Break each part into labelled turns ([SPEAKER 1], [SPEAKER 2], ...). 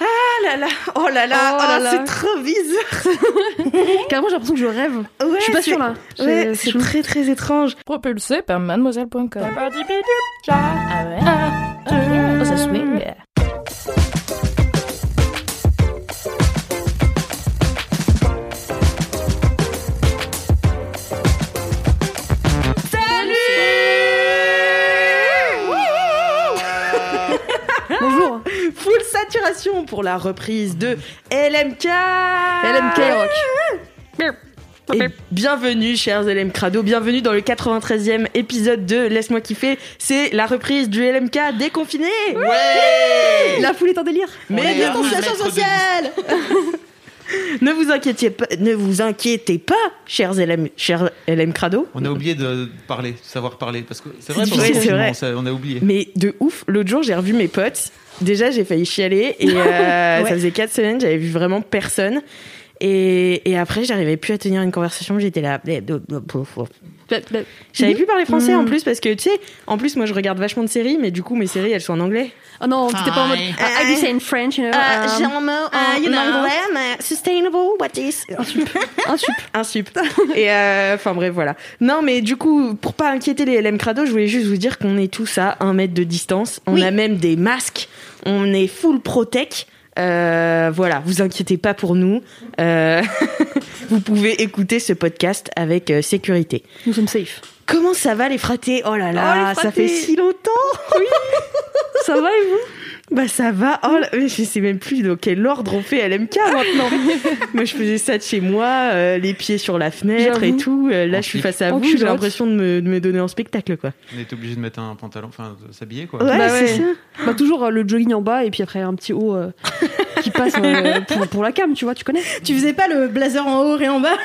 [SPEAKER 1] Ah là là, oh là là,
[SPEAKER 2] Oh
[SPEAKER 1] oh là,
[SPEAKER 2] là
[SPEAKER 1] c'est
[SPEAKER 2] là.
[SPEAKER 1] trop bizarre.
[SPEAKER 2] Carrément, j'ai l'impression que je rêve.
[SPEAKER 1] Ouais,
[SPEAKER 2] je suis pas
[SPEAKER 1] c'est-
[SPEAKER 2] sûre là. J'ai-
[SPEAKER 1] Ouais,
[SPEAKER 2] c'est
[SPEAKER 1] c'est
[SPEAKER 2] chelou.
[SPEAKER 1] très très étrange.
[SPEAKER 3] propulsé par mademoiselle.com.
[SPEAKER 4] Ah,
[SPEAKER 2] Bonjour.
[SPEAKER 1] Full saturation pour la reprise de LMK.
[SPEAKER 2] LMK Rock.
[SPEAKER 1] Et bienvenue, chers LM Crado, bienvenue dans le 93e épisode de Laisse-moi kiffer. C'est la reprise du LMK déconfiné. Ouais
[SPEAKER 2] La foule est en délire.
[SPEAKER 1] Mais
[SPEAKER 5] est heureux de
[SPEAKER 1] distanciation
[SPEAKER 5] mettre de-
[SPEAKER 1] sociale Ne vous inquiétez pas, ne vous inquiétez pas, chers LM, chers LM Crado.
[SPEAKER 5] On a oublié de parler, savoir parler, parce que c'est vrai,
[SPEAKER 1] C'est
[SPEAKER 5] pendant
[SPEAKER 1] difficile,
[SPEAKER 5] le
[SPEAKER 1] c'est
[SPEAKER 5] confinement,
[SPEAKER 1] vrai. Mm.
[SPEAKER 5] ça- on a oublié.
[SPEAKER 1] Mais de ouf, l'autre jour, j'ai revu mes potes. Déjà, j'ai failli chialer et euh,
[SPEAKER 2] Ouais.
[SPEAKER 1] ça faisait 4 semaines, j'avais vu vraiment personne. Et, et après, j'arrivais plus à tenir une conversation, j'étais là.
[SPEAKER 2] Mhm.
[SPEAKER 1] J'avais plus parler français en plus parce que tu sais, en plus, moi je regarde vachement de séries, mais du coup, mes séries elles sont en anglais.
[SPEAKER 2] Oh non, t'étais pas en mode.
[SPEAKER 5] Fine.
[SPEAKER 2] Ah, have you seen French,
[SPEAKER 1] Euh,
[SPEAKER 2] you know, um,
[SPEAKER 1] Ah,
[SPEAKER 2] you know.
[SPEAKER 1] mais sustainable, what is
[SPEAKER 2] un sup.
[SPEAKER 1] Un sup. Et euh, enfin bref, voilà. Non, mais du coup, pour pas inquiéter les LM Crado, je voulais juste vous dire qu'on est tous à un mètre de distance. On
[SPEAKER 2] Oui.
[SPEAKER 1] a même des masques. On est full protec. Euh, voilà, vous inquiétez pas pour nous. Euh, vous pouvez écouter ce podcast avec euh, sécurité.
[SPEAKER 2] Nous sommes safe.
[SPEAKER 1] Comment ça va les fratés Oh là là,
[SPEAKER 2] les
[SPEAKER 1] ça
[SPEAKER 2] fratés.
[SPEAKER 1] fait si longtemps
[SPEAKER 2] Ça va et vous
[SPEAKER 1] Bah ça va, oh là, mais je sais même plus dans quel ordre on fait LMK maintenant. hein. moi je faisais ça de chez moi, euh, les pieds sur la fenêtre et
[SPEAKER 2] J'avoue.
[SPEAKER 1] tout. Euh, là
[SPEAKER 5] En
[SPEAKER 1] je suis
[SPEAKER 5] slip.
[SPEAKER 1] face à
[SPEAKER 2] En
[SPEAKER 1] vous, j'ai
[SPEAKER 2] culotte.
[SPEAKER 1] l'impression de me, de me donner en spectacle quoi.
[SPEAKER 5] On était obligé de mettre un pantalon, enfin de s'habiller quoi.
[SPEAKER 1] Ouais,
[SPEAKER 2] Bah
[SPEAKER 1] c'est
[SPEAKER 2] ouais.
[SPEAKER 1] ça.
[SPEAKER 2] Bah, toujours euh, le jogging en bas et puis après un petit haut euh, qui passe euh, pour, pour la cam, tu vois, tu connais Mm,
[SPEAKER 4] Tu faisais pas le Euh, blazer en haut et en bas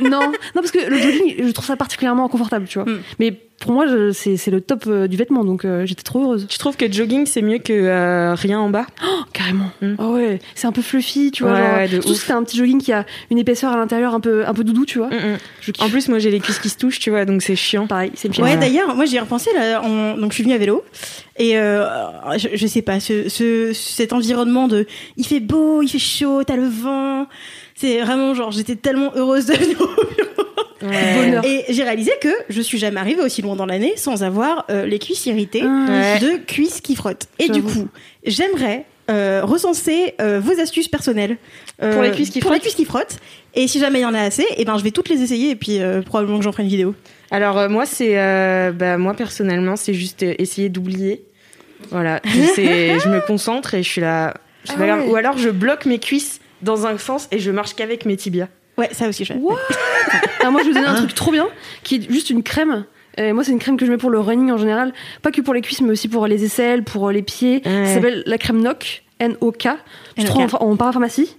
[SPEAKER 2] Non, non parce que le jogging, je trouve ça particulièrement inconfortable, tu vois.
[SPEAKER 4] Mm.
[SPEAKER 2] Mais pour moi, je- c'est c'est le top euh, du vêtement, donc euh, j'étais trop heureuse.
[SPEAKER 1] Tu trouves que jogging c'est mieux que euh, rien en bas
[SPEAKER 2] Carrément.
[SPEAKER 1] Mm.
[SPEAKER 2] Ah ouais, c'est un peu fluffy, tu vois.
[SPEAKER 1] Ouais,
[SPEAKER 2] genre,
[SPEAKER 1] ouais, de
[SPEAKER 2] surtout
[SPEAKER 1] ouf. Mm.
[SPEAKER 2] si t'as un petit jogging qui a une épaisseur à l'intérieur un peu, un peu doudou, tu vois. Je kiffe.
[SPEAKER 1] En plus moi j'ai les cuisses qui se touchent tu vois donc c'est chiant.
[SPEAKER 2] pareil, c'est bien.
[SPEAKER 4] Ouais,
[SPEAKER 1] Voilà.
[SPEAKER 4] d'ailleurs, moi j'y ai repensé. Là, on- Donc je suis venue à vélo et euh, je, je sais pas, ce, ce- cet environnement de il fait beau, il fait chaud, t'as le vent. C'est vraiment genre, j'étais tellement heureuse de venir au
[SPEAKER 2] Bonheur.
[SPEAKER 4] Et j'ai réalisé que je suis jamais arrivée aussi loin dans l'année sans avoir euh, les cuisses irritées
[SPEAKER 1] Ah. Ouais.
[SPEAKER 4] de cuisses qui frottent. Et du
[SPEAKER 2] J'avoue.
[SPEAKER 4] coup, j'aimerais euh, recenser euh, vos astuces personnelles euh,
[SPEAKER 1] Pour les cuisses qui
[SPEAKER 4] pour les
[SPEAKER 1] frottent
[SPEAKER 4] cuisses qui frottent. Et si jamais il y en a assez, et ben je vais toutes les essayer et puis euh, probablement que j'en ferai une vidéo.
[SPEAKER 1] Alors euh, moi c'est euh, bah moi personnellement c'est juste euh, essayer d'oublier. Voilà, je, sais- je me concentre et je suis là. je suis
[SPEAKER 2] Ah
[SPEAKER 1] pas grave.
[SPEAKER 2] ouais.
[SPEAKER 1] Ou alors je bloque mes cuisses dans un sens et je marche qu'avec mes tibias.
[SPEAKER 4] Ouais, ça aussi je fais.
[SPEAKER 2] What Ah, moi, je vais vous donner un
[SPEAKER 1] Hein?
[SPEAKER 2] truc trop bien, qui est juste une crème. Euh, moi, c'est une crème que je mets pour le running en général. Pas que pour les cuisses, mais aussi pour les aisselles, pour euh, les pieds.
[SPEAKER 1] Ouais.
[SPEAKER 2] Ça s'appelle la crème NOC. N-O-K. Tu
[SPEAKER 4] NOK.
[SPEAKER 2] te trouves en, en parapharmacie.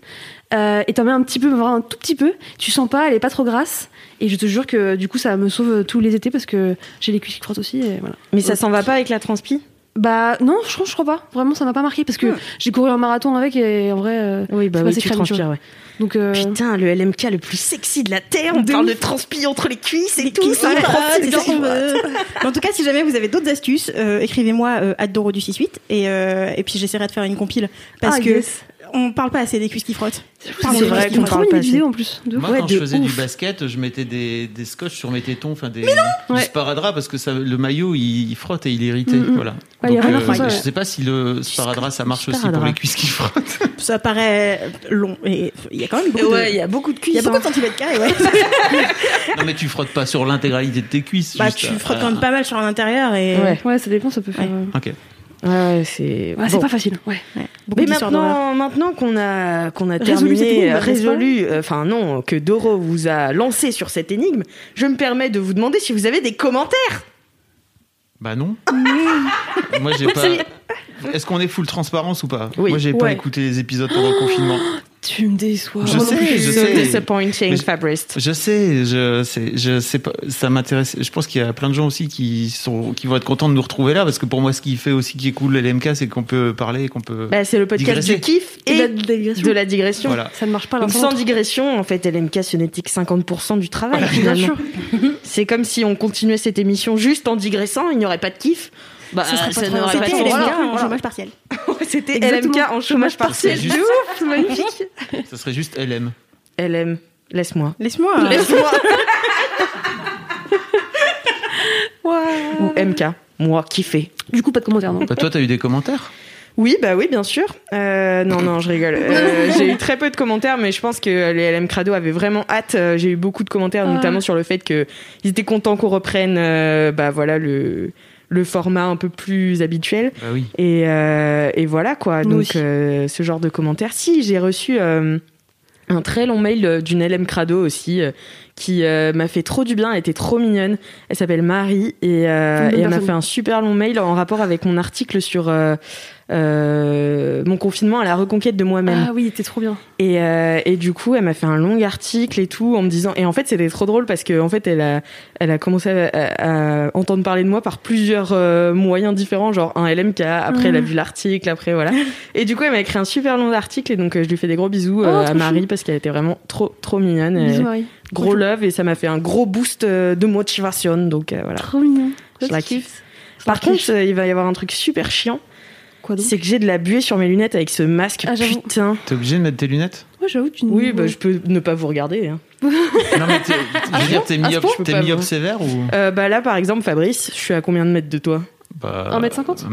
[SPEAKER 2] Euh, et t'en mets un petit peu, vraiment un tout petit peu. Tu sens pas, elle est pas trop grasse. Et je te jure que du coup, ça me sauve tous les étés parce que j'ai les cuisses qui frottent aussi. Et voilà.
[SPEAKER 1] Mais ça s'en va pas avec la transpi
[SPEAKER 2] Bah non, je crois, je crois pas. Vraiment, ça m'a pas marqué parce que
[SPEAKER 1] Hmm.
[SPEAKER 2] j'ai couru un marathon avec et en vrai, euh,
[SPEAKER 1] Oui,
[SPEAKER 2] bah oui, tu transpires,
[SPEAKER 1] ouais.
[SPEAKER 2] donc euh,
[SPEAKER 1] Putain, le LMK le plus sexy de la Terre, on
[SPEAKER 2] De
[SPEAKER 1] parle
[SPEAKER 2] ouf.
[SPEAKER 1] de transpi entre les cuisses et
[SPEAKER 4] Les
[SPEAKER 1] tout,
[SPEAKER 4] cuisses
[SPEAKER 1] ça
[SPEAKER 4] qui
[SPEAKER 1] me
[SPEAKER 4] frottent,
[SPEAKER 1] prend-
[SPEAKER 4] les jambes, euh. En tout cas, si jamais vous avez d'autres astuces, euh, écrivez-moi euh, at Doro du 68 et, euh, et puis j'essaierai de faire une compile parce
[SPEAKER 2] ah,
[SPEAKER 4] que
[SPEAKER 2] yes.
[SPEAKER 4] on parle pas assez des cuisses qui frottent.
[SPEAKER 2] c'est
[SPEAKER 4] vrai
[SPEAKER 2] vrai
[SPEAKER 4] qu'on
[SPEAKER 2] qu'on
[SPEAKER 1] parle
[SPEAKER 2] parle
[SPEAKER 1] pas
[SPEAKER 2] pas
[SPEAKER 1] assez.
[SPEAKER 2] vidéo en plus. De ouf.
[SPEAKER 5] Moi,
[SPEAKER 1] Ouais,
[SPEAKER 5] quand
[SPEAKER 1] de
[SPEAKER 5] je faisais du
[SPEAKER 1] ouf.
[SPEAKER 5] basket, je mettais des, des scotch sur mes tétons, enfin des du
[SPEAKER 2] Ouais.
[SPEAKER 5] sparadrap parce que ça, le maillot il, il frotte et il est irrité.
[SPEAKER 2] Mm, mm.
[SPEAKER 5] Voilà.
[SPEAKER 2] Ouais, il y a
[SPEAKER 5] Donc,
[SPEAKER 2] rien à
[SPEAKER 5] euh,
[SPEAKER 2] faire, ça, ouais.
[SPEAKER 5] je sais pas si le sparadrap ça marche aussi pour
[SPEAKER 1] sparadrap.
[SPEAKER 5] les cuisses qui frottent.
[SPEAKER 4] Ça paraît long et il y a quand même beaucoup
[SPEAKER 1] Ouais, il
[SPEAKER 4] de...
[SPEAKER 1] y a beaucoup de
[SPEAKER 4] Il
[SPEAKER 1] cuisses.
[SPEAKER 4] y a beaucoup
[SPEAKER 1] hein.
[SPEAKER 4] de centimètres carrés, ouais.
[SPEAKER 5] non mais tu frottes pas sur l'intégralité de tes cuisses.
[SPEAKER 4] Bah,
[SPEAKER 5] juste
[SPEAKER 4] tu
[SPEAKER 5] à-
[SPEAKER 4] frottes quand même pas mal sur l'intérieur et
[SPEAKER 1] Ouais.
[SPEAKER 2] Ouais, ça dépend, ça peut faire.
[SPEAKER 4] Ouais.
[SPEAKER 2] euh,
[SPEAKER 5] Ok.
[SPEAKER 1] Ouais, ouais, c'est.
[SPEAKER 2] Ah, c'est
[SPEAKER 1] Bon.
[SPEAKER 2] pas facile. Ouais.
[SPEAKER 4] beaucoup
[SPEAKER 1] Mais
[SPEAKER 4] d'histoires
[SPEAKER 1] maintenant,
[SPEAKER 4] d'horreur.
[SPEAKER 1] maintenant qu'on a, qu'on a
[SPEAKER 2] Résolu cette
[SPEAKER 1] terminé,
[SPEAKER 2] énigme,
[SPEAKER 1] euh,
[SPEAKER 2] n'est-ce pas
[SPEAKER 1] résolu, euh, enfin non, que Doro vous a lancé sur cette énigme, je me permets de vous demander si vous avez des commentaires.
[SPEAKER 5] Bah non. Moi j'ai pas. Est-ce qu'on est full transparence ou pas
[SPEAKER 1] Oui.
[SPEAKER 5] Moi, j'ai pas
[SPEAKER 1] Ouais.
[SPEAKER 5] écouté les épisodes pendant le confinement.
[SPEAKER 2] Tu me déçois.
[SPEAKER 5] Je
[SPEAKER 1] Moi
[SPEAKER 5] sais,
[SPEAKER 1] non plus,
[SPEAKER 5] je
[SPEAKER 1] so
[SPEAKER 5] sais.
[SPEAKER 1] disappointing,
[SPEAKER 5] Mais-
[SPEAKER 1] Fabrice.
[SPEAKER 5] Je sais, je sais, je sais pas, ça m'intéresse. Je pense qu'il y a plein de gens aussi qui sont, qui vont être contents de nous retrouver là, parce que pour moi, ce qui fait aussi qui est cool le LMK, c'est qu'on peut parler, et qu'on peut.
[SPEAKER 1] Bah, c'est le podcast
[SPEAKER 5] Digresser.
[SPEAKER 1] du kiff
[SPEAKER 2] Et de la
[SPEAKER 1] et
[SPEAKER 2] délégation.
[SPEAKER 1] de la digression.
[SPEAKER 5] Voilà.
[SPEAKER 2] Ça ne marche pas l'un
[SPEAKER 1] Donc
[SPEAKER 2] sans
[SPEAKER 1] sans
[SPEAKER 2] l'autre.
[SPEAKER 1] digression, en fait, LMK ce n'était que 50% du travail
[SPEAKER 2] Bien
[SPEAKER 1] finalement.
[SPEAKER 2] sûr.
[SPEAKER 1] C'est comme si on continuait cette émission juste en digressant, il n'y aurait pas de kiff. Bah,
[SPEAKER 2] Ce serait pas
[SPEAKER 1] ça
[SPEAKER 2] trop
[SPEAKER 1] n'aurait pas de
[SPEAKER 2] intéressant.
[SPEAKER 4] C'était
[SPEAKER 1] sens.
[SPEAKER 2] Voilà,
[SPEAKER 4] LMK en
[SPEAKER 1] Voilà.
[SPEAKER 4] chômage partiel.
[SPEAKER 1] C'était
[SPEAKER 2] Exactement.
[SPEAKER 1] LMK en chômage partiel.
[SPEAKER 5] Juste-
[SPEAKER 1] De ouf, magnifique.
[SPEAKER 5] Ça serait juste LM.
[SPEAKER 1] LM, laisse-moi.
[SPEAKER 4] Laisse-moi. euh,
[SPEAKER 1] Laisse-moi. Ou MK, moi kiffer.
[SPEAKER 2] Du coup, pas de commentaire, non
[SPEAKER 5] Bah, toi, t'as eu des commentaires
[SPEAKER 1] Oui, bah oui, bien sûr. Euh, non, non, je rigole. Euh, j'ai eu très peu de commentaires, mais je pense que euh, les LM Crado avaient vraiment hâte. Euh, J'ai eu beaucoup de commentaires,
[SPEAKER 2] Ah.
[SPEAKER 1] notamment sur le fait que ils étaient contents qu'on reprenne, euh, bah voilà le le format un peu plus habituel.
[SPEAKER 5] Bah oui.
[SPEAKER 1] Et, euh, et voilà quoi.
[SPEAKER 2] Nous
[SPEAKER 1] Donc
[SPEAKER 2] aussi.
[SPEAKER 1] euh, ce genre de commentaires. Si j'ai reçu euh, un très long mail euh, d'une LM Crado aussi euh, qui euh, m'a fait trop du bien. Elle était trop mignonne. Elle s'appelle Marie et, euh,
[SPEAKER 2] Une bonne
[SPEAKER 1] et elle m'a
[SPEAKER 2] personne.
[SPEAKER 1] fait un super long mail en rapport avec mon article sur euh, euh, mon confinement à la reconquête de moi-même.
[SPEAKER 2] Ah oui, t'es trop bien.
[SPEAKER 1] Et, euh, et du coup, elle m'a fait un long article et tout en me disant. Et en fait, c'était trop drôle parce que en fait, elle a, elle a commencé à, à- à entendre parler de moi par plusieurs euh, moyens différents, genre un LMK. Après,
[SPEAKER 2] Mmh.
[SPEAKER 1] elle a vu l'article. Après, voilà. Et du coup, elle m'a écrit un super long article et donc euh, je lui fais des gros bisous euh,
[SPEAKER 2] Oh, trop
[SPEAKER 1] à Marie parce qu'elle était vraiment trop, trop mignonne. Et
[SPEAKER 2] Bisous, Marie.
[SPEAKER 1] gros love et ça m'a fait un gros boost euh, de motivation. Donc euh, voilà,
[SPEAKER 2] Trop mignon.
[SPEAKER 1] je la kiffe. Par contre, euh, il va y avoir un truc super chiant,
[SPEAKER 2] Quoi donc
[SPEAKER 1] c'est que j'ai de la buée sur mes lunettes avec ce masque.
[SPEAKER 2] Ah, j'avoue. Mmh.
[SPEAKER 1] Putain.
[SPEAKER 5] T'es obligé de mettre tes lunettes
[SPEAKER 2] Ouais, j'avoue, tu euh,
[SPEAKER 1] Oui, bah, je peux ne pas vous regarder. hein.
[SPEAKER 5] Non, mais t'es- je veux dire, t'es
[SPEAKER 1] À ce
[SPEAKER 5] myope,
[SPEAKER 1] point, Ah je peux
[SPEAKER 5] t'es
[SPEAKER 1] pas
[SPEAKER 5] myope
[SPEAKER 1] vous-
[SPEAKER 5] sévère ou
[SPEAKER 1] Euh, bah là par exemple Fabrice, je suis à combien de mètres de toi
[SPEAKER 5] bah,
[SPEAKER 2] 1m50?
[SPEAKER 5] 1m52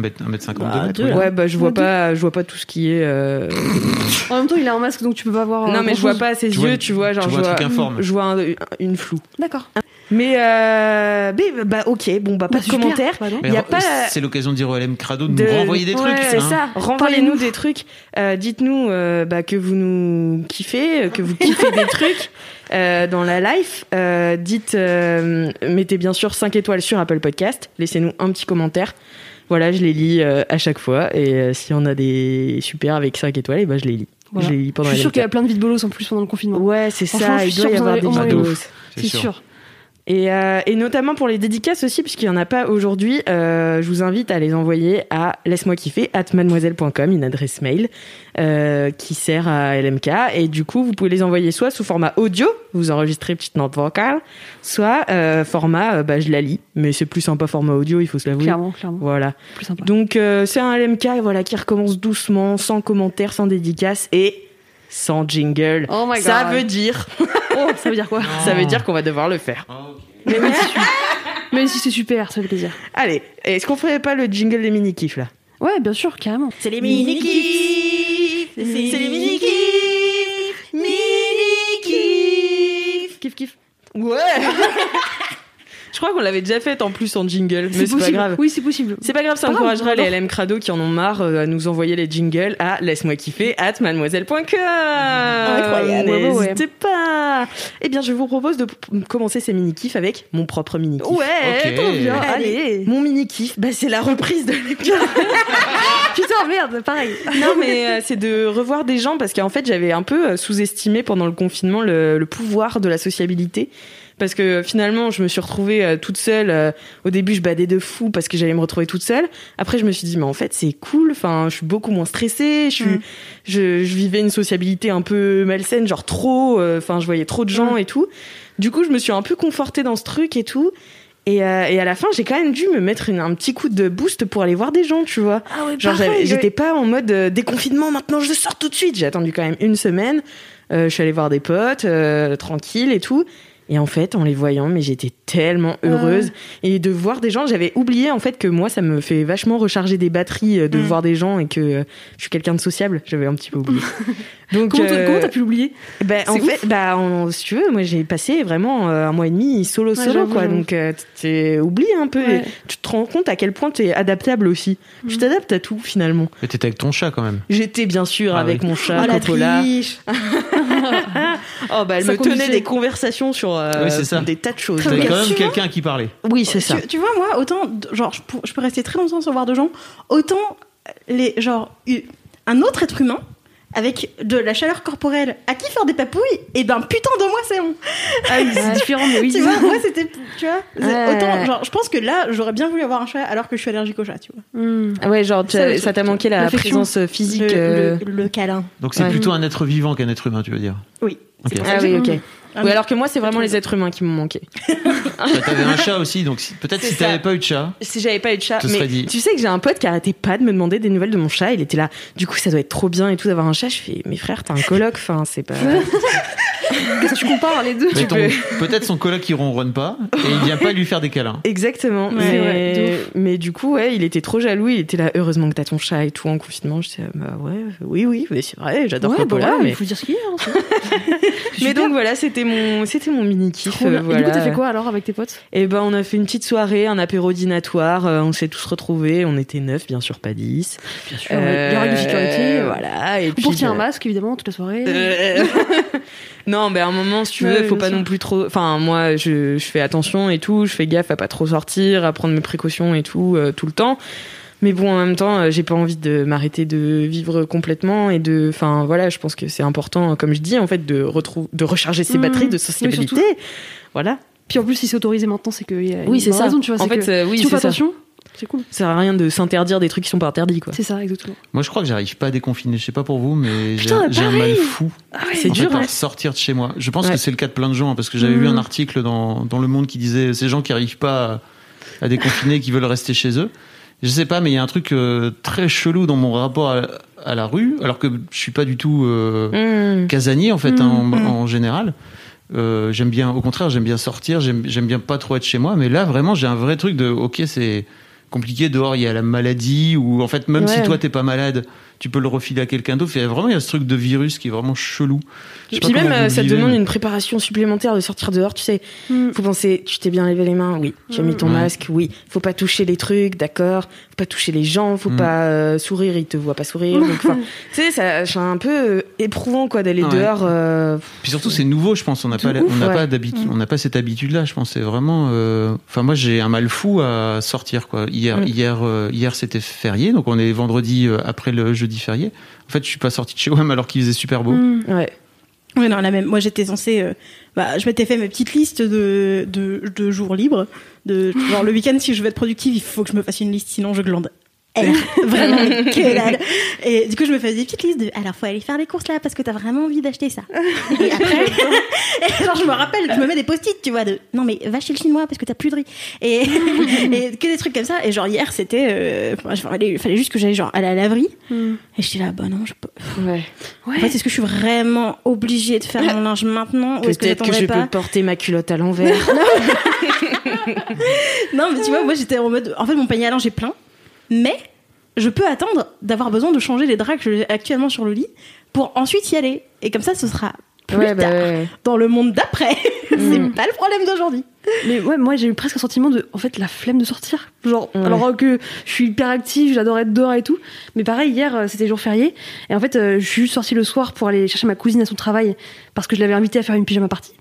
[SPEAKER 4] Bah,
[SPEAKER 5] mètres,
[SPEAKER 4] deux,
[SPEAKER 5] oui.
[SPEAKER 1] Ouais bah je vois
[SPEAKER 2] Ouais,
[SPEAKER 1] pas je vois pas tout ce qui est euh,
[SPEAKER 2] En même temps, il a un masque, donc tu peux pas voir. euh,
[SPEAKER 1] Non mais je vois
[SPEAKER 2] grand-chose.
[SPEAKER 1] pas à ses
[SPEAKER 5] Tu vois
[SPEAKER 1] yeux,
[SPEAKER 5] une-
[SPEAKER 1] tu vois genre
[SPEAKER 5] tu
[SPEAKER 1] je
[SPEAKER 5] vois un
[SPEAKER 1] vois
[SPEAKER 5] truc informe.
[SPEAKER 1] je vois un- une floue.
[SPEAKER 2] D'accord.
[SPEAKER 1] Mais euh, mais, bah OK, bon bah pas
[SPEAKER 2] Bah,
[SPEAKER 1] de
[SPEAKER 2] super.
[SPEAKER 1] commentaire.
[SPEAKER 2] Bah, non.
[SPEAKER 5] Mais
[SPEAKER 1] y a
[SPEAKER 5] alors,
[SPEAKER 1] pas-
[SPEAKER 5] C'est l'occasion de dire au LM Crado de,
[SPEAKER 1] De-
[SPEAKER 5] nous renvoyer des
[SPEAKER 2] Ouais,
[SPEAKER 5] trucs.
[SPEAKER 1] C'est
[SPEAKER 5] hein.
[SPEAKER 1] ça, renvoyez-nous des trucs, Euh, dites-nous euh, bah, que vous nous kiffez, euh, que vous kiffez des trucs euh, dans la life. Euh, dites, euh, mettez bien sûr 5 étoiles sur Apple Podcast, laissez-nous un petit commentaire. Voilà, je les lis euh, à chaque fois et euh, si on a des super avec 5 étoiles, et ben je les lis.
[SPEAKER 2] Voilà.
[SPEAKER 1] Je les lis
[SPEAKER 2] Je
[SPEAKER 1] pendant
[SPEAKER 2] suis
[SPEAKER 1] la
[SPEAKER 2] sûre qu'il y a
[SPEAKER 1] LMK.
[SPEAKER 2] plein de vies de bolos en plus pendant le confinement.
[SPEAKER 1] Ouais, c'est ça,
[SPEAKER 2] Franchement, je suis
[SPEAKER 1] il doit
[SPEAKER 2] sûre
[SPEAKER 1] y
[SPEAKER 2] que vous en
[SPEAKER 1] avoir
[SPEAKER 2] avez
[SPEAKER 1] des
[SPEAKER 2] au moins
[SPEAKER 5] vidéos.
[SPEAKER 2] une. C'est
[SPEAKER 5] sûr.
[SPEAKER 2] sûr.
[SPEAKER 1] et, euh, et notamment pour les dédicaces aussi, puisqu'il n'y en a pas aujourd'hui, euh, je vous invite à les envoyer à laisse-moi kiffer, at mademoiselle.com, une adresse mail euh, qui sert à LMK. Et du coup, vous pouvez les envoyer soit sous format audio, vous enregistrez petite note vocale, soit euh, format, euh, bah, je la lis, mais c'est plus sympa format audio, il faut se l'avouer.
[SPEAKER 2] Clairement, clairement.
[SPEAKER 1] Voilà.
[SPEAKER 2] Plus sympa.
[SPEAKER 1] Donc euh, c'est un LMK voilà, qui recommence doucement, sans commentaire, sans dédicace et sans jingle.
[SPEAKER 2] Oh my
[SPEAKER 1] Ça
[SPEAKER 2] God.
[SPEAKER 1] veut dire,
[SPEAKER 2] Oh, ça veut dire quoi
[SPEAKER 1] ça veut dire qu'on va devoir le faire.
[SPEAKER 2] Mais même si, même si c'est super, ça fait plaisir.
[SPEAKER 1] Allez, est-ce qu'on ferait pas le jingle des mini-kifs là
[SPEAKER 2] Ouais, bien sûr, carrément.
[SPEAKER 4] C'est les mini-kifs C'est les mini-kifs Mini-kifs
[SPEAKER 1] Kif kif. Ouais Je crois qu'on l'avait déjà fait en plus en jingle, mais
[SPEAKER 2] C'est
[SPEAKER 1] c'est pas
[SPEAKER 2] possible.
[SPEAKER 1] grave.
[SPEAKER 2] Oui, c'est possible.
[SPEAKER 1] C'est pas grave, ça
[SPEAKER 2] Pas grave,
[SPEAKER 1] encouragera les
[SPEAKER 2] j'adore.
[SPEAKER 1] LM Crado qui en ont marre euh, à nous envoyer les jingles à laisse-moi kiffer at mademoiselle.com.
[SPEAKER 4] Incroyable.
[SPEAKER 2] Ouais, ouais, ouais.
[SPEAKER 1] N'hésitez pas. Eh bien, je vous propose de p- commencer ces mini-kifs avec mon propre mini-kiff.
[SPEAKER 5] Ok. trop bien.
[SPEAKER 2] Allez.
[SPEAKER 1] Mon mini-kiff, bah, c'est la reprise de l'épisode.
[SPEAKER 2] Putain, merde, pareil.
[SPEAKER 1] non, mais euh, c'est de revoir des gens parce qu'en fait, j'avais un peu euh, sous-estimé pendant le confinement le, le pouvoir de la sociabilité. Parce que euh, finalement, je me suis retrouvée euh, toute seule. euh, Au début, je badais de fou parce que j'allais me retrouver toute seule. Après, je me suis dit, mais en fait, c'est cool. Enfin, je suis beaucoup moins stressée. Je, suis,
[SPEAKER 4] Mm.
[SPEAKER 1] je, je vivais une sociabilité un peu malsaine, genre trop. euh, Enfin, je voyais trop de gens et tout. Du coup, je me suis un peu confortée dans ce truc et tout. Et, euh, et à la fin, j'ai quand même dû me mettre une- un petit coup de boost pour aller voir des gens, tu vois.
[SPEAKER 2] Ah ouais,
[SPEAKER 1] Genre, j'avais- j'étais pas en mode euh, déconfinement, maintenant je sors tout de suite. J'ai attendu quand même une semaine. Euh, je suis allée voir des potes, euh, tranquille et tout. Et en fait, en les voyant, mais j'étais tellement heureuse. Et de voir des gens, j'avais oublié en fait que moi, ça me fait vachement recharger des batteries euh, de
[SPEAKER 4] Mm.
[SPEAKER 1] voir des gens et que euh, je suis quelqu'un de sociable. J'avais un petit peu oublié. Donc,
[SPEAKER 2] Comment t'as
[SPEAKER 1] euh,
[SPEAKER 2] comment t'as pu l'oublier
[SPEAKER 1] bah, en
[SPEAKER 2] C'est ouf.
[SPEAKER 1] fait, bah, en- si tu veux, moi j'ai passé vraiment euh, un mois et demi solo
[SPEAKER 2] Ouais,
[SPEAKER 1] solo
[SPEAKER 2] j'avoue,
[SPEAKER 1] quoi.
[SPEAKER 2] j'avoue.
[SPEAKER 1] Donc euh, t'es- oublies un peu,
[SPEAKER 2] Ouais.
[SPEAKER 1] et tu te rends compte à quel point t'es adaptable aussi. Tu t'adaptes à tout finalement.
[SPEAKER 5] Mais t'étais avec ton chat quand même.
[SPEAKER 1] J'étais bien sûr
[SPEAKER 5] Ah
[SPEAKER 1] avec
[SPEAKER 5] oui.
[SPEAKER 1] mon
[SPEAKER 4] Oh
[SPEAKER 1] chat
[SPEAKER 4] la
[SPEAKER 1] Coppola.
[SPEAKER 4] triche
[SPEAKER 1] Oh bah elle
[SPEAKER 2] Ça
[SPEAKER 1] me tenait
[SPEAKER 2] conduisait.
[SPEAKER 1] des conversations sur euh,
[SPEAKER 5] Oui, c'est ça.
[SPEAKER 1] des tas de choses.
[SPEAKER 5] T'avais
[SPEAKER 4] bien
[SPEAKER 5] quand même
[SPEAKER 4] sûr.
[SPEAKER 5] quelqu'un qui parlait.
[SPEAKER 1] Oui c'est ça.
[SPEAKER 4] Tu, tu vois, moi, autant, genre, je, pour- je peux rester très longtemps sans voir de gens, autant les, genre, u- un autre être humain avec de la chaleur corporelle à qui faire des papouilles et ben putain de moi c'est bon
[SPEAKER 2] Ah oui, c'est différent, mais oui.
[SPEAKER 4] tu vois moi c'était tu vois
[SPEAKER 1] Ouais.
[SPEAKER 4] autant genre je pense que là j'aurais bien voulu avoir un chat alors que je suis allergique au chat tu vois
[SPEAKER 2] Hmm.
[SPEAKER 1] Ah Ouais, genre, tu
[SPEAKER 2] Ça,
[SPEAKER 1] as-
[SPEAKER 2] le
[SPEAKER 1] ça t'a
[SPEAKER 2] truc,
[SPEAKER 1] manqué la
[SPEAKER 2] l'affection.
[SPEAKER 1] présence physique.
[SPEAKER 4] le,
[SPEAKER 1] euh,
[SPEAKER 4] le- le câlin
[SPEAKER 5] Donc c'est
[SPEAKER 1] Ouais.
[SPEAKER 5] plutôt un être vivant qu'un être humain, tu veux dire
[SPEAKER 4] oui
[SPEAKER 5] Ok.
[SPEAKER 4] pour ça
[SPEAKER 1] Ah
[SPEAKER 4] que
[SPEAKER 1] oui,
[SPEAKER 4] j'ai-
[SPEAKER 1] ok.
[SPEAKER 4] Ah,
[SPEAKER 1] Ou
[SPEAKER 4] mais-
[SPEAKER 1] alors que moi, c'est vraiment les êtres humains qui m'ont manqué.
[SPEAKER 5] Bah, T'avais un chat aussi, donc si- peut-être
[SPEAKER 1] C'est
[SPEAKER 5] si
[SPEAKER 1] ça.
[SPEAKER 5] t'avais pas eu de chat.
[SPEAKER 1] Si j'avais pas eu de chat,
[SPEAKER 5] Te
[SPEAKER 1] mais
[SPEAKER 5] serais dit.
[SPEAKER 1] tu sais que j'ai un pote qui arrêtait pas de me demander des nouvelles de mon chat. Il était là, du coup, ça doit être trop bien et tout d'avoir un chat. Je fais, mais frère, t'as un coloc, enfin, c'est pas.
[SPEAKER 2] Qu'est-ce que tu compares les deux
[SPEAKER 5] Mais
[SPEAKER 1] Tu
[SPEAKER 5] ton- Peut-être son coloc il ronronne pas et il vient pas lui faire des câlins.
[SPEAKER 1] Exactement.
[SPEAKER 4] Ouais,
[SPEAKER 1] mais...
[SPEAKER 2] ouais, de
[SPEAKER 1] mais du coup, ouais, il était trop jaloux. Il était là, heureusement que t'as ton chat et tout en confinement. Je disais, bah ouais, oui, oui, mais c'est vrai, j'adore
[SPEAKER 2] Ouais, bah
[SPEAKER 1] Coppola.
[SPEAKER 2] voilà, il
[SPEAKER 1] mais...
[SPEAKER 2] faut dire ce qu'il y a. hein, c'est-
[SPEAKER 1] mais
[SPEAKER 2] super.
[SPEAKER 1] donc voilà, c'était mon, c'était mon mini kiff.
[SPEAKER 2] Trop bien. Et du coup, t'as fait quoi alors avec tes potes
[SPEAKER 1] Et ben, on a fait une petite soirée, un apéro dînatoire. euh, on s'est tous retrouvés. On était neuf, bien sûr, pas dix.
[SPEAKER 2] Bien sûr, les règles de sécurité.
[SPEAKER 1] Euh, Voilà. Et
[SPEAKER 2] Vous
[SPEAKER 1] puis,
[SPEAKER 2] portiez un
[SPEAKER 1] euh,
[SPEAKER 2] masque, évidemment, toute la soirée.
[SPEAKER 1] Euh, non, mais à un moment, si tu veux,
[SPEAKER 2] Ouais,
[SPEAKER 1] faut
[SPEAKER 2] bien
[SPEAKER 1] pas
[SPEAKER 2] sûr.
[SPEAKER 1] non plus trop. Enfin, moi, je, je fais attention et tout, je fais gaffe à pas trop sortir, à prendre mes précautions et tout, euh, tout le temps. Mais bon, en même temps, euh, j'ai pas envie de m'arrêter de vivre complètement et de. Enfin, voilà, je pense que c'est important, comme je dis, en fait, de, retrou- de recharger ses
[SPEAKER 2] Mhm.
[SPEAKER 1] batteries de
[SPEAKER 2] Oui,
[SPEAKER 1] sociabilité. voilà.
[SPEAKER 2] Puis en plus, si c'est autorisé maintenant, c'est que.
[SPEAKER 1] Oui, c'est ça.
[SPEAKER 2] Raison, tu vois,
[SPEAKER 1] en
[SPEAKER 2] c'est
[SPEAKER 1] fait,
[SPEAKER 2] que
[SPEAKER 1] euh, oui,
[SPEAKER 2] si tu fais
[SPEAKER 1] c'est ça.
[SPEAKER 2] attention, c'est cool.
[SPEAKER 1] Ça sert à rien de s'interdire des trucs qui sont pas interdits, quoi.
[SPEAKER 2] C'est ça, exactement.
[SPEAKER 5] Moi je crois que j'arrive pas à déconfiner, je sais pas pour vous, mais j'ai
[SPEAKER 2] Putain,
[SPEAKER 5] j'ai un mal
[SPEAKER 2] pareil.
[SPEAKER 5] fou.
[SPEAKER 1] C'est
[SPEAKER 5] en fait,
[SPEAKER 1] dur,
[SPEAKER 5] à
[SPEAKER 1] hein.
[SPEAKER 5] sortir de chez moi. Je pense
[SPEAKER 1] Ouais. Mm.
[SPEAKER 5] que c'est le cas de plein de gens, hein, parce que j'avais
[SPEAKER 2] Mhm.
[SPEAKER 5] vu un article dans, dans Le Monde qui disait ces gens qui arrivent pas à, à déconfiner, qui veulent rester chez eux. Je sais pas, mais il y a un truc euh, très chelou dans mon rapport à, à la rue, alors que je suis pas du tout euh,
[SPEAKER 1] Mhm.
[SPEAKER 5] casanier en fait
[SPEAKER 2] Mhm.
[SPEAKER 5] hein, en,
[SPEAKER 1] Mm.
[SPEAKER 5] en général. Euh, j'aime bien, au contraire, j'aime bien sortir, j'aime j'aime bien pas trop être chez moi, mais là vraiment j'ai un vrai truc de ok c'est compliqué dehors, il y a la maladie ou en fait même si
[SPEAKER 1] Ouais.
[SPEAKER 5] toi t'es pas malade, tu peux le refiler à quelqu'un d'autre. Il y a vraiment il y a ce truc de virus qui est vraiment chelou. Je sais
[SPEAKER 1] Puis
[SPEAKER 5] pas
[SPEAKER 1] même,
[SPEAKER 5] comment
[SPEAKER 1] euh,
[SPEAKER 5] vous
[SPEAKER 1] ça
[SPEAKER 5] le vivez,
[SPEAKER 1] demande
[SPEAKER 5] mais-
[SPEAKER 1] une préparation supplémentaire de sortir dehors, tu sais.
[SPEAKER 2] Mm.
[SPEAKER 1] Faut penser, tu t'es bien lavé les mains, oui. Tu as mis ton
[SPEAKER 5] Mm.
[SPEAKER 1] masque, oui. Faut pas toucher les trucs, d'accord. Faut pas toucher les gens, faut
[SPEAKER 5] Mm.
[SPEAKER 1] pas euh, sourire, ils te voient pas sourire. donc, enfin, tu sais, ça, c'est un peu euh, éprouvant quoi d'aller
[SPEAKER 5] Ouais.
[SPEAKER 1] dehors. euh,
[SPEAKER 5] Puis surtout, c'est nouveau, je pense. On n'a
[SPEAKER 1] De
[SPEAKER 5] pas, la-
[SPEAKER 1] ouf,
[SPEAKER 5] on n'a
[SPEAKER 1] ouais. Mm.
[SPEAKER 5] pas d'habitude, on n'a pas cette habitude-là. Je pense c'est vraiment. euh, Enfin, moi, j'ai un mal fou à sortir. Quoi. Hier,
[SPEAKER 1] Mm.
[SPEAKER 5] hier, euh, hier, c'était férié, donc on est vendredi euh, après le jeudi férié. En fait, je suis pas sorti de chez moi alors qu'il faisait super beau.
[SPEAKER 2] Hmm,
[SPEAKER 1] ouais.
[SPEAKER 4] Oui, non, la même. Moi, j'étais censée. euh, bah, je m'étais fait ma petite liste de, de, de jours libres. De, genre, le week-end, si je veux être productive, il faut que je me fasse une liste, sinon je glande. Eh, vraiment mais que dalle. Et du coup, je me faisais des petites listes de. Alors, faut aller faire les courses là parce que t'as vraiment envie d'acheter ça. Et après, et genre, je me rappelle, je me mets des post-it, tu vois, de. Non, mais va chez le chinois parce que t'as plus de riz. Et, et que des trucs comme ça. Et genre, hier, c'était. euh, enfin, il fallait juste que j'aille genre à la laverie.
[SPEAKER 2] hmm.
[SPEAKER 4] Et j'étais là, bah non, je peux.
[SPEAKER 1] ouais.
[SPEAKER 4] En fait, est-ce que je suis vraiment obligée de faire mon linge maintenant ou est-ce que
[SPEAKER 1] Peut-être que, je
[SPEAKER 4] j'attendrai pas
[SPEAKER 1] peux porter ma culotte à l'envers.
[SPEAKER 4] Non, mais tu vois, moi j'étais en mode. En fait, mon panier à linge est plein, mais je peux attendre d'avoir besoin de changer les draps que j'ai actuellement sur le lit pour ensuite y aller. Et comme ça, ce sera plus
[SPEAKER 1] ouais, bah
[SPEAKER 4] tard
[SPEAKER 1] ouais. Mm.
[SPEAKER 4] dans le monde d'après. C'est pas le problème d'aujourd'hui.
[SPEAKER 2] Mais ouais, moi j'ai eu presque un sentiment de, en fait, la flemme de sortir. Genre,
[SPEAKER 1] Ouais.
[SPEAKER 2] alors que je suis hyper active, j'adore être dehors et tout. Mais pareil, hier euh, c'était jour férié. Et en fait, euh, je suis juste sortie le soir pour aller chercher ma cousine à son travail parce que je l'avais invitée à faire une pyjama party.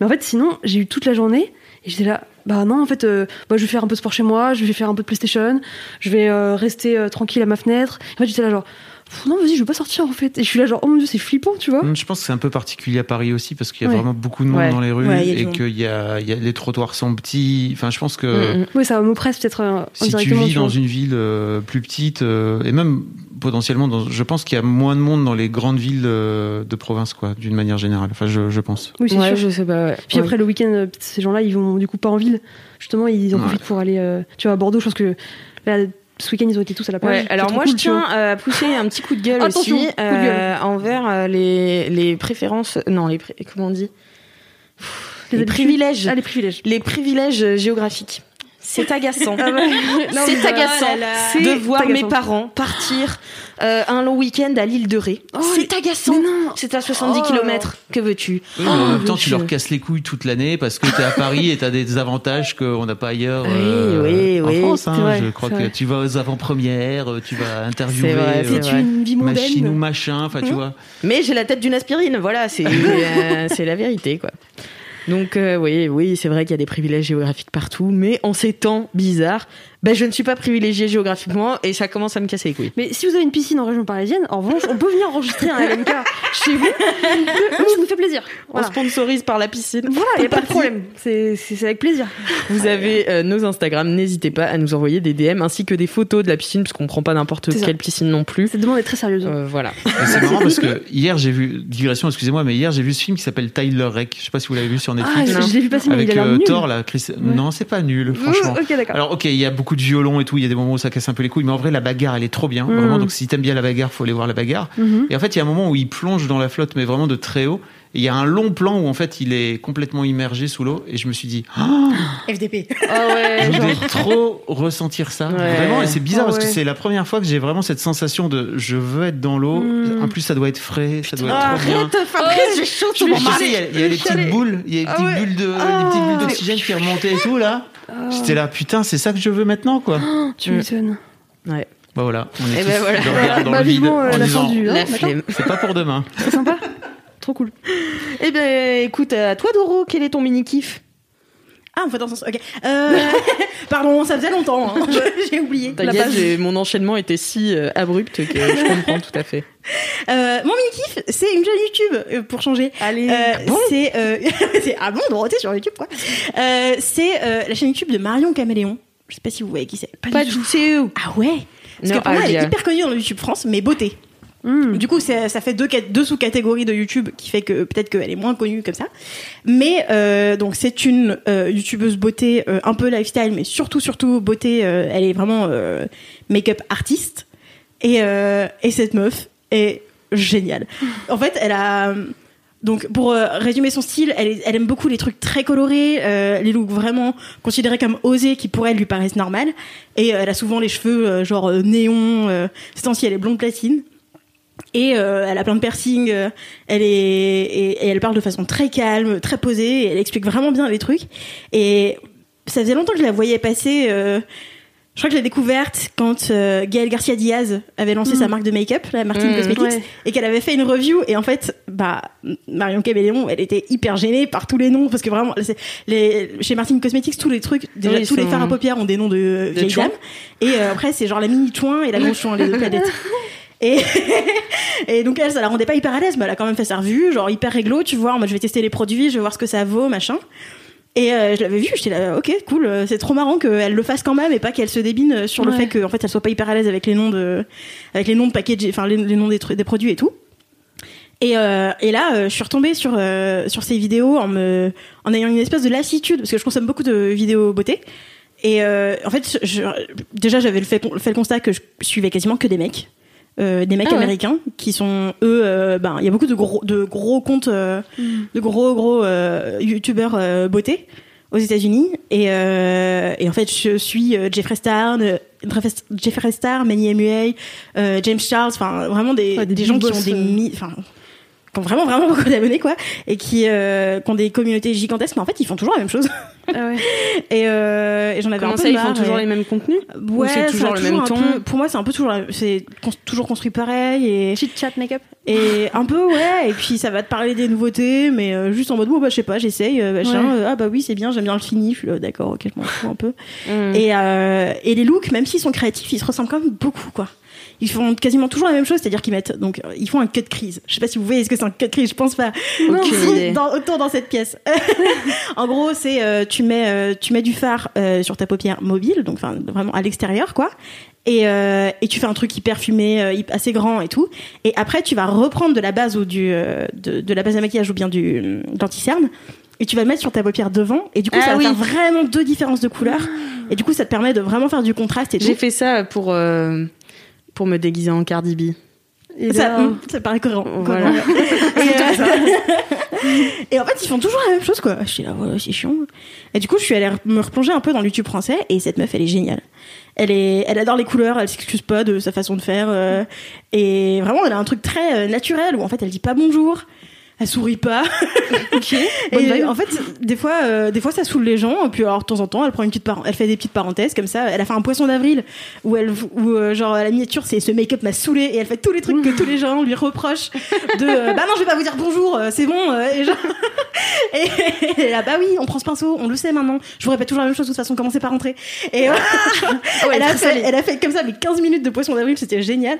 [SPEAKER 2] Mais en fait, sinon, j'ai eu toute la journée et j'étais là, bah non, en fait, euh, bah, je vais faire un peu de sport chez moi, je vais faire un peu de PlayStation, je vais euh, rester euh, tranquille à ma fenêtre. En fait, j'étais là, genre, Pff, non, vas-y, je veux pas sortir en fait. Et je suis là, genre, oh mon dieu, c'est flippant, tu vois.
[SPEAKER 5] Mm, Je pense que c'est un peu particulier à Paris aussi parce qu'il y a
[SPEAKER 2] Ouais.
[SPEAKER 5] vraiment beaucoup de monde
[SPEAKER 1] Ouais.
[SPEAKER 5] dans les rues
[SPEAKER 4] Ouais, il y a du
[SPEAKER 5] et
[SPEAKER 4] monde.
[SPEAKER 5] que il y a, il y a- les trottoirs sont petits. Enfin, je pense que
[SPEAKER 1] Mm, mm.
[SPEAKER 2] Oui, ça m'oppresse peut-être euh,
[SPEAKER 5] si tu
[SPEAKER 2] indirectement.
[SPEAKER 5] vis
[SPEAKER 2] tu
[SPEAKER 5] dans
[SPEAKER 2] vois.
[SPEAKER 5] une ville euh, plus petite euh, et même potentiellement dans, je pense qu'il y a moins de monde dans les grandes villes euh, de province quoi d'une manière générale enfin je, je pense
[SPEAKER 2] Oui, c'est
[SPEAKER 1] Ouais, je
[SPEAKER 2] sûr.
[SPEAKER 1] sais pas. ouais.
[SPEAKER 2] Puis
[SPEAKER 1] Ouais.
[SPEAKER 2] après le week-end, euh, ces gens-là, ils vont du coup pas en ville. Justement, ils en
[SPEAKER 5] Ouais.
[SPEAKER 2] profitent pour aller, euh, tu vois, à Bordeaux. Je pense que là, ce week-end, ils ont été tous à la plage.
[SPEAKER 1] Ouais, alors
[SPEAKER 2] C'est trop
[SPEAKER 1] moi
[SPEAKER 2] cool,
[SPEAKER 1] je
[SPEAKER 2] tu vois.
[SPEAKER 1] tiens euh, à pousser un petit coup de gueule
[SPEAKER 2] Attention,
[SPEAKER 1] aussi
[SPEAKER 2] coup de gueule.
[SPEAKER 1] euh, envers euh, les, les préférences, non les pré- comment on dit,
[SPEAKER 2] Les
[SPEAKER 1] les,
[SPEAKER 2] habitudes.
[SPEAKER 1] privilèges,
[SPEAKER 2] Ah, les privilèges.
[SPEAKER 1] les privilèges euh, géographiques. C'est agaçant. c'est agaçant
[SPEAKER 4] là là.
[SPEAKER 1] de
[SPEAKER 2] C'est
[SPEAKER 1] voir
[SPEAKER 2] agaçant.
[SPEAKER 1] mes parents partir euh, un long week-end à l'île de Ré.
[SPEAKER 2] Oh,
[SPEAKER 1] c'est agaçant.
[SPEAKER 2] non
[SPEAKER 1] C'est à 70
[SPEAKER 2] Oh.
[SPEAKER 1] km. Que veux-tu Oh,
[SPEAKER 5] Oui, mais en même
[SPEAKER 1] oui,
[SPEAKER 5] temps tu
[SPEAKER 1] je-
[SPEAKER 5] leur casses les couilles toute l'année parce que t'es à Paris et t'as des avantages qu'on n'a pas ailleurs
[SPEAKER 1] Oui,
[SPEAKER 5] euh,
[SPEAKER 1] oui, oui,
[SPEAKER 5] en France hein.
[SPEAKER 2] c'est vrai,
[SPEAKER 5] je crois
[SPEAKER 2] c'est
[SPEAKER 5] que
[SPEAKER 2] vrai.
[SPEAKER 5] tu vas aux avant-premières euh, tu vas interviewer
[SPEAKER 1] vrai, c'est
[SPEAKER 5] euh,
[SPEAKER 2] C'est
[SPEAKER 1] vrai.
[SPEAKER 2] une vie
[SPEAKER 5] machine ou
[SPEAKER 2] mondaine. Mmh.
[SPEAKER 5] machin enfin tu vois
[SPEAKER 1] Mais j'ai la tête d'une aspirine. Voilà, c'est euh, c'est la vérité quoi. Donc euh, oui, oui, c'est vrai qu'il y a des privilèges géographiques partout, mais en ces temps bizarres, ben, je ne suis pas privilégiée géographiquement et ça commence à me casser les couilles.
[SPEAKER 2] Mais si vous avez une piscine en région parisienne, en revanche, on peut venir enregistrer un LMK chez vous. Nous, ça nous fait plaisir. Voilà.
[SPEAKER 1] On sponsorise par la piscine.
[SPEAKER 2] Voilà, il n'y a pas de
[SPEAKER 1] parti.
[SPEAKER 2] problème. C'est c'est- c'est avec plaisir.
[SPEAKER 1] Vous avez euh, nos Instagram, n'hésitez pas à nous envoyer des DM ainsi que des photos de la piscine, parce qu'on prend pas n'importe
[SPEAKER 2] C'est ça.
[SPEAKER 1] quelle piscine non plus.
[SPEAKER 2] Cette demande est très sérieuse.
[SPEAKER 1] Euh, voilà.
[SPEAKER 5] Et C'est marrant parce que hier j'ai vu, digression, excusez-moi, mais hier j'ai vu ce film qui s'appelle Tyler Rec. Je sais pas si vous l'avez vu sur
[SPEAKER 2] ah,
[SPEAKER 5] Netflix.
[SPEAKER 2] je, je l'ai vu passer, mais il
[SPEAKER 5] avec
[SPEAKER 2] a l'air
[SPEAKER 5] euh,
[SPEAKER 2] nul. Mmh,
[SPEAKER 5] Thor, là. Chris... Non, c'est pas nul, franchement.
[SPEAKER 2] Ok, d'accord.
[SPEAKER 5] Alors, ok, il y a beaucoup de violons et tout, il y a des moments où ça casse un peu les couilles, mais en vrai, la bagarre, elle est trop
[SPEAKER 2] Mmh.
[SPEAKER 5] bien. Vraiment, donc si t'aimes bien la bagarre, faut aller voir la bagarre.
[SPEAKER 2] Mhm.
[SPEAKER 5] Et en fait, il y a un moment où il plonge dans la flotte, mais vraiment de très haut. Et il y a un long plan où en fait, il est complètement immergé sous l'eau. Et je me suis dit, oh,
[SPEAKER 4] FDP.
[SPEAKER 1] Ah ouais,
[SPEAKER 5] je vais trop ressentir ça.
[SPEAKER 1] Ouais.
[SPEAKER 5] Vraiment, et c'est bizarre
[SPEAKER 2] Ah
[SPEAKER 5] parce que
[SPEAKER 2] ouais.
[SPEAKER 5] c'est la première fois que j'ai vraiment cette sensation de je veux être dans l'eau.
[SPEAKER 2] Mhm.
[SPEAKER 5] En plus, ça doit être frais, ça doit être trop bien.
[SPEAKER 1] Arrête, Fabrice, j'ai chaud
[SPEAKER 5] Mais
[SPEAKER 1] sur mon
[SPEAKER 5] je sais, il y a, il y
[SPEAKER 2] Ah.
[SPEAKER 5] a
[SPEAKER 2] Oh, je
[SPEAKER 5] des
[SPEAKER 2] vais chialer.
[SPEAKER 5] petites boules, il y a des
[SPEAKER 2] Ah
[SPEAKER 5] petites
[SPEAKER 2] ouais.
[SPEAKER 5] bulles de,
[SPEAKER 2] Ah.
[SPEAKER 5] des petites bulles d'oxygène qui remontaient et tout là. J'étais là, putain, c'est ça que je veux maintenant, quoi.
[SPEAKER 2] Tu m'étonnes.
[SPEAKER 1] Ouais.
[SPEAKER 5] Bah voilà, on est
[SPEAKER 1] Eh
[SPEAKER 5] tous
[SPEAKER 1] ben voilà.
[SPEAKER 5] de regard dans
[SPEAKER 2] Bah,
[SPEAKER 5] le vide
[SPEAKER 2] vivement, euh,
[SPEAKER 5] en
[SPEAKER 2] la
[SPEAKER 5] disant,
[SPEAKER 2] fin du-
[SPEAKER 1] La
[SPEAKER 2] hein,
[SPEAKER 1] flemme.
[SPEAKER 5] c'est pas pour demain.
[SPEAKER 2] C'est sympa. Trop cool.
[SPEAKER 1] Eh ben, écoute, à toi, Doro, quel est ton mini-kiff
[SPEAKER 4] Ah, on va dans ce sens. Ok. Euh, Pardon, ça faisait longtemps. hein. J'ai oublié. la
[SPEAKER 1] T'inquiète,
[SPEAKER 4] page.
[SPEAKER 1] j'ai- mon enchaînement était si euh, abrupt que je comprends tout à fait.
[SPEAKER 4] Euh, mon mini kiff, c'est une chaîne YouTube euh, pour changer.
[SPEAKER 1] Allez, Ah
[SPEAKER 4] Euh, c'est euh, c'est- ah bon Dorothée sur YouTube quoi. Euh, c'est euh, la chaîne YouTube de Marion Caméléon. Je sais pas si vous voyez qui c'est.
[SPEAKER 1] pas du tout.
[SPEAKER 4] Ah ouais. Parce
[SPEAKER 1] No
[SPEAKER 4] que pour moi, elle est
[SPEAKER 1] idea.
[SPEAKER 4] hyper connue dans le YouTube France, mais beauté.
[SPEAKER 2] Hmm.
[SPEAKER 4] Du coup, ça, ça fait deux, cat- deux sous-catégories de YouTube qui fait que euh, peut-être qu'elle est moins connue comme ça. Mais euh, donc c'est une euh, youtubeuse beauté euh, un peu lifestyle, mais surtout surtout beauté. euh, elle est vraiment euh, make-up artiste et euh, et cette meuf est géniale. En fait, elle a euh, donc pour euh, résumer son style, elle, est- elle aime beaucoup les trucs très colorés, euh, les looks vraiment considérés comme osés qui pour elle lui paraissent normales. Et euh, elle a souvent les cheveux euh, genre euh, néon, euh, ces temps-ci elle est blonde platine. Et euh, elle a plein de piercings, euh, elle est et, et elle parle de façon très calme, très posée, et elle explique vraiment bien les trucs. Et ça faisait longtemps que je la voyais passer. euh, je crois que je l'ai découverte quand euh, Gaël Garcia Diaz avait lancé sa marque de make-up, la Martine
[SPEAKER 1] Mm,
[SPEAKER 4] Cosmetics,
[SPEAKER 2] ouais.
[SPEAKER 4] et qu'elle avait fait une review. Et en fait, bah Marion Cabelléon, elle était hyper gênée par tous les noms parce que vraiment, c'est- les, chez Martine Cosmetics, tous les trucs, déjà
[SPEAKER 1] Oui, ils
[SPEAKER 4] tous les
[SPEAKER 1] sont-
[SPEAKER 4] fards à paupières ont des noms de euh, vieilles
[SPEAKER 1] chouins.
[SPEAKER 4] dames. Et euh, après, c'est genre la mini chouin et la grosse chouin, les deux planètes. Et, et donc elle, ça la rendait pas hyper à l'aise, mais elle a quand même fait sa revue, genre hyper réglo, tu vois, en mode je vais tester les produits, je vais voir ce que ça vaut, machin. Et euh, je l'avais vu, j'étais là, ok, cool, euh, c'est trop marrant qu'elle le fasse quand même et pas qu'elle se débine euh, sur le
[SPEAKER 2] Ouais.
[SPEAKER 4] fait qu'en fait elle soit pas hyper à l'aise avec les noms de, avec les noms de package, enfin les, les noms des, trucs- des produits et tout. Et, euh, et là, euh, je suis retombée sur euh, sur ces vidéos en me, en ayant une espèce de lassitude parce que je consomme beaucoup de vidéos beauté. Et euh, en fait, je- déjà j'avais le fait, fait le constat que je suivais quasiment que des mecs, euh, des mecs
[SPEAKER 1] Ah ouais.
[SPEAKER 4] américains qui sont eux, euh, ben il y a beaucoup de gros de gros comptes, euh,
[SPEAKER 1] Hmm.
[SPEAKER 4] de gros gros euh, youtubeurs euh, beauté aux États-Unis et, euh, et en fait je suis euh, Jeffree Star, euh, Jeffree- Jeffree Star, Manny MUA, euh, James Charles, enfin vraiment des,
[SPEAKER 2] Ouais,
[SPEAKER 4] des,
[SPEAKER 2] des
[SPEAKER 4] gens
[SPEAKER 2] big
[SPEAKER 4] qui ont
[SPEAKER 2] boss,
[SPEAKER 4] des
[SPEAKER 2] euh.
[SPEAKER 4] mi- enfin qui ont vraiment vraiment beaucoup d'abonnés quoi et qui, euh, qui ont des communautés gigantesques mais en fait ils font toujours la même chose
[SPEAKER 2] Ah ouais.
[SPEAKER 4] et, euh, et j'en avais un
[SPEAKER 1] Comment
[SPEAKER 4] peu
[SPEAKER 1] ça, ils
[SPEAKER 4] marre
[SPEAKER 1] font toujours
[SPEAKER 4] et-
[SPEAKER 1] les mêmes contenus
[SPEAKER 4] ouais,
[SPEAKER 1] c'est
[SPEAKER 4] ça a
[SPEAKER 1] toujours le même
[SPEAKER 4] un
[SPEAKER 1] ton
[SPEAKER 4] peu- pour moi c'est un peu toujours la- c'est con- toujours construit pareil et
[SPEAKER 2] Chit chat make-up.
[SPEAKER 4] et un peu ouais et puis ça va te parler des nouveautés mais euh, juste en mode bon bah je sais pas j'essaye euh, machin
[SPEAKER 2] Ouais.
[SPEAKER 4] euh, ah bah oui c'est bien j'aime bien le fini je suis là, d'accord ok je m'en fous un peu et, euh, et les looks, même s'ils sont créatifs, ils se ressemblent quand même beaucoup, quoi. Ils font quasiment toujours la même chose, c'est-à-dire qu'ils mettent, donc, euh, ils font un cut crise. Je sais pas si vous voyez ce que c'est un cut crise, je pense pas.
[SPEAKER 1] Non.
[SPEAKER 4] Ils
[SPEAKER 1] Aucune
[SPEAKER 4] sont
[SPEAKER 1] idée.
[SPEAKER 4] dans- autour dans cette pièce. en gros, c'est, euh, tu mets, euh, tu mets du fard euh, sur ta paupière mobile, donc, enfin, vraiment à l'extérieur, quoi. Et, euh, et tu fais un truc hyper fumé, euh, hyp- assez grand et tout. Et après, tu vas reprendre de la base ou du, euh, de, de la base à maquillage ou bien du, de l'anticerne. Et tu vas le mettre sur ta paupière devant. Et du coup,
[SPEAKER 1] Ah
[SPEAKER 4] ça va
[SPEAKER 1] oui.
[SPEAKER 4] faire vraiment deux différences de couleurs. Et du coup, ça te permet de vraiment faire du contraste et tout.
[SPEAKER 1] J'ai fait ça pour, euh, pour me déguiser en Cardi B.
[SPEAKER 2] Et
[SPEAKER 4] Ça,
[SPEAKER 2] là,
[SPEAKER 4] hum, ça paraît cohérent.
[SPEAKER 1] Voilà.
[SPEAKER 4] cohérent. Et, euh, et en fait, ils font toujours la même chose, quoi. Je suis là, voilà, c'est chiant. Et du coup, je suis allée re- me replonger un peu dans le YouTube français, et cette meuf, elle est géniale. Elle, est, elle adore les couleurs, elle s'excuse pas de sa façon de faire. euh, et vraiment, elle a un truc très euh, naturel où en fait, elle dit pas bonjour. elle sourit pas.
[SPEAKER 2] Ok. Bonne
[SPEAKER 4] Et
[SPEAKER 2] vibe.
[SPEAKER 4] en fait, des fois, euh, des fois, ça saoule les gens. Et puis, alors, de temps en temps, elle prend une petite, par- elle fait des petites parenthèses comme ça. Elle a fait un poisson d'avril où elle, où, euh, genre, la miniature, c'est ce make-up m'a saoulé et elle fait tous les trucs que tous les gens lui reprochent. De, euh, bah non, je vais pas vous dire bonjour, euh, c'est bon. euh, et genre, et, là, bah oui, on prend ce pinceau, on le sait maintenant. Je vous répète toujours la même chose. De toute façon, commencez par rentrer. Et euh, elle, a fait, elle a fait comme ça, mais 15 minutes de poisson d'avril, c'était génial.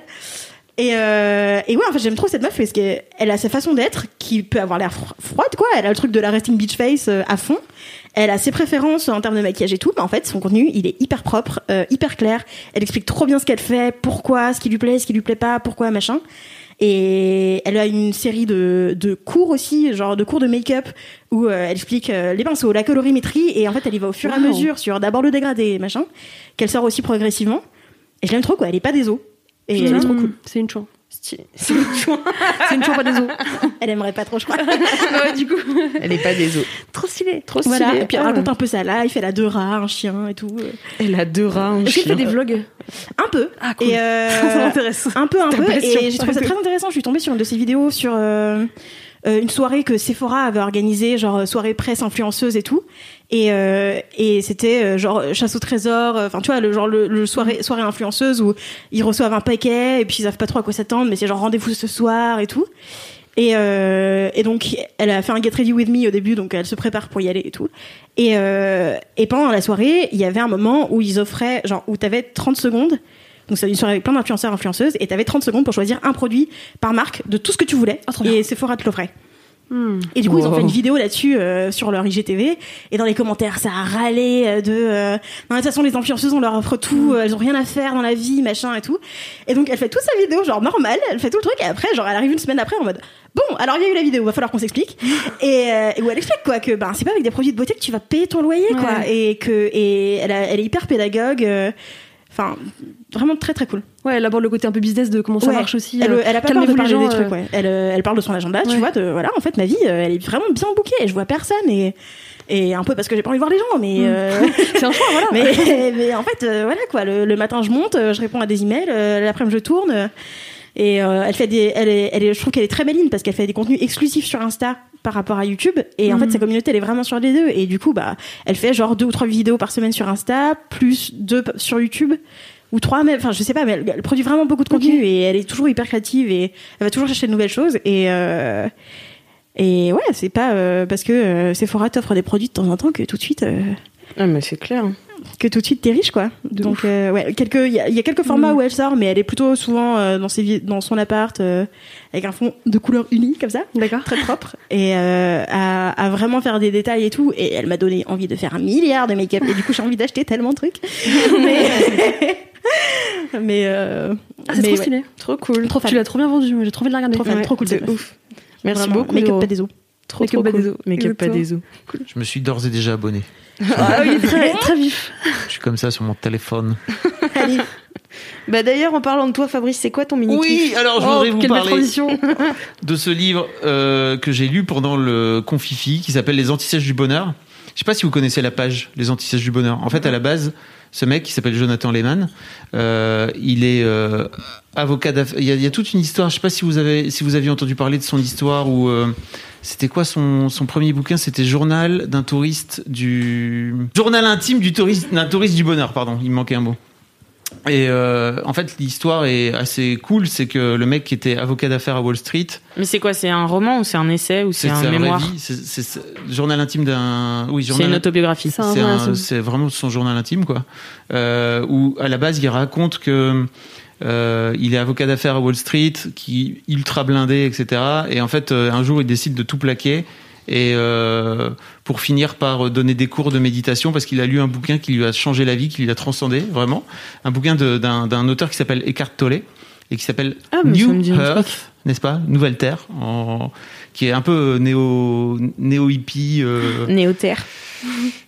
[SPEAKER 4] Et, euh, et ouais, en fait, j'aime trop cette meuf parce qu'elle elle a sa façon d'être qui peut avoir l'air fro- froide, quoi. Elle a le truc de la resting beach face euh, à fond. Elle a ses préférences en termes de maquillage et tout, mais en fait, son contenu, il est hyper propre, euh, hyper clair. Elle explique trop bien ce qu'elle fait, pourquoi, ce qui lui plaît, ce qui lui plaît pas, pourquoi, machin. Et elle a une série de, de cours aussi, genre de cours de make-up, où euh, elle explique euh, les pinceaux, la colorimétrie, et en fait, elle y va au fur et à
[SPEAKER 2] Wow.
[SPEAKER 4] mesure sur d'abord le dégradé, machin, qu'elle sort aussi progressivement. Et je l'aime trop, quoi. Elle est pas des os. Et elle est trop cool.
[SPEAKER 2] C'est une chouin.
[SPEAKER 1] C'est une chouin.
[SPEAKER 2] C'est une chouin pas des os.
[SPEAKER 4] Elle aimerait pas trop, je crois.
[SPEAKER 2] Ah ouais, du coup.
[SPEAKER 1] Elle est pas des os.
[SPEAKER 2] Trop stylé.
[SPEAKER 1] Trop stylé.
[SPEAKER 4] voilà. Et puis elle
[SPEAKER 1] Ah.
[SPEAKER 4] raconte un peu sa life. Elle a deux rats, un chien et tout.
[SPEAKER 1] Elle a deux rats, un
[SPEAKER 2] Est-ce qu'elle
[SPEAKER 1] chien.
[SPEAKER 2] fait des vlogs
[SPEAKER 4] Un peu.
[SPEAKER 2] Ah, cool.
[SPEAKER 4] Et euh,
[SPEAKER 2] Ça m'intéresse.
[SPEAKER 4] un peu, un
[SPEAKER 2] Ta
[SPEAKER 4] peu.
[SPEAKER 2] passion.
[SPEAKER 4] Et j'ai trouvé ça très intéressant. Je suis tombée sur une de ses vidéos sur euh, euh, une soirée que Sephora avait organisée, genre euh, soirée presse influenceuse et tout. Et, euh, et c'était euh, genre chasse au trésor. euh, Enfin, tu vois, le genre le, le soirée soirée influenceuse où ils reçoivent un paquet et puis ils savent pas trop à quoi s'attendre, mais c'est genre rendez-vous ce soir et tout. Et, euh, et donc, elle a fait un Get Ready With Me au début, donc elle se prépare pour y aller et tout. Et, euh, et pendant la soirée, il y avait un moment où ils offraient, genre, où t'avais 30 secondes. Donc, c'est une soirée avec plein d'influenceurs, influenceuses, et t'avais 30 secondes pour choisir un produit par marque de tout ce que tu voulais.
[SPEAKER 2] Oh, trop bien. Hmm.
[SPEAKER 4] et Sephora te l'offrait. Et du coup, ils ont
[SPEAKER 1] Wow.
[SPEAKER 4] fait une vidéo là-dessus euh, sur leur IGTV. Et dans les commentaires, ça a râlé euh, de. euh, non, mais de toute façon, les influenceuses, on leur offre tout, euh, elles ont rien à faire dans la vie, machin et tout. Et donc, elle fait toute sa vidéo, genre normale, elle fait tout le truc. Et après, genre, elle arrive une semaine après en mode Bon, alors il y a eu la vidéo, va falloir qu'on s'explique. et, euh, et où elle explique, quoi, que ben, c'est pas avec des produits de beauté que tu vas payer ton loyer, quoi. Et que. Et elle, a- elle est hyper pédagogue. euh, Enfin, vraiment très très cool.
[SPEAKER 2] Ouais, elle aborde le côté un peu business de comment ça
[SPEAKER 4] Ouais.
[SPEAKER 2] marche aussi.
[SPEAKER 4] Elle,
[SPEAKER 2] euh,
[SPEAKER 4] elle a pas peur de
[SPEAKER 2] calmez-vous les
[SPEAKER 4] parler
[SPEAKER 2] gens,
[SPEAKER 4] des trucs,
[SPEAKER 2] euh,
[SPEAKER 4] ouais. Elle, euh, elle parle de son agenda,
[SPEAKER 2] Ouais.
[SPEAKER 4] tu vois, de voilà, en fait, ma vie, euh, elle est vraiment bien bouquée et je vois personne et, et un peu parce que j'ai pas envie de voir les gens, mais,
[SPEAKER 2] Mm.
[SPEAKER 4] euh,
[SPEAKER 2] C'est un choix, voilà.
[SPEAKER 4] mais, mais en fait, euh, voilà quoi, le, le matin je monte, euh, je réponds à des emails, euh, l'après-midi je tourne euh, et euh, elle fait des, elle est, elle est- je trouve qu'elle est très maligne parce qu'elle fait des contenus exclusifs sur Insta par rapport à YouTube et en fait sa communauté elle est vraiment sur les deux et du coup bah elle fait genre deux ou trois vidéos par semaine sur Insta plus deux p- sur YouTube ou trois même enfin je sais pas mais elle, elle produit vraiment beaucoup de contenu et elle est toujours hyper créative et elle va toujours chercher de nouvelles choses et euh, et ouais c'est pas euh, parce que euh, Sephora t'offre des produits de temps en temps que tout de suite euh,
[SPEAKER 1] Ah, mais c'est clair.
[SPEAKER 4] que tout de Mm. suite t'es riche quoi. Donc euh, ouais, quelques il y, a- il y a quelques formats où elle sort, mais elle est plutôt souvent euh, dans ses vi- dans son appart euh, avec un fond de couleur unie comme ça,
[SPEAKER 2] D'accord.
[SPEAKER 4] très propre et euh, à, à vraiment faire des détails et tout. Et elle m'a donné envie de faire un milliard de make-up et du coup j'ai envie d'acheter tellement de trucs. mais mais euh,
[SPEAKER 2] Ah, c'est
[SPEAKER 4] mais
[SPEAKER 2] trop
[SPEAKER 4] ouais.
[SPEAKER 2] stylé.
[SPEAKER 1] Trop cool.
[SPEAKER 4] Trop fan.
[SPEAKER 2] Tu l'as trop bien vendu, moi, j'ai trop envie de la regarder.
[SPEAKER 4] Trop fan,
[SPEAKER 1] Ouais,
[SPEAKER 4] trop cool.
[SPEAKER 1] de
[SPEAKER 4] cette meuf.
[SPEAKER 1] ouf. Merci
[SPEAKER 4] Vraiment,
[SPEAKER 1] beaucoup.
[SPEAKER 4] Make-up
[SPEAKER 1] Doro.
[SPEAKER 4] pas des os.
[SPEAKER 1] Trop,
[SPEAKER 2] Make-up
[SPEAKER 1] trop
[SPEAKER 2] pas
[SPEAKER 1] cool.
[SPEAKER 2] des os.
[SPEAKER 1] Make-up pas
[SPEAKER 2] Exactement.
[SPEAKER 1] des os.
[SPEAKER 5] Je me suis d'ores et déjà abonné.
[SPEAKER 2] Ah oui, très, très vif.
[SPEAKER 5] Je suis comme ça sur mon téléphone.
[SPEAKER 4] Allez,
[SPEAKER 1] Bah d'ailleurs, en parlant de toi, Fabrice, c'est quoi ton mini
[SPEAKER 5] Oui, alors je
[SPEAKER 2] Oh,
[SPEAKER 5] voudrais vous
[SPEAKER 2] quelle belle
[SPEAKER 5] parler
[SPEAKER 2] transition.
[SPEAKER 5] de ce livre euh, que j'ai lu pendant le confifi qui s'appelle Les antisèches du bonheur. Je sais pas si vous connaissez la page Les antisèches du bonheur. En fait, à la base, ce mec qui s'appelle Jonathan Lehman, euh, il est euh, avocat d'affaires. Il, y a- il y a toute une histoire. Je sais pas si vous avez si vous aviez entendu parler de son histoire ou euh, c'était quoi son, son premier bouquin C'était Journal d'un touriste du Journal intime du touriste d'un touriste du bonheur. Pardon, il me manquait un mot. Et euh, en fait, l'histoire est assez cool. C'est que le mec qui était avocat d'affaires à Wall Street,
[SPEAKER 1] Mais c'est quoi C'est un roman ou c'est un essai ou c'est
[SPEAKER 5] sa
[SPEAKER 1] un
[SPEAKER 5] vraie
[SPEAKER 1] mémoire
[SPEAKER 5] vie, C'est c'est ce- journal intime d'un. Oui,
[SPEAKER 1] C'est une
[SPEAKER 5] journal.
[SPEAKER 1] autobiographie.
[SPEAKER 2] Ça,
[SPEAKER 5] c'est
[SPEAKER 2] ouais,
[SPEAKER 5] un-
[SPEAKER 2] c'est-
[SPEAKER 5] C'est vraiment son journal intime, quoi. Euh, où à la base, il raconte que. euh, il est avocat d'affaires à Wall Street, qui ultra blindé, etc. Et en fait, euh, un jour, il décide de tout plaquer et euh, pour finir par donner des cours de méditation parce qu'il a lu un bouquin qui lui a changé la vie, qui lui a transcendé vraiment, un bouquin de- d'un d'un auteur qui s'appelle Eckhart Tolle et qui s'appelle
[SPEAKER 1] Ah, mais ça me
[SPEAKER 5] New
[SPEAKER 1] dit un
[SPEAKER 5] Earth, n'est-ce pas Nouvelle Terre, en- qui est un peu néo néo hippie. euh,
[SPEAKER 1] Néo-terre.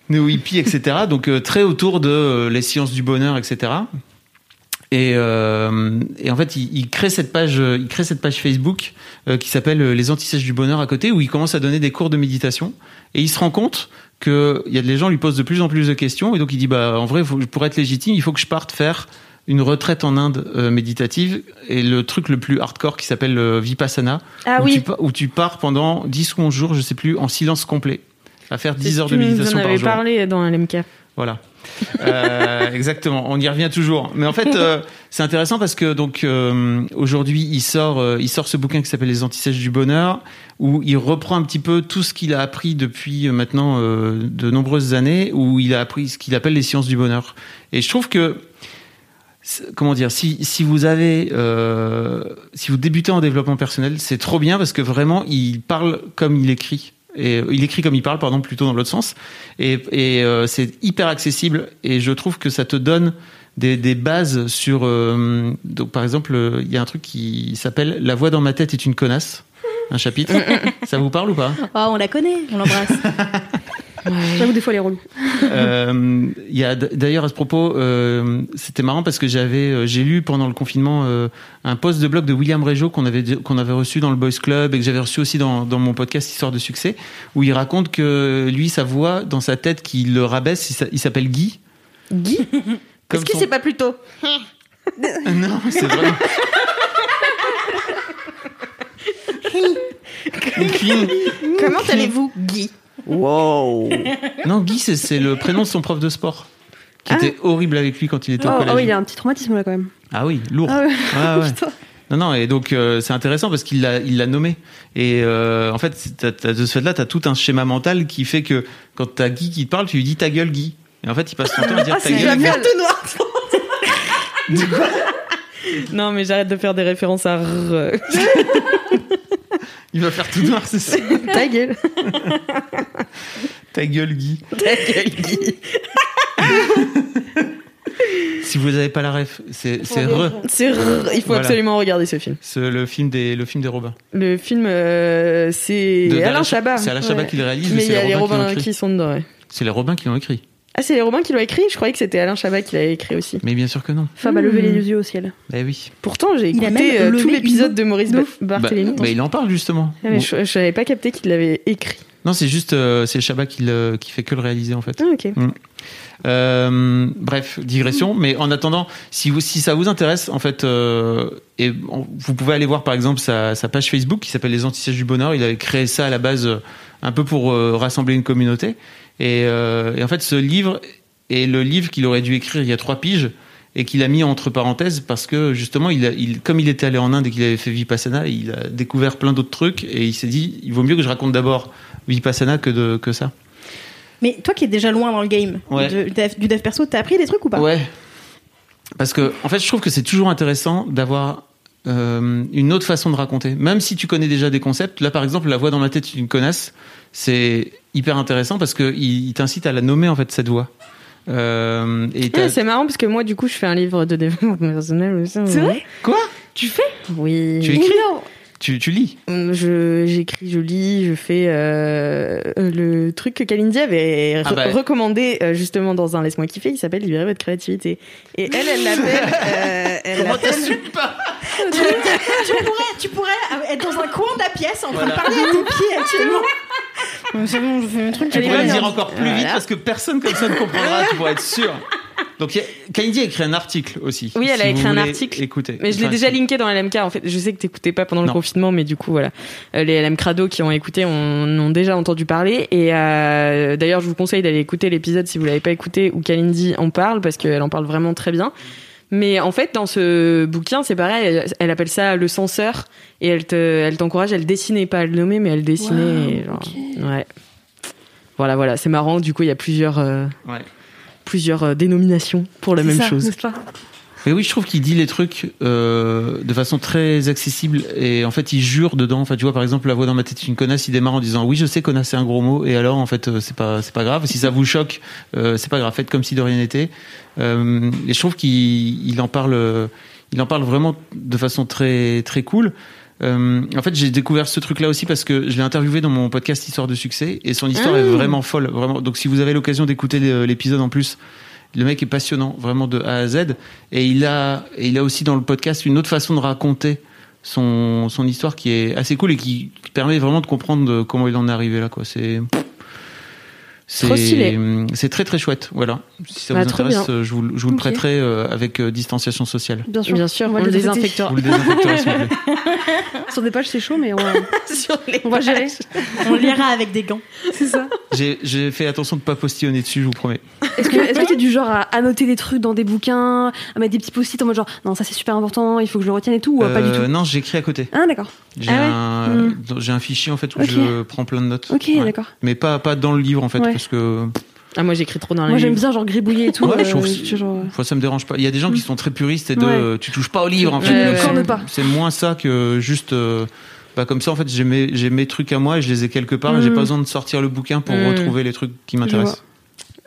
[SPEAKER 5] néo hippie etc donc euh, très autour de euh, les sciences du bonheur etc et, euh, et en fait il, il crée cette page euh, il crée cette page Facebook euh, qui s'appelle euh, les antisèches du bonheur à côté où il commence à donner des cours de méditation et il se rend compte que il y a des gens lui posent de plus en plus de questions et donc il dit bah en vrai faut- pour être légitime il faut que je parte faire une retraite en Inde euh, méditative et le truc le plus hardcore qui s'appelle le Vipassana,
[SPEAKER 4] Ah
[SPEAKER 5] où, tu,
[SPEAKER 4] oui.
[SPEAKER 5] pa- où tu pars pendant 10 ou 11 jours, je sais plus, en silence complet, à faire 10 heures de
[SPEAKER 1] Tu
[SPEAKER 5] méditation
[SPEAKER 1] nous en
[SPEAKER 5] par
[SPEAKER 1] avais
[SPEAKER 5] jour.
[SPEAKER 1] parlé dans LMK.
[SPEAKER 5] Voilà. Euh, exactement, on y revient toujours. Mais en fait, euh, c'est intéressant parce que donc euh, aujourd'hui, il sort, euh, il sort ce bouquin qui s'appelle Les antisèches du bonheur, où il reprend un petit peu tout ce qu'il a appris depuis euh, maintenant euh, de nombreuses années, où il a appris ce qu'il appelle les sciences du bonheur. Et je trouve que c'est- comment dire, si, si vous avez, euh, si vous débutez en développement personnel, c'est trop bien parce que vraiment, il parle comme il écrit. Et euh, il écrit comme il parle, pardon, plutôt dans l'autre sens. Et, et, euh, c'est hyper accessible. Et je trouve que ça te donne des, des bases sur. euh, donc, par exemple, euh, il y a un truc qui s'appelle La voix dans ma tête est une connasse. Un chapitre. ça vous parle ou pas
[SPEAKER 4] Ah, on la connaît, on l'embrasse.
[SPEAKER 2] J'avoue, des fois, les relou.
[SPEAKER 4] Oh,
[SPEAKER 5] Euh, il y a d- d'ailleurs à ce propos, euh, c'était marrant parce que j'avais, euh, j'ai lu pendant le confinement euh, un post de blog de William Régeau qu'on avait qu'on avait reçu dans le Boys Club et que j'avais reçu aussi dans, dans mon podcast Histoire de succès, où il raconte que lui sa voix dans sa tête qui le rabaisse, il s'a- il s'appelle Guy.
[SPEAKER 1] Guy
[SPEAKER 5] Comme
[SPEAKER 1] Est-ce que
[SPEAKER 5] son-
[SPEAKER 1] c'est pas plutôt
[SPEAKER 5] Non, c'est vrai. Guy.
[SPEAKER 1] Comment allez-vous, Guy Wow
[SPEAKER 5] Non, Guy, c'est- c'est le prénom de son prof de sport, qui
[SPEAKER 2] Ah.
[SPEAKER 5] était horrible avec lui quand il était au
[SPEAKER 2] Oh,
[SPEAKER 5] collège.
[SPEAKER 2] ah oui, il y a un petit traumatisme là quand même.
[SPEAKER 5] Ah oui, lourd.
[SPEAKER 2] Ah ouais.
[SPEAKER 5] Ouais, ouais.
[SPEAKER 2] Putain.
[SPEAKER 5] Non, non, et donc euh, c'est intéressant parce qu'il l'a, il l'a nommé. Et euh, en fait, c'est- t'as- t'as- de ce fait-là, t'as tout un schéma mental qui fait que quand t'as Guy qui te parle, tu lui dis ta gueule, Guy. Et en fait, il passe son temps à dire ta
[SPEAKER 1] Ah, c'est
[SPEAKER 5] gueule.
[SPEAKER 1] génial.
[SPEAKER 5] Guy.
[SPEAKER 4] tout noir.
[SPEAKER 1] Non, mais j'arrête de faire des références à. R.
[SPEAKER 5] Il va faire tout noir, c'est ça.
[SPEAKER 1] Ta gueule
[SPEAKER 5] ta gueule, Guy.
[SPEAKER 1] Ta gueule, Guy
[SPEAKER 5] Si vous n'avez pas la ref, c'est, c'est re.
[SPEAKER 1] C'est R. Il faut
[SPEAKER 5] Voilà.
[SPEAKER 1] absolument regarder ce film.
[SPEAKER 5] C'est le film des, le film des Robins.
[SPEAKER 1] Le film, euh, c'est
[SPEAKER 5] De- d'Alain
[SPEAKER 1] Alain
[SPEAKER 5] Cha-
[SPEAKER 1] Chabat.
[SPEAKER 5] C'est Alain Chabat
[SPEAKER 1] Ouais.
[SPEAKER 5] qui le réalise, mais,
[SPEAKER 1] Mais il y a
[SPEAKER 5] c'est
[SPEAKER 1] les
[SPEAKER 5] les Robins qui l'ont
[SPEAKER 1] Robins
[SPEAKER 5] écrit.
[SPEAKER 1] qui sont dedans, ouais.
[SPEAKER 5] C'est les Robins qui l'ont écrit.
[SPEAKER 1] Ah, c'est les Robins qui l'ont écrit Je croyais que c'était Alain Chabat qui l'avait écrit aussi.
[SPEAKER 5] Mais bien sûr que non.
[SPEAKER 2] Fab a
[SPEAKER 1] Hmm.
[SPEAKER 2] levé les yeux au ciel.
[SPEAKER 5] Bah oui.
[SPEAKER 1] Pourtant, j'ai
[SPEAKER 4] Il a
[SPEAKER 1] écouté
[SPEAKER 4] même
[SPEAKER 1] euh,
[SPEAKER 4] levé
[SPEAKER 1] tout
[SPEAKER 4] une
[SPEAKER 1] l'épisode
[SPEAKER 4] main.
[SPEAKER 1] de Maurice
[SPEAKER 4] De
[SPEAKER 1] Ba-
[SPEAKER 4] ouf.
[SPEAKER 5] Bah,
[SPEAKER 1] Barthélémy.
[SPEAKER 5] bah, il en parle justement.
[SPEAKER 1] Ah, mais je je savais pas capté qu'il l'avait écrit.
[SPEAKER 5] Non, c'est juste, euh, c'est Chabat qui, le- qui fait que le réaliser en fait.
[SPEAKER 1] Ah, ok.
[SPEAKER 5] Euh, bref, digression. Mais en attendant, si, vous, si ça vous intéresse, en fait, euh, et on- vous pouvez aller voir par exemple sa, sa page Facebook qui s'appelle Les Antisèches du Bonheur. Il avait créé ça à la base euh, un peu pour euh, rassembler une communauté. Et, euh, et en fait, ce livre est le livre qu'il aurait dû écrire il y a trois piges et qu'il a mis entre parenthèses parce que justement, il a- il, comme il était allé en Inde et qu'il avait fait Vipassana, il a découvert plein d'autres trucs et il s'est dit, il vaut mieux que je raconte d'abord Vipassana que, de, que ça.
[SPEAKER 4] Mais toi qui es déjà loin dans le game
[SPEAKER 5] Ouais.
[SPEAKER 4] de- dev- du dev perso, t'as appris des trucs ou pas
[SPEAKER 5] Ouais. Parce que, en fait, je trouve que c'est toujours intéressant d'avoir euh, une autre façon de raconter. Même si tu connais déjà des concepts, là, par exemple, la voix dans ma tête, tu une connasse, c'est hyper intéressant parce que il il t'incite à la nommer, en fait, cette voix. Euh, et
[SPEAKER 1] Ouais,
[SPEAKER 5] t'as-
[SPEAKER 1] Ah, c'est marrant parce que moi, du coup, je fais un livre de développement personnel. mais ça,
[SPEAKER 2] C'est
[SPEAKER 1] ouais.
[SPEAKER 2] vrai
[SPEAKER 5] Quoi
[SPEAKER 2] Tu fais
[SPEAKER 1] Oui. Euh,
[SPEAKER 5] Tu écris tu, tu lis
[SPEAKER 1] Je- J'écris, je lis, je fais euh, le truc que Kalindi avait
[SPEAKER 5] Ah
[SPEAKER 1] re-
[SPEAKER 5] bah.
[SPEAKER 1] recommandé euh, justement dans un Laisse-moi kiffer, il s'appelle Libérer votre créativité. Et elle, elle l'appelle... euh, elle l'appelle-
[SPEAKER 5] pas
[SPEAKER 4] tu, tu pourrais, tu pourrais être dans un coin de la pièce en train de parler à tes pieds actuellement. Mais C'est bon, je fais mes trucs.
[SPEAKER 5] Tu
[SPEAKER 4] j'ai
[SPEAKER 5] pourrais
[SPEAKER 4] les
[SPEAKER 5] le
[SPEAKER 4] mains.
[SPEAKER 5] dire encore plus vite
[SPEAKER 1] hein. Voilà.
[SPEAKER 5] parce que personne comme ça ne comprendra, tu pourrais être sûr. Donc, il y a- Kalindi a écrit un article aussi.
[SPEAKER 1] Oui, elle a
[SPEAKER 5] si
[SPEAKER 1] écrit
[SPEAKER 5] vous
[SPEAKER 1] un
[SPEAKER 5] voulez
[SPEAKER 1] article.
[SPEAKER 5] écouter.
[SPEAKER 1] Mais je l'ai
[SPEAKER 5] Enfin,
[SPEAKER 1] déjà
[SPEAKER 5] si-
[SPEAKER 1] linké dans LMK. En fait, je sais que t'écoutais pas pendant le
[SPEAKER 5] Non.
[SPEAKER 1] confinement, mais du coup, voilà. Euh, Les LM Crado qui ont écouté on, ont déjà entendu parler. Et euh, d'ailleurs, je vous conseille d'aller écouter l'épisode si vous l'avez pas écouté où Kalindi en parle parce qu'elle en parle vraiment très bien. Mais en fait, dans ce bouquin, c'est pareil. Elle, elle appelle ça le censeur et elle te, elle t'encourage à le dessiner, pas à le nommer, mais à le dessiner. et genre, Ouais. Voilà, voilà. C'est marrant. Du coup, il y a plusieurs, euh,
[SPEAKER 5] Ouais.
[SPEAKER 1] plusieurs euh, dénominations pour la
[SPEAKER 2] C'est
[SPEAKER 1] même
[SPEAKER 2] ça,
[SPEAKER 1] chose.
[SPEAKER 2] n'est-ce pas
[SPEAKER 5] Mais oui, je trouve qu'il dit les trucs euh, de façon très accessible et en fait il jure dedans. Enfin, tu vois, par exemple, la voix dans ma tête est une connasse. Il démarre en disant oui, je sais connasse c'est un gros mot et alors en fait euh, c'est pas c'est pas grave. Si ça vous choque, euh, c'est pas grave. Faites comme si de rien n'était. Euh, et je trouve qu'il il en parle euh, il en parle vraiment de façon très très cool. Euh, en fait, j'ai découvert ce truc-là aussi parce que je l'ai interviewé dans mon podcast Histoire de succès et son histoire est vraiment folle, vraiment. Donc, si vous avez l'occasion d'écouter l'é- l'épisode en plus, le mec est passionnant, vraiment de A à Z. Et il a, et il a aussi dans le podcast une autre façon de raconter son, son histoire qui est assez cool et qui, qui permet vraiment de comprendre comment il en est arrivé là. Quoi. C'est,
[SPEAKER 1] Trop
[SPEAKER 5] C'est
[SPEAKER 1] stylé.
[SPEAKER 5] c'est très très chouette. Voilà. Si ça
[SPEAKER 1] Bah,
[SPEAKER 5] vous
[SPEAKER 1] trop
[SPEAKER 5] intéresse, euh, je vous, le- je vous le
[SPEAKER 2] Ok.
[SPEAKER 5] prêterai euh, avec euh, distanciation sociale.
[SPEAKER 2] Bien sûr.
[SPEAKER 1] Bien sûr, on,
[SPEAKER 2] va
[SPEAKER 1] le
[SPEAKER 2] le désinfecter.
[SPEAKER 1] désinfectera
[SPEAKER 5] Vous le désinfecterez, s'il vous plaît.
[SPEAKER 2] Sur des pages, c'est chaud, mais on va,
[SPEAKER 1] sur les
[SPEAKER 2] on va gérer.
[SPEAKER 4] On lira avec des gants.
[SPEAKER 2] C'est ça.
[SPEAKER 5] J'ai- J'ai fait attention de ne pas postillonner dessus, je vous promets.
[SPEAKER 2] Est-ce que est-ce que t'es du genre à annoter des trucs dans des bouquins, à mettre des petits post-it en mode genre non, ça c'est super important, il faut que je le retienne et tout, ou euh, pas du
[SPEAKER 5] Euh,
[SPEAKER 2] tout
[SPEAKER 5] Non, j'écris à côté.
[SPEAKER 2] Ah, d'accord.
[SPEAKER 5] J'ai
[SPEAKER 2] Ah ouais.
[SPEAKER 5] un,
[SPEAKER 2] Hmm.
[SPEAKER 5] dans- j'ai un fichier en fait où
[SPEAKER 2] Ok.
[SPEAKER 5] je prends plein de notes.
[SPEAKER 2] Ok,
[SPEAKER 5] Ouais.
[SPEAKER 2] d'accord.
[SPEAKER 5] Mais pas, pas dans le livre en fait,
[SPEAKER 2] Ouais.
[SPEAKER 5] parce que
[SPEAKER 1] Ah, moi j'écris trop dans
[SPEAKER 2] Moi
[SPEAKER 1] la
[SPEAKER 2] j'aime
[SPEAKER 1] nuit.
[SPEAKER 2] bien genre gribouiller et tout.
[SPEAKER 5] Ouais, je
[SPEAKER 2] euh,
[SPEAKER 5] trouve-
[SPEAKER 2] tu- genre, euh,
[SPEAKER 5] enfin, ça me dérange pas. Il y a des gens qui sont très puristes et de
[SPEAKER 2] Ouais.
[SPEAKER 5] euh, tu touches pas au livre en
[SPEAKER 1] Tu
[SPEAKER 5] fait.
[SPEAKER 1] ne
[SPEAKER 5] Mais
[SPEAKER 1] cornes
[SPEAKER 5] c'est-
[SPEAKER 2] pas.
[SPEAKER 5] C'est moins ça que juste. euh, bah, comme ça en fait j'ai mes, j'ai mes trucs à moi et je les ai quelque part et j'ai
[SPEAKER 2] Hmm.
[SPEAKER 5] pas besoin de sortir le bouquin pour
[SPEAKER 2] Mm.
[SPEAKER 1] Hmm.
[SPEAKER 5] retrouver les trucs qui m'intéressent.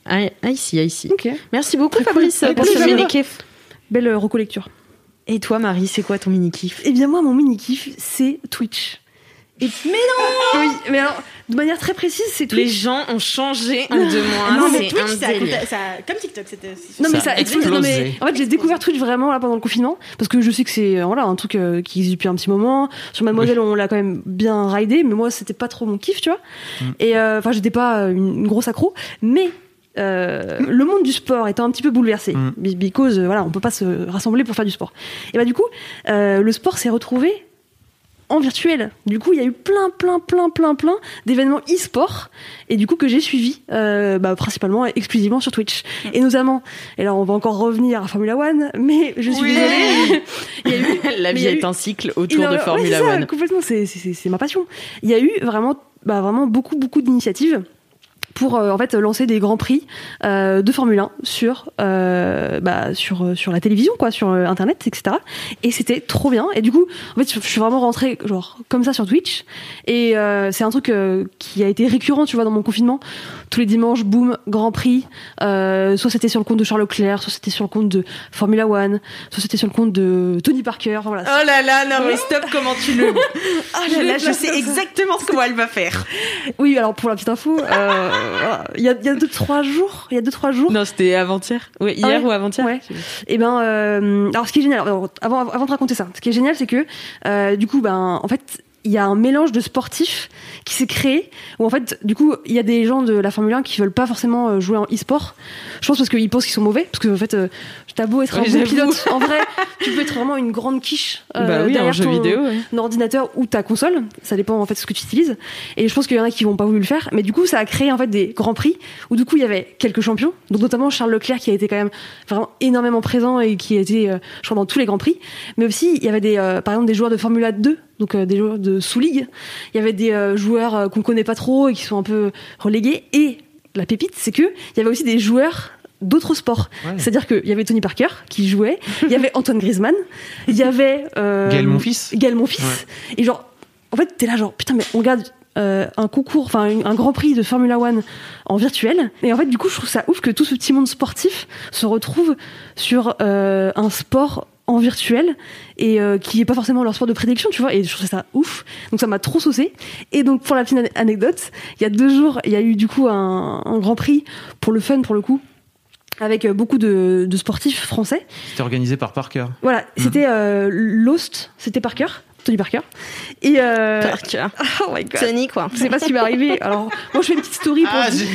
[SPEAKER 1] Ah, ah, ici, ah, ici.
[SPEAKER 2] Ok.
[SPEAKER 1] Merci beaucoup Fabrice
[SPEAKER 2] cool.
[SPEAKER 1] pour
[SPEAKER 2] Très
[SPEAKER 1] ce
[SPEAKER 2] cool.
[SPEAKER 1] mini kiff.
[SPEAKER 2] Belle euh, recollecture.
[SPEAKER 1] Et toi Marie, c'est quoi ton mini kiff
[SPEAKER 2] Eh bien, moi, mon mini kiff, c'est Twitch. Et... Mais non Oui, mais alors, de manière très précise, c'est
[SPEAKER 1] Les
[SPEAKER 2] Twitch.
[SPEAKER 1] gens ont changé
[SPEAKER 2] Ah.
[SPEAKER 1] en deux mois.
[SPEAKER 4] Non, mais
[SPEAKER 1] c'est
[SPEAKER 4] Twitch,
[SPEAKER 1] un
[SPEAKER 4] ça,
[SPEAKER 1] délire.
[SPEAKER 4] compta- ça- comme TikTok, c'était.
[SPEAKER 2] Non mais
[SPEAKER 5] Ça
[SPEAKER 2] ça,
[SPEAKER 5] a
[SPEAKER 2] a explosé. Non, mais-
[SPEAKER 5] explosé.
[SPEAKER 2] en fait j'ai découvert Twitch vraiment là pendant le confinement parce que je sais que c'est euh, voilà un truc euh, qui existe depuis un petit moment. Sur Mademoiselle on l'a quand même bien ridé mais moi c'était pas trop mon kiff tu vois.
[SPEAKER 5] Mm.
[SPEAKER 2] Et euh, enfin j'étais pas euh, une, une grosse accro mais euh, le monde du sport étant un petit peu bouleversé,
[SPEAKER 5] Mm.
[SPEAKER 2] be- because euh, voilà, on peut pas se rassembler pour faire du sport. Et bah du coup, euh, le sport s'est retrouvé en virtuel. Du coup, il y a eu plein, plein, plein, plein, plein d'événements e-sport et du coup que j'ai suivi euh, bah, principalement et exclusivement sur Twitch et notamment. Et là, on va encore revenir à Formula One, mais je suis désolée. il y a eu
[SPEAKER 1] La
[SPEAKER 2] Mais
[SPEAKER 1] vie
[SPEAKER 2] il y a
[SPEAKER 1] est
[SPEAKER 2] eu-
[SPEAKER 1] un cycle
[SPEAKER 2] il y
[SPEAKER 1] autour
[SPEAKER 2] en
[SPEAKER 1] de
[SPEAKER 2] a-
[SPEAKER 1] Formula
[SPEAKER 2] ouais, c'est ça,
[SPEAKER 1] One.
[SPEAKER 2] Complètement, c'est- c'est c'est- c'est ma passion. Il y a eu vraiment, bah, vraiment beaucoup, beaucoup d'initiatives pour euh, en fait lancer des grands prix euh, de Formule 1 sur euh, bah, sur euh, sur la télévision quoi sur euh, internet etc et c'était trop bien et du coup en fait je je suis vraiment rentrée genre comme ça sur Twitch et euh, c'est un truc euh, qui a été récurrent tu vois dans mon confinement tous les dimanches boum grand prix euh, soit c'était sur le compte de Charles Leclerc soit c'était sur le compte de Formula One soit c'était sur le compte de Tony Parker Enfin, voilà
[SPEAKER 1] Oh là là, non mais stop, comment tu le. Oh là là, je sais exactement comment elle va faire.
[SPEAKER 2] Oui, alors pour la petite info, euh, voilà, il y, a, il y a deux trois jours, il y a deux trois jours.
[SPEAKER 1] Non, c'était avant-hier. Ouais, hier
[SPEAKER 2] Ah ouais
[SPEAKER 1] ou avant-hier
[SPEAKER 2] Ouais. Et ben, euh, alors ce qui est génial, alors, avant, avant de raconter ça, ce qui est génial, c'est que euh, du coup, ben, en fait, il y a un mélange de sportifs qui s'est créé. Où en fait, du coup, il y a des gens de la Formule 1 qui veulent pas forcément euh, jouer en e-sport. Je pense parce qu'ils pensent qu'ils sont mauvais, parce que en fait, euh, t'as beau être un
[SPEAKER 1] Ouais,
[SPEAKER 2] bon
[SPEAKER 1] j'avoue.
[SPEAKER 2] pilote, en vrai, tu peux être vraiment une grande quiche euh,
[SPEAKER 1] Bah oui,
[SPEAKER 2] derrière
[SPEAKER 1] en jeu
[SPEAKER 2] ton-
[SPEAKER 1] vidéo. ouais.
[SPEAKER 2] ton ordinateur ou ta console, ça dépend en fait de ce que tu utilises. Et je pense qu'il y en a qui vont pas voulu le faire, mais du coup ça a créé en fait des grands prix où du coup il y avait quelques champions, donc notamment Charles Leclerc qui a été quand même vraiment énormément présent et qui a été, euh, je crois, dans tous les grands prix. Mais aussi il y avait des, euh, par exemple des joueurs de Formula 2, donc euh, des joueurs de sous ligue. Il y avait des euh, joueurs euh, qu'on connaît pas trop et qui sont un peu relégués. Et la pépite, c'est que il y avait aussi des joueurs d'autres sports.
[SPEAKER 5] Ah Ouais.
[SPEAKER 2] C'est-à-dire qu'il y avait Tony Parker qui jouait, il y avait Antoine Griezmann, il y avait euh,
[SPEAKER 5] Gaël, mon fils
[SPEAKER 2] Gaël, mon fils. Et genre, en fait, t'es là, genre, putain, mais on regarde euh, un concours, enfin, une- un grand prix de Formula One en virtuel. Et en fait, du coup, je trouve ça ouf que tout ce petit monde sportif se retrouve sur euh, un sport en virtuel et euh, qui est pas forcément leur sport de prédilection, tu vois. Et je trouve ça ouf. Donc, ça m'a trop saucé. Et donc, pour la petite ane- anecdote, il y a deux jours, il y a eu du coup un, un grand prix pour le fun, pour le coup. Avec euh, beaucoup de- de sportifs français.
[SPEAKER 5] C'était organisé par Parker.
[SPEAKER 2] Voilà, c'était euh, Lost, c'était Parker, Tony Parker. Et euh,
[SPEAKER 1] Parker.
[SPEAKER 2] oh my god,
[SPEAKER 1] Sony, quoi.
[SPEAKER 2] je sais pas ce qui m'est arrivé. Alors, moi je fais une petite story pour.
[SPEAKER 5] j'ai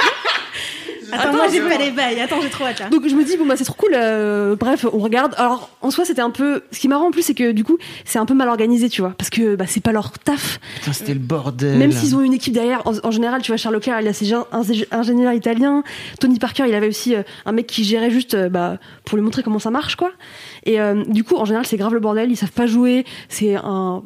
[SPEAKER 4] Attends, moi j'ai pas les bails. Attends, j'ai trop hâte là.
[SPEAKER 2] donc je me dis bon bah c'est trop cool. euh, bref, on regarde. Alors en soi c'était un peu. Ce qui est marrant en plus c'est que du coup c'est un peu mal organisé tu vois parce que bah c'est pas leur taf.
[SPEAKER 5] Putain, c'était le bordel.
[SPEAKER 2] Même s'ils ont une équipe derrière. En, en général tu vois Charles Leclerc il a ses gén- ingé- ingénieurs italiens. Tony Parker il avait aussi euh, un mec qui gérait juste euh, bah pour lui montrer comment ça marche quoi. Et euh, du coup en général c'est grave le bordel. Ils savent pas jouer. C'est un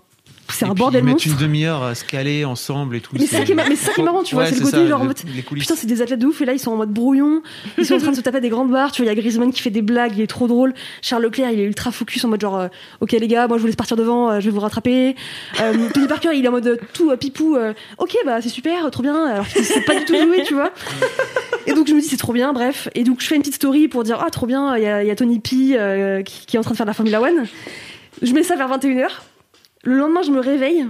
[SPEAKER 2] c'est
[SPEAKER 5] Et
[SPEAKER 2] un
[SPEAKER 5] puis,
[SPEAKER 2] bordel
[SPEAKER 5] Ils mettent
[SPEAKER 2] monstre.
[SPEAKER 5] une demi-heure à se caler ensemble et tout.
[SPEAKER 2] Mais ça qui est ma- mais ça qui est marrant, tu vois,
[SPEAKER 5] Ouais,
[SPEAKER 2] c'est le
[SPEAKER 5] c'est
[SPEAKER 2] côté
[SPEAKER 5] ça,
[SPEAKER 2] genre en
[SPEAKER 5] le-
[SPEAKER 2] mode,
[SPEAKER 5] les coulisses.
[SPEAKER 2] Putain, c'est des athlètes de ouf et là ils sont en mode brouillon, ils sont en train de se taper des grandes barres, tu vois, il y a Griezmann qui fait des blagues, il est trop drôle. Charles Leclerc, il est ultra focus en mode genre euh, OK les gars, moi je vous laisse partir devant, euh, je vais vous rattraper. Euh, Tony Parker, il est en mode euh, tout euh, pipou euh, OK bah c'est super, euh, trop bien alors qu'il sait pas du tout jouer, tu vois. Et donc je me dis c'est trop bien, bref. Et donc je fais une petite story pour dire ah trop bien, il y, a- il y a Tony P euh, qui, qui est en train de faire de la Formula One. Je mets ça vers 21h. Le lendemain, je me réveille.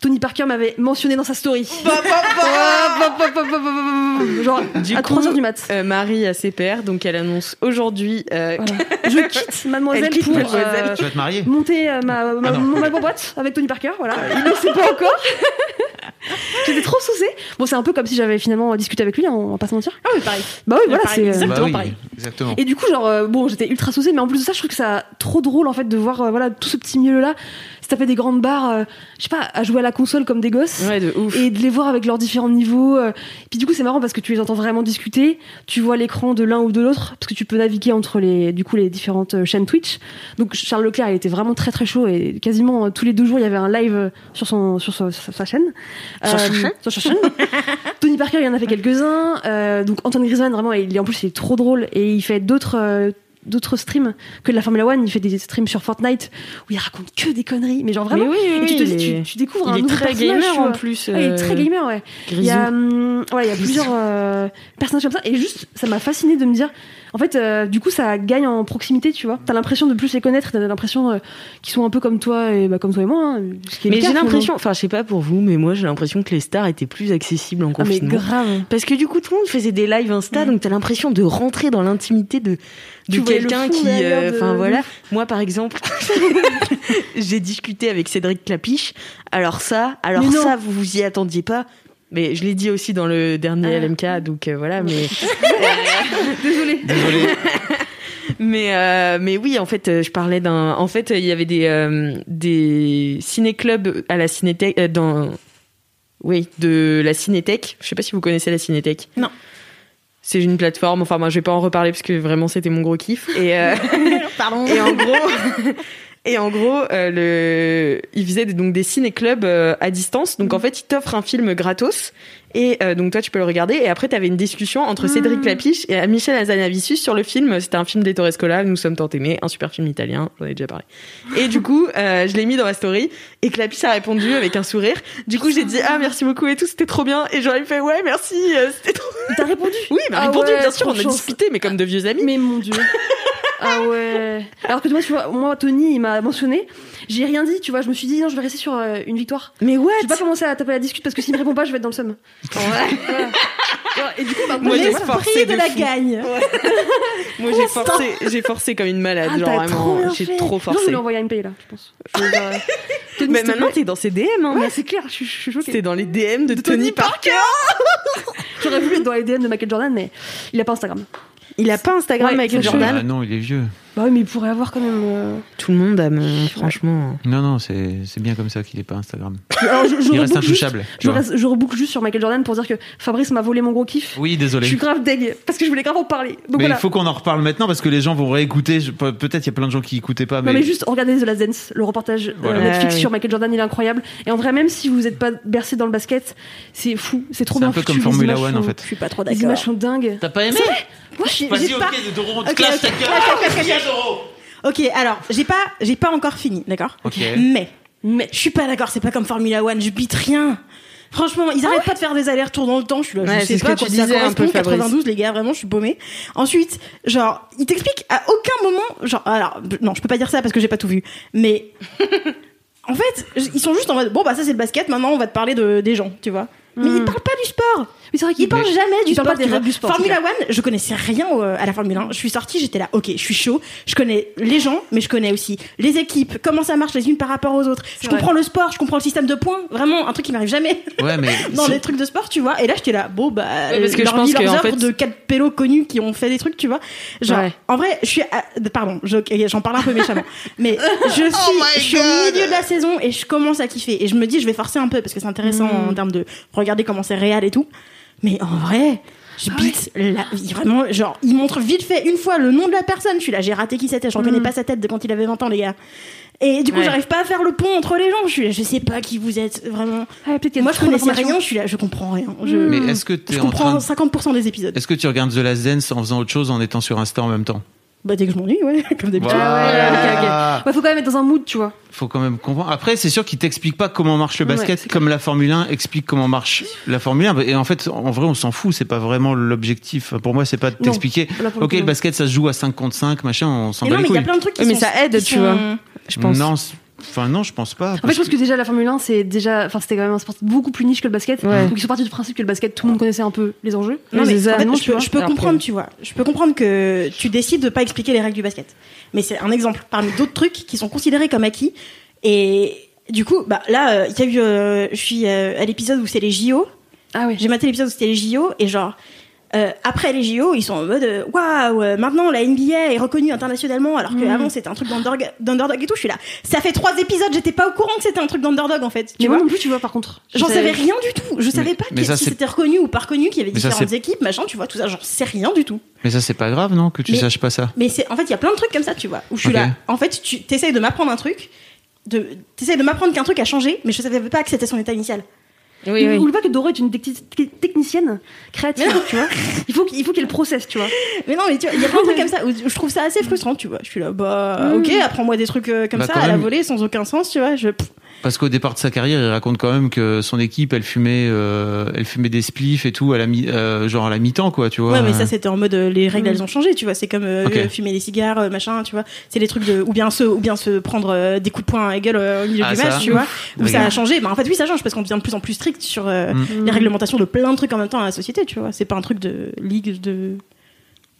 [SPEAKER 2] Tony Parker m'avait mentionné dans sa story. Bah, Genre
[SPEAKER 1] Du
[SPEAKER 2] à
[SPEAKER 1] coup,
[SPEAKER 2] 3h du mat.
[SPEAKER 1] Euh, Marie a ses pères, donc elle annonce aujourd'hui. euh,
[SPEAKER 2] Voilà. Je quitte mademoiselle
[SPEAKER 1] Elle quitte
[SPEAKER 2] pour
[SPEAKER 1] Mademoiselle.
[SPEAKER 2] euh,
[SPEAKER 5] Tu vas te marier
[SPEAKER 2] monter euh, ma, ma,
[SPEAKER 5] Ah non. Ah
[SPEAKER 2] mon- ma boîte avec Tony Parker. Voilà. Il ne le sait pas encore. J'étais trop saucée. Bon, c'est un peu comme si j'avais finalement discuté avec lui, hein, on va pas se mentir.
[SPEAKER 4] Ah oui, pareil.
[SPEAKER 2] Bah oui, voilà,
[SPEAKER 4] Pareil,
[SPEAKER 2] c'est.
[SPEAKER 4] exactement.
[SPEAKER 5] bah oui,
[SPEAKER 4] pareil.
[SPEAKER 5] Exactement.
[SPEAKER 2] Et du coup, genre, euh, bon, j'étais ultra saucée, mais en plus de ça, je trouve que ça trop drôle en fait de voir euh, voilà tout ce petit milieu-là se taper des grandes barres, euh, je sais pas, à jouer à la console comme des gosses.
[SPEAKER 1] Ouais, de ouf.
[SPEAKER 2] Et de les voir avec leurs différents niveaux. euh. Puis du coup, c'est marrant parce que tu les entends vraiment discuter. Tu vois l'écran de l'un ou de l'autre parce que tu peux naviguer entre les, du coup, les différentes euh, chaînes Twitch. Donc Charles Leclerc, il était vraiment très très chaud et quasiment euh, tous les deux jours, il y avait un live euh, sur son sur sa, sa- sa chaîne. Euh,
[SPEAKER 1] Sur sa chaîne
[SPEAKER 2] sur sa chaîne. Tony Parker, il en a fait quelques-uns. Euh, donc Antoine Griezmann, vraiment, il est en plus, il est trop drôle et il fait d'autres. euh, d'autres streams que de la Formule 1, il fait des streams sur Fortnite où il raconte que des conneries, mais genre vraiment,
[SPEAKER 1] Mais oui, oui,
[SPEAKER 2] et tu,
[SPEAKER 1] oui,
[SPEAKER 2] te
[SPEAKER 1] il
[SPEAKER 2] dis, tu-
[SPEAKER 1] est-
[SPEAKER 2] tu découvres un
[SPEAKER 1] Il est
[SPEAKER 2] nouveau
[SPEAKER 1] très
[SPEAKER 2] personnage,
[SPEAKER 1] gamer
[SPEAKER 2] tu vois.
[SPEAKER 1] en plus.
[SPEAKER 2] Ah, il est
[SPEAKER 1] euh,
[SPEAKER 2] très gamer, ouais. Il y a, hum, voilà, il y a plusieurs euh, personnages comme ça. Et juste, ça m'a fasciné de me dire. En fait, euh, du coup, ça gagne en proximité, tu vois. T'as l'impression de plus les connaître, t'as l'impression euh, qu'ils sont un peu comme toi et bah, comme toi et moi. hein, ce qui est
[SPEAKER 1] Mais
[SPEAKER 2] le cas,
[SPEAKER 1] j'ai
[SPEAKER 2] finalement.
[SPEAKER 1] l'impression, enfin, je sais pas pour vous, mais moi, j'ai l'impression que les stars étaient plus accessibles en
[SPEAKER 2] Ah, mais
[SPEAKER 1] confinement.
[SPEAKER 2] grave. Mm.
[SPEAKER 1] Parce que du coup, tout le monde faisait des lives Insta, donc t'as l'impression de rentrer dans l'intimité de, de
[SPEAKER 2] Tu voyais le
[SPEAKER 1] quelqu'un
[SPEAKER 2] fond
[SPEAKER 1] qui.
[SPEAKER 2] derrière
[SPEAKER 1] euh,
[SPEAKER 2] de- Mm.
[SPEAKER 1] Enfin
[SPEAKER 2] de
[SPEAKER 1] voilà. Moi, par exemple, j'ai discuté avec Cédric Clapiche. Alors ça, alors
[SPEAKER 2] Mais non.
[SPEAKER 1] ça, vous vous y attendiez pas. Mais je l'ai dit aussi dans le dernier
[SPEAKER 2] Ah.
[SPEAKER 1] LMK, donc euh, voilà. Mais
[SPEAKER 2] Désolée.
[SPEAKER 5] Désolé.
[SPEAKER 1] mais euh, mais oui, en fait, euh, je parlais d'un. En fait, il y avait des euh, des ciné-clubs à la cinéthèque euh, dans. Oui, de la cinéthèque. Je sais pas si vous connaissez la cinéthèque.
[SPEAKER 4] Non.
[SPEAKER 1] C'est une plateforme. Enfin, moi, je vais pas en reparler parce que vraiment, c'était mon gros kiff. Et euh,
[SPEAKER 4] Pardon.
[SPEAKER 1] et en gros, et en gros, euh, le, il faisait des- donc des ciné-clubs euh, à distance. Donc en
[SPEAKER 2] Mm.
[SPEAKER 1] fait, il t'offre un film gratos. Et euh, donc toi, tu peux le regarder. Et après, t'avais une discussion
[SPEAKER 2] Mm.
[SPEAKER 1] entre Cédric Clapiche et Michel Azanavicius sur le film. C'était un film d'Ettore Scola, Nous sommes tant aimés, un super film italien. J'en ai déjà parlé. Et du coup, euh, je l'ai mis dans ma story. Et Clapiche a répondu avec un sourire. Du coup, j'ai dit ah merci beaucoup et tout, c'était trop bien. Et j'aurais fait ouais merci, euh, c'était trop.
[SPEAKER 2] T'as répondu
[SPEAKER 1] Oui, il m'a
[SPEAKER 2] Ah
[SPEAKER 1] répondu
[SPEAKER 2] ouais,
[SPEAKER 1] bien sûr.
[SPEAKER 2] trop
[SPEAKER 1] On
[SPEAKER 2] de
[SPEAKER 1] a
[SPEAKER 2] chance.
[SPEAKER 1] discuté, mais comme de vieux amis.
[SPEAKER 2] Mais mon dieu. Ah ouais. Alors que moi, tu vois, moi, Tony, il m'a mentionné. J'ai rien dit, tu vois. Je me suis dit, non, je vais rester sur euh, une victoire.
[SPEAKER 1] Mais ouais.
[SPEAKER 2] J'ai pas commencé à taper la discute parce que s'il me répond pas, je vais être dans le seum. Voilà. Et du coup, bah,
[SPEAKER 1] Moi, j'ai
[SPEAKER 2] voilà.
[SPEAKER 1] forcé
[SPEAKER 4] L'esprit
[SPEAKER 1] de
[SPEAKER 4] de la
[SPEAKER 1] fou.
[SPEAKER 4] gagne.
[SPEAKER 1] Moi j'ai forcé, j'ai forcé comme une malade,
[SPEAKER 2] Ah,
[SPEAKER 1] genre
[SPEAKER 2] t'as trop bien
[SPEAKER 1] vraiment, j'ai
[SPEAKER 2] fait.
[SPEAKER 1] trop
[SPEAKER 2] Non, je vais
[SPEAKER 1] forcé.
[SPEAKER 2] lui envoyer un MP là, je pense. Je vais dire, euh, Tony,
[SPEAKER 1] Mais
[SPEAKER 2] s'il te
[SPEAKER 1] maintenant
[SPEAKER 2] plaît.
[SPEAKER 1] t'es dans ses DM, hein.
[SPEAKER 2] Ouais, c'est clair, je suis, je suis
[SPEAKER 1] T'es
[SPEAKER 2] choquée.
[SPEAKER 1] dans les DM de, Tony Parker.
[SPEAKER 2] J'aurais voulu être dans les DM de Michael Jordan, mais il a pas Instagram.
[SPEAKER 1] Il a pas Instagram
[SPEAKER 2] Ouais,
[SPEAKER 1] avec
[SPEAKER 2] c'est
[SPEAKER 1] Jordan.
[SPEAKER 5] Ah non, il est vieux.
[SPEAKER 2] Bah oui, mais il pourrait avoir quand même. euh,
[SPEAKER 1] Tout le monde aime, franchement.
[SPEAKER 5] Non, non, c'est c'est bien comme ça qu'il est pas Instagram.
[SPEAKER 2] Alors, je, je
[SPEAKER 5] Il reste
[SPEAKER 2] reboucle juste-
[SPEAKER 5] intouchable. tu
[SPEAKER 2] Je,
[SPEAKER 5] vois.
[SPEAKER 2] reste- je reboucle juste sur Michael Jordan pour dire que Fabrice m'a volé mon gros kiff.
[SPEAKER 5] Oui,
[SPEAKER 2] Je
[SPEAKER 5] désolé.
[SPEAKER 2] suis grave deg parce que je voulais grave en parler. Donc
[SPEAKER 5] mais
[SPEAKER 2] voilà.
[SPEAKER 5] il faut qu'on en reparle maintenant parce que les gens vont réécouter. Je- pe- Peut-être il y a plein de gens qui écoutaient pas. Mais,
[SPEAKER 2] Non mais juste regardez The Last Dance, le reportage euh,
[SPEAKER 5] Voilà.
[SPEAKER 2] Netflix
[SPEAKER 1] Ouais,
[SPEAKER 2] sur Michael Jordan, il est incroyable. Et en vrai, même si vous n'êtes pas bercé dans le basket, c'est fou, c'est trop
[SPEAKER 5] C'est
[SPEAKER 2] bien
[SPEAKER 5] un peu
[SPEAKER 2] foutu,
[SPEAKER 5] comme
[SPEAKER 2] les
[SPEAKER 5] Formula
[SPEAKER 2] images
[SPEAKER 5] One,
[SPEAKER 2] sont-
[SPEAKER 5] en fait.
[SPEAKER 4] Je suis pas trop
[SPEAKER 2] Les
[SPEAKER 4] d'accord.
[SPEAKER 2] images sont dingues.
[SPEAKER 5] T'as pas aimé
[SPEAKER 4] Moi, j'ai
[SPEAKER 5] Vas-y,
[SPEAKER 4] j'ai
[SPEAKER 5] ok,
[SPEAKER 4] pas.
[SPEAKER 5] Doro, on te
[SPEAKER 4] Ok,
[SPEAKER 5] clash
[SPEAKER 4] ok,
[SPEAKER 5] ta gueule. Vas-y, Doro.
[SPEAKER 4] Ok, alors j'ai pas, j'ai pas encore fini, d'accord.
[SPEAKER 5] Ok.
[SPEAKER 4] Mais
[SPEAKER 2] Mais
[SPEAKER 4] je suis pas d'accord. C'est pas comme Formula One. Je bite rien. Franchement, ils arrêtent pas de faire des allers-retours dans le temps. Je suis là,
[SPEAKER 1] Ah Ouais,
[SPEAKER 4] je
[SPEAKER 1] c'est
[SPEAKER 4] sais
[SPEAKER 1] ce
[SPEAKER 4] pas
[SPEAKER 1] que tu
[SPEAKER 4] quoi, ça
[SPEAKER 1] disais un
[SPEAKER 4] correspond,
[SPEAKER 1] peu, Fabrice.
[SPEAKER 4] 92, les gars, vraiment, je suis paumée. Ensuite, genre, ils t'expliquent à aucun moment, genre, alors, non, je peux pas dire ça parce que j'ai pas tout vu, mais en fait, j- ils sont juste en mode, bon, bah ça c'est le basket, maintenant on va te parler de, des gens, tu vois. Mais
[SPEAKER 1] Hmm.
[SPEAKER 4] ils parlent pas du sport.
[SPEAKER 2] mais c'est vrai qu'il
[SPEAKER 4] Ils parlent jamais du
[SPEAKER 2] Ils parlent
[SPEAKER 4] sport.
[SPEAKER 2] pas des
[SPEAKER 4] tu vois.
[SPEAKER 2] règles du sport,
[SPEAKER 4] Formula One, je connaissais rien au- euh, à la Formule 1. Je suis sortie, j'étais là, ok, je suis chaud. Je connais les gens, mais je connais aussi les équipes, comment ça marche les unes par rapport aux autres. Je
[SPEAKER 2] vrai.
[SPEAKER 4] comprends le sport, je comprends le système de points. Vraiment, un truc qui m'arrive jamais
[SPEAKER 5] Ouais, mais
[SPEAKER 4] dans
[SPEAKER 5] c'est-
[SPEAKER 4] les trucs de sport, tu vois. Et là, j'étais là, bon, bah,
[SPEAKER 1] Ouais, parce que
[SPEAKER 4] leur
[SPEAKER 1] je pense
[SPEAKER 4] vie, leurs
[SPEAKER 1] que, en
[SPEAKER 4] œuvres
[SPEAKER 1] fait-
[SPEAKER 4] de quatre pélos connus qui ont fait des trucs, tu vois. Genre,
[SPEAKER 1] Ouais.
[SPEAKER 4] en vrai, je suis, à- pardon, je- ok, j'en parle un peu méchamment, mais je
[SPEAKER 1] Oh
[SPEAKER 4] suis, je suis au milieu de la saison et je commence à kiffer. Et je me dis, je vais forcer un peu parce que c'est intéressant
[SPEAKER 1] Mm.
[SPEAKER 4] en termes de regarder comment c'est réel et tout. Mais en vrai. Je
[SPEAKER 1] Ah
[SPEAKER 4] bite la- vraiment, genre, il montre vite fait une fois le nom de la personne. Je suis là, j'ai raté qui c'était, je reconnais pas sa tête de quand il avait 20 ans, les gars. Et du coup,
[SPEAKER 1] Mm. Ouais.
[SPEAKER 4] j'arrive pas à faire le pont entre les gens. Je suis là, je sais pas qui vous êtes, vraiment.
[SPEAKER 2] Ouais, peut-être qu'il y a
[SPEAKER 4] Moi, je
[SPEAKER 2] trop
[SPEAKER 4] connaissais
[SPEAKER 2] d'informations.
[SPEAKER 4] rien, je suis là, je comprends rien. Je,
[SPEAKER 5] mais est-ce que t'es
[SPEAKER 4] je
[SPEAKER 5] en train
[SPEAKER 4] comprends
[SPEAKER 5] de-
[SPEAKER 4] 50% des épisodes.
[SPEAKER 5] Est-ce que tu regardes The Last Dance en faisant autre chose en étant sur Insta en même temps
[SPEAKER 4] Bah, dès que je m'ennuie, ouais, comme d'habitude.
[SPEAKER 5] Ah Voilà.
[SPEAKER 2] Ouais, faut quand même être dans un mood, tu vois.
[SPEAKER 5] Faut quand même comprendre. Après, c'est sûr qu'ils t'expliquent pas comment marche le
[SPEAKER 2] Ouais,
[SPEAKER 5] basket, comme la Formule 1 explique comment marche la Formule 1. Et en fait, en vrai, on s'en fout. C'est pas vraiment l'objectif. Pour moi, c'est pas de
[SPEAKER 2] Non.
[SPEAKER 5] t'expliquer.
[SPEAKER 2] Là, pour le
[SPEAKER 5] Ok, bah,
[SPEAKER 2] coup,
[SPEAKER 5] le
[SPEAKER 2] non.
[SPEAKER 5] basket, ça se joue à 5 contre 5, machin. On s'en
[SPEAKER 4] Mais
[SPEAKER 5] bat
[SPEAKER 4] non,
[SPEAKER 5] les
[SPEAKER 4] mais il y a
[SPEAKER 5] couilles.
[SPEAKER 4] plein de trucs qui
[SPEAKER 1] Mais
[SPEAKER 4] sont-
[SPEAKER 1] ça aide,
[SPEAKER 4] qui
[SPEAKER 1] tu
[SPEAKER 4] sont-
[SPEAKER 1] vois. Je pense.
[SPEAKER 5] Non, c'est- enfin non, je pense pas.
[SPEAKER 2] En fait, je pense que déjà la Formule 1, c'est déjà, enfin, c'était quand même un sport beaucoup plus niche que le basket.
[SPEAKER 1] Ouais.
[SPEAKER 2] Donc ils sont partis du principe que le basket, tout le monde connaissait un peu les enjeux.
[SPEAKER 4] Non, mais
[SPEAKER 2] c'est
[SPEAKER 4] en fait,
[SPEAKER 2] non,
[SPEAKER 4] je peux, je peux
[SPEAKER 1] Alors
[SPEAKER 4] comprendre,
[SPEAKER 1] que-
[SPEAKER 4] tu vois. Je peux comprendre que tu décides de pas expliquer les règles du basket. Mais c'est un exemple parmi d'autres trucs qui sont considérés comme acquis. Et Du coup, bah, là, euh, il y a eu, euh, je suis euh, à l'épisode où c'est les JO.
[SPEAKER 2] Ah oui.
[SPEAKER 4] J'ai maté l'épisode où c'était les JO et genre euh, après les JO, ils sont en mode euh, waouh, euh, maintenant la NBA est reconnue internationalement alors qu'avant c'était un truc d'underdog d'underdog et tout. Je suis là, ça fait trois épisodes, j'étais pas au courant que c'était un truc d'underdog en fait. Tu
[SPEAKER 2] Mais moi
[SPEAKER 4] vois
[SPEAKER 2] non plus, tu vois, par contre.
[SPEAKER 4] J'en
[SPEAKER 2] Je
[SPEAKER 4] savais rien du tout. Je savais pas
[SPEAKER 5] mais
[SPEAKER 4] que-
[SPEAKER 5] ça,
[SPEAKER 4] si
[SPEAKER 5] c'est-
[SPEAKER 4] c'était reconnu ou pas reconnu, qu'il y avait
[SPEAKER 5] Mais ça,
[SPEAKER 4] différentes
[SPEAKER 5] c'est-
[SPEAKER 4] équipes, machin, tu vois, tout ça. J'en sais rien du tout.
[SPEAKER 5] Mais ça, c'est pas grave, non, que tu
[SPEAKER 4] Mais-
[SPEAKER 5] saches pas ça.
[SPEAKER 4] Mais c'est, en fait, il y a plein de trucs comme ça, tu vois, où je suis
[SPEAKER 5] Ok.
[SPEAKER 4] là. En fait, tu t'essayes de m'apprendre un truc, de, t'essayes de m'apprendre qu'un truc a changé, mais je savais pas que c'était son état initial.
[SPEAKER 1] Oui, oui.
[SPEAKER 2] N'oublie pas que Doro est une tecti- te- technicienne créative, tu vois. Il faut qu'il il faut qu'elle processe, tu vois.
[SPEAKER 4] Mais non, mais tu vois, il y a plein de trucs comme ça où je trouve ça assez frustrant, tu vois. Je suis là, bah, ok, apprends-moi des trucs euh, comme
[SPEAKER 5] Bah,
[SPEAKER 4] ça
[SPEAKER 5] quand
[SPEAKER 4] à la
[SPEAKER 5] même.
[SPEAKER 4] volée sans aucun sens, tu vois. Je... pff.
[SPEAKER 5] Parce qu'au départ de sa carrière, il raconte quand même que son équipe, elle fumait, euh, elle fumait des spliffs et tout à la mi- euh, genre à la mi-temps, quoi, tu vois.
[SPEAKER 4] Ouais, mais ça, c'était en mode euh, les règles,
[SPEAKER 2] Mm.
[SPEAKER 4] elles ont changé, tu vois. C'est comme euh,
[SPEAKER 5] Ok.
[SPEAKER 4] euh, fumer des cigares, euh, machin, tu vois. C'est les trucs de. Ou bien se, ou bien se prendre euh, des coups de poing à la gueule euh, au milieu
[SPEAKER 5] Ah,
[SPEAKER 4] du
[SPEAKER 5] ça.
[SPEAKER 4] match, tu vois. Où ça a
[SPEAKER 5] Regarde.
[SPEAKER 4] changé. Bah, en fait, oui, ça change parce qu'on devient de plus en plus strict sur euh,
[SPEAKER 5] Mm.
[SPEAKER 4] les réglementations de plein de trucs en même temps à la société, tu vois. C'est pas un truc de ligue de.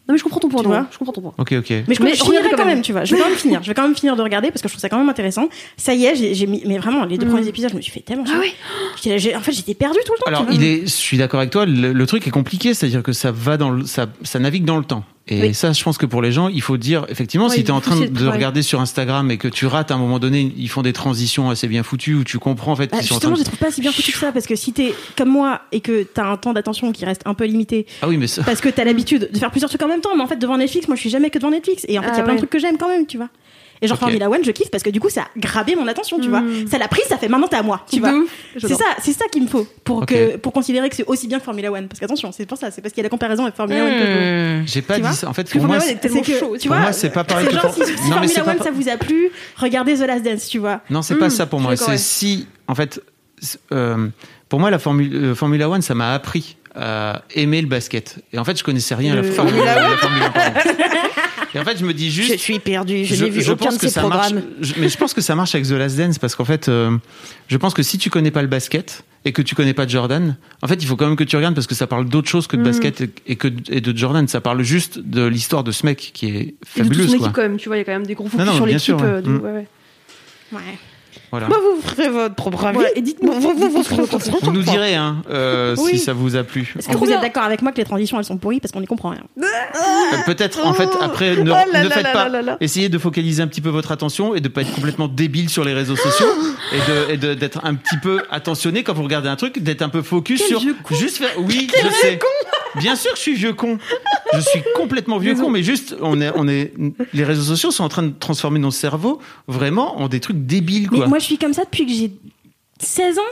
[SPEAKER 2] Non, mais je comprends ton point,
[SPEAKER 4] Tu
[SPEAKER 2] Doro.
[SPEAKER 4] vois
[SPEAKER 2] Je comprends ton point.
[SPEAKER 5] Ok, ok.
[SPEAKER 4] Mais je,
[SPEAKER 2] Mais regardez
[SPEAKER 4] je finirai
[SPEAKER 2] quand
[SPEAKER 4] quand
[SPEAKER 2] même.
[SPEAKER 4] même, tu vois. Je vais quand même finir. Je vais quand même finir de regarder parce que je trouve ça quand même intéressant. Ça y est, j'ai- j'ai mis. Mais vraiment, les deux
[SPEAKER 2] Mm.
[SPEAKER 4] premiers épisodes, je me suis fait tellement. chier.
[SPEAKER 2] oui.
[SPEAKER 4] J'étais là, j'ai- En fait, j'étais perdue tout le temps.
[SPEAKER 5] Alors,
[SPEAKER 4] tu vois.
[SPEAKER 5] il est, je suis d'accord avec toi, le, le truc est compliqué, c'est-à-dire que ça va dans le, ça, ça navigue dans le temps. Et
[SPEAKER 4] Oui.
[SPEAKER 5] ça, je pense que pour les gens, il faut dire, effectivement,
[SPEAKER 2] Ouais,
[SPEAKER 5] si tu es en
[SPEAKER 2] il faut
[SPEAKER 5] train
[SPEAKER 2] pousser le
[SPEAKER 5] de
[SPEAKER 2] travail.
[SPEAKER 5] regarder sur Instagram et que tu rates à un moment donné, ils font des transitions assez bien foutues où tu comprends en fait
[SPEAKER 4] Bah,
[SPEAKER 5] qu'ils sont en train
[SPEAKER 4] justement,
[SPEAKER 5] de-
[SPEAKER 4] je les trouve pas si bien foutu que ça parce que si t'es comme moi et que t'as un temps d'attention qui reste un peu limité
[SPEAKER 5] Ah oui, mais ça.
[SPEAKER 4] parce que t'as l'habitude de faire plusieurs trucs en même temps, mais en fait devant Netflix, moi je suis jamais que devant Netflix et en fait il
[SPEAKER 2] Ah
[SPEAKER 4] y a plein
[SPEAKER 2] ouais.
[SPEAKER 4] de trucs que j'aime quand même, tu vois. Et genre
[SPEAKER 5] Ok.
[SPEAKER 4] Formula One, je kiffe parce que du coup ça a grabé mon attention, tu vois. Ça l'a pris, ça fait maintenant t'es à moi, tu vois. C'est ça, c'est ça qu'il me faut pour
[SPEAKER 5] Ok.
[SPEAKER 4] que pour considérer que c'est aussi bien que Formula One. Parce qu'attention, c'est pour ça, c'est parce qu'il y a la comparaison avec Formula One. que je-
[SPEAKER 1] Mmh.
[SPEAKER 5] J'ai pas
[SPEAKER 4] Tu
[SPEAKER 5] dit
[SPEAKER 4] vois
[SPEAKER 5] ça. En fait,
[SPEAKER 4] que
[SPEAKER 5] pour moi,
[SPEAKER 4] Formula One
[SPEAKER 5] c'est-
[SPEAKER 4] est Hmm. tellement
[SPEAKER 2] c'est que-
[SPEAKER 4] chaud, tu
[SPEAKER 5] pour
[SPEAKER 4] vois.
[SPEAKER 5] moi, c'est pas pareil
[SPEAKER 4] C'est
[SPEAKER 5] que
[SPEAKER 4] genre,
[SPEAKER 5] For-
[SPEAKER 4] si, si
[SPEAKER 5] Non, mais c'est
[SPEAKER 4] Formula
[SPEAKER 5] pas
[SPEAKER 4] One
[SPEAKER 5] par-
[SPEAKER 4] ça vous a plu, regardez The Last Dance, tu vois.
[SPEAKER 5] Non, c'est
[SPEAKER 2] Hmm,
[SPEAKER 5] pas ça pour
[SPEAKER 2] je
[SPEAKER 5] moi.
[SPEAKER 2] suis d'accord,
[SPEAKER 5] C'est si, en fait, c'est- euh, pour moi, la Formule, euh, Formula One, ça m'a appris à aimer le basket. Et en fait, je connaissais rien à la
[SPEAKER 4] Le-
[SPEAKER 5] Formula One. la Formule 1, pardon. Et en fait, je me dis juste.
[SPEAKER 1] Je suis perdue, je, n'ai vu aucun
[SPEAKER 5] pense
[SPEAKER 1] de
[SPEAKER 5] que
[SPEAKER 1] ces
[SPEAKER 5] ça marche-
[SPEAKER 1] programmes.
[SPEAKER 5] je- mais je pense que ça marche avec The Last Dance parce qu'en fait, euh, je pense que si tu connais pas le basket et que tu connais pas Jordan, en fait, il faut quand même que tu regardes parce que ça parle d'autre chose que de basket et- et, que, et de Jordan. Ça parle juste de l'histoire de ce mec qui est
[SPEAKER 2] Et de toute
[SPEAKER 5] fabuleuse.
[SPEAKER 2] son
[SPEAKER 5] quoi.
[SPEAKER 2] équipe, quand même, tu vois, il y a quand même des gros focus
[SPEAKER 5] non,
[SPEAKER 2] sur
[SPEAKER 5] bien
[SPEAKER 2] l'équipe.
[SPEAKER 5] sûr, ouais.
[SPEAKER 2] euh, de-
[SPEAKER 5] Mm.
[SPEAKER 2] ouais, ouais.
[SPEAKER 4] Ouais.
[SPEAKER 5] Voilà.
[SPEAKER 1] Moi, vous ferez votre propre avis.
[SPEAKER 2] Voilà, et dites-nous-
[SPEAKER 1] Vous- vous- vous- vous-
[SPEAKER 2] dites-nous votre
[SPEAKER 1] vous-
[SPEAKER 2] avis.
[SPEAKER 5] Vous nous direz hein, euh,
[SPEAKER 4] Oui.
[SPEAKER 5] si ça vous a plu.
[SPEAKER 4] Est-ce que vous êtes d'accord avec moi que les transitions elles sont pourries parce qu'on n'y comprend rien
[SPEAKER 5] Euh, Peut-être, en fait, après, ne,
[SPEAKER 1] Oh là
[SPEAKER 5] ne
[SPEAKER 1] là
[SPEAKER 5] faites
[SPEAKER 1] là
[SPEAKER 5] pas.
[SPEAKER 1] là là.
[SPEAKER 5] Essayez de focaliser un petit peu votre attention et de pas être complètement débile sur les réseaux sociaux et de- et de- d'être un petit peu attentionné quand vous regardez un truc, d'être un peu focus
[SPEAKER 2] Quel
[SPEAKER 5] sur
[SPEAKER 2] vieux con.
[SPEAKER 5] juste faire. Oui, je sais. Bien sûr que je suis vieux con. Je suis complètement vieux con, mais juste, on est, on est, les réseaux sociaux sont en train de transformer nos cerveaux vraiment en des trucs débiles,
[SPEAKER 4] Mais
[SPEAKER 5] quoi.
[SPEAKER 4] moi je suis comme ça depuis que j'ai 16 ans.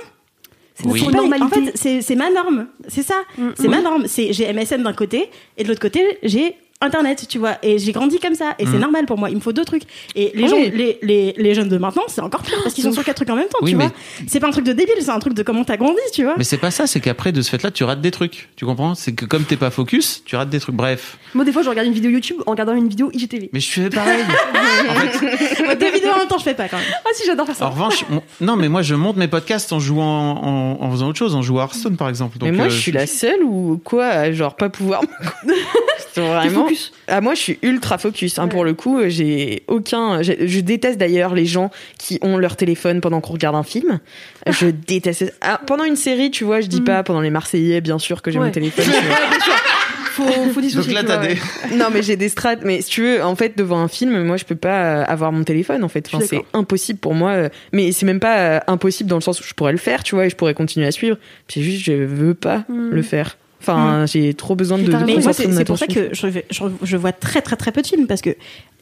[SPEAKER 4] C'est
[SPEAKER 5] Oui.
[SPEAKER 4] notre
[SPEAKER 2] normalité.
[SPEAKER 4] En fait, c'est c'est ma norme. C'est ça. C'est ma norme. C'est- J'ai MSN d'un côté et de l'autre côté, j'ai Internet, tu vois. Et j'ai grandi comme ça. Et
[SPEAKER 5] Mm.
[SPEAKER 4] c'est normal pour moi. Il me faut deux trucs. Et les,
[SPEAKER 1] Oui.
[SPEAKER 4] gens, les, les, les jeunes de maintenant, c'est encore pire parce qu'ils sont sur quatre trucs en même temps,
[SPEAKER 5] Oui,
[SPEAKER 4] tu
[SPEAKER 5] mais-
[SPEAKER 4] vois. C'est pas un truc de débile, c'est un truc de comment t'as grandi, tu vois.
[SPEAKER 5] Mais c'est pas ça, c'est qu'après, de ce fait-là, tu rates des trucs. Tu comprends? C'est que comme t'es pas focus, tu rates des trucs. Bref.
[SPEAKER 2] Moi, des fois, je regarde une vidéo YouTube en regardant une vidéo IGTV.
[SPEAKER 5] Mais je fais pareil.
[SPEAKER 4] Ouais, Deux vidéos en même temps, je fais pas quand même.
[SPEAKER 2] Ah, si, j'adore faire
[SPEAKER 5] En
[SPEAKER 2] ça.
[SPEAKER 5] revanche, on- non, mais moi je monte mes podcasts en jouant, en, en faisant autre chose, en jouant à Hearthstone par exemple. Donc,
[SPEAKER 1] mais moi,
[SPEAKER 5] euh,
[SPEAKER 1] je suis la seule ou quoi à Genre, pas pouvoir me- C'est
[SPEAKER 2] T'es
[SPEAKER 1] Vraiment.
[SPEAKER 2] focus.
[SPEAKER 1] Ah, moi, je suis ultra focus. hein,
[SPEAKER 2] Ouais.
[SPEAKER 1] Pour le coup, euh, j'ai aucun. j'ai- Je déteste d'ailleurs les gens qui ont leur téléphone pendant qu'on regarde un film. Je déteste. Ah, pendant une série, tu vois, je
[SPEAKER 4] Mm.
[SPEAKER 1] dis
[SPEAKER 2] Mhm.
[SPEAKER 1] pas pendant les Marseillais, bien sûr que j'ai mon
[SPEAKER 2] Ouais.
[SPEAKER 1] téléphone.
[SPEAKER 2] Ouais, bien sûr. Faut, faut dissocier.
[SPEAKER 5] Donc là,
[SPEAKER 2] tu
[SPEAKER 5] t'as
[SPEAKER 2] vois,
[SPEAKER 5] des.
[SPEAKER 2] ouais.
[SPEAKER 1] non, mais j'ai des strates. Mais si tu veux, en fait, devant un film, moi, je peux pas euh, avoir mon téléphone. En fait,
[SPEAKER 2] suis
[SPEAKER 1] Enfin, c'est
[SPEAKER 2] d'accord.
[SPEAKER 1] impossible pour moi. euh, Mais c'est même pas euh, impossible dans le sens où je pourrais le faire, tu vois, et je pourrais continuer à suivre. C'est juste, je veux pas
[SPEAKER 2] Mhm.
[SPEAKER 1] le faire. Enfin, j'ai trop besoin de.
[SPEAKER 2] Mais t'as
[SPEAKER 1] de
[SPEAKER 2] raison.
[SPEAKER 4] Mm. Mais Ah moi,
[SPEAKER 1] concentrer
[SPEAKER 4] c'est
[SPEAKER 1] mon
[SPEAKER 4] c'est pour ça
[SPEAKER 1] attention.
[SPEAKER 4] que je, vais- je, je vois très très très peu de films parce que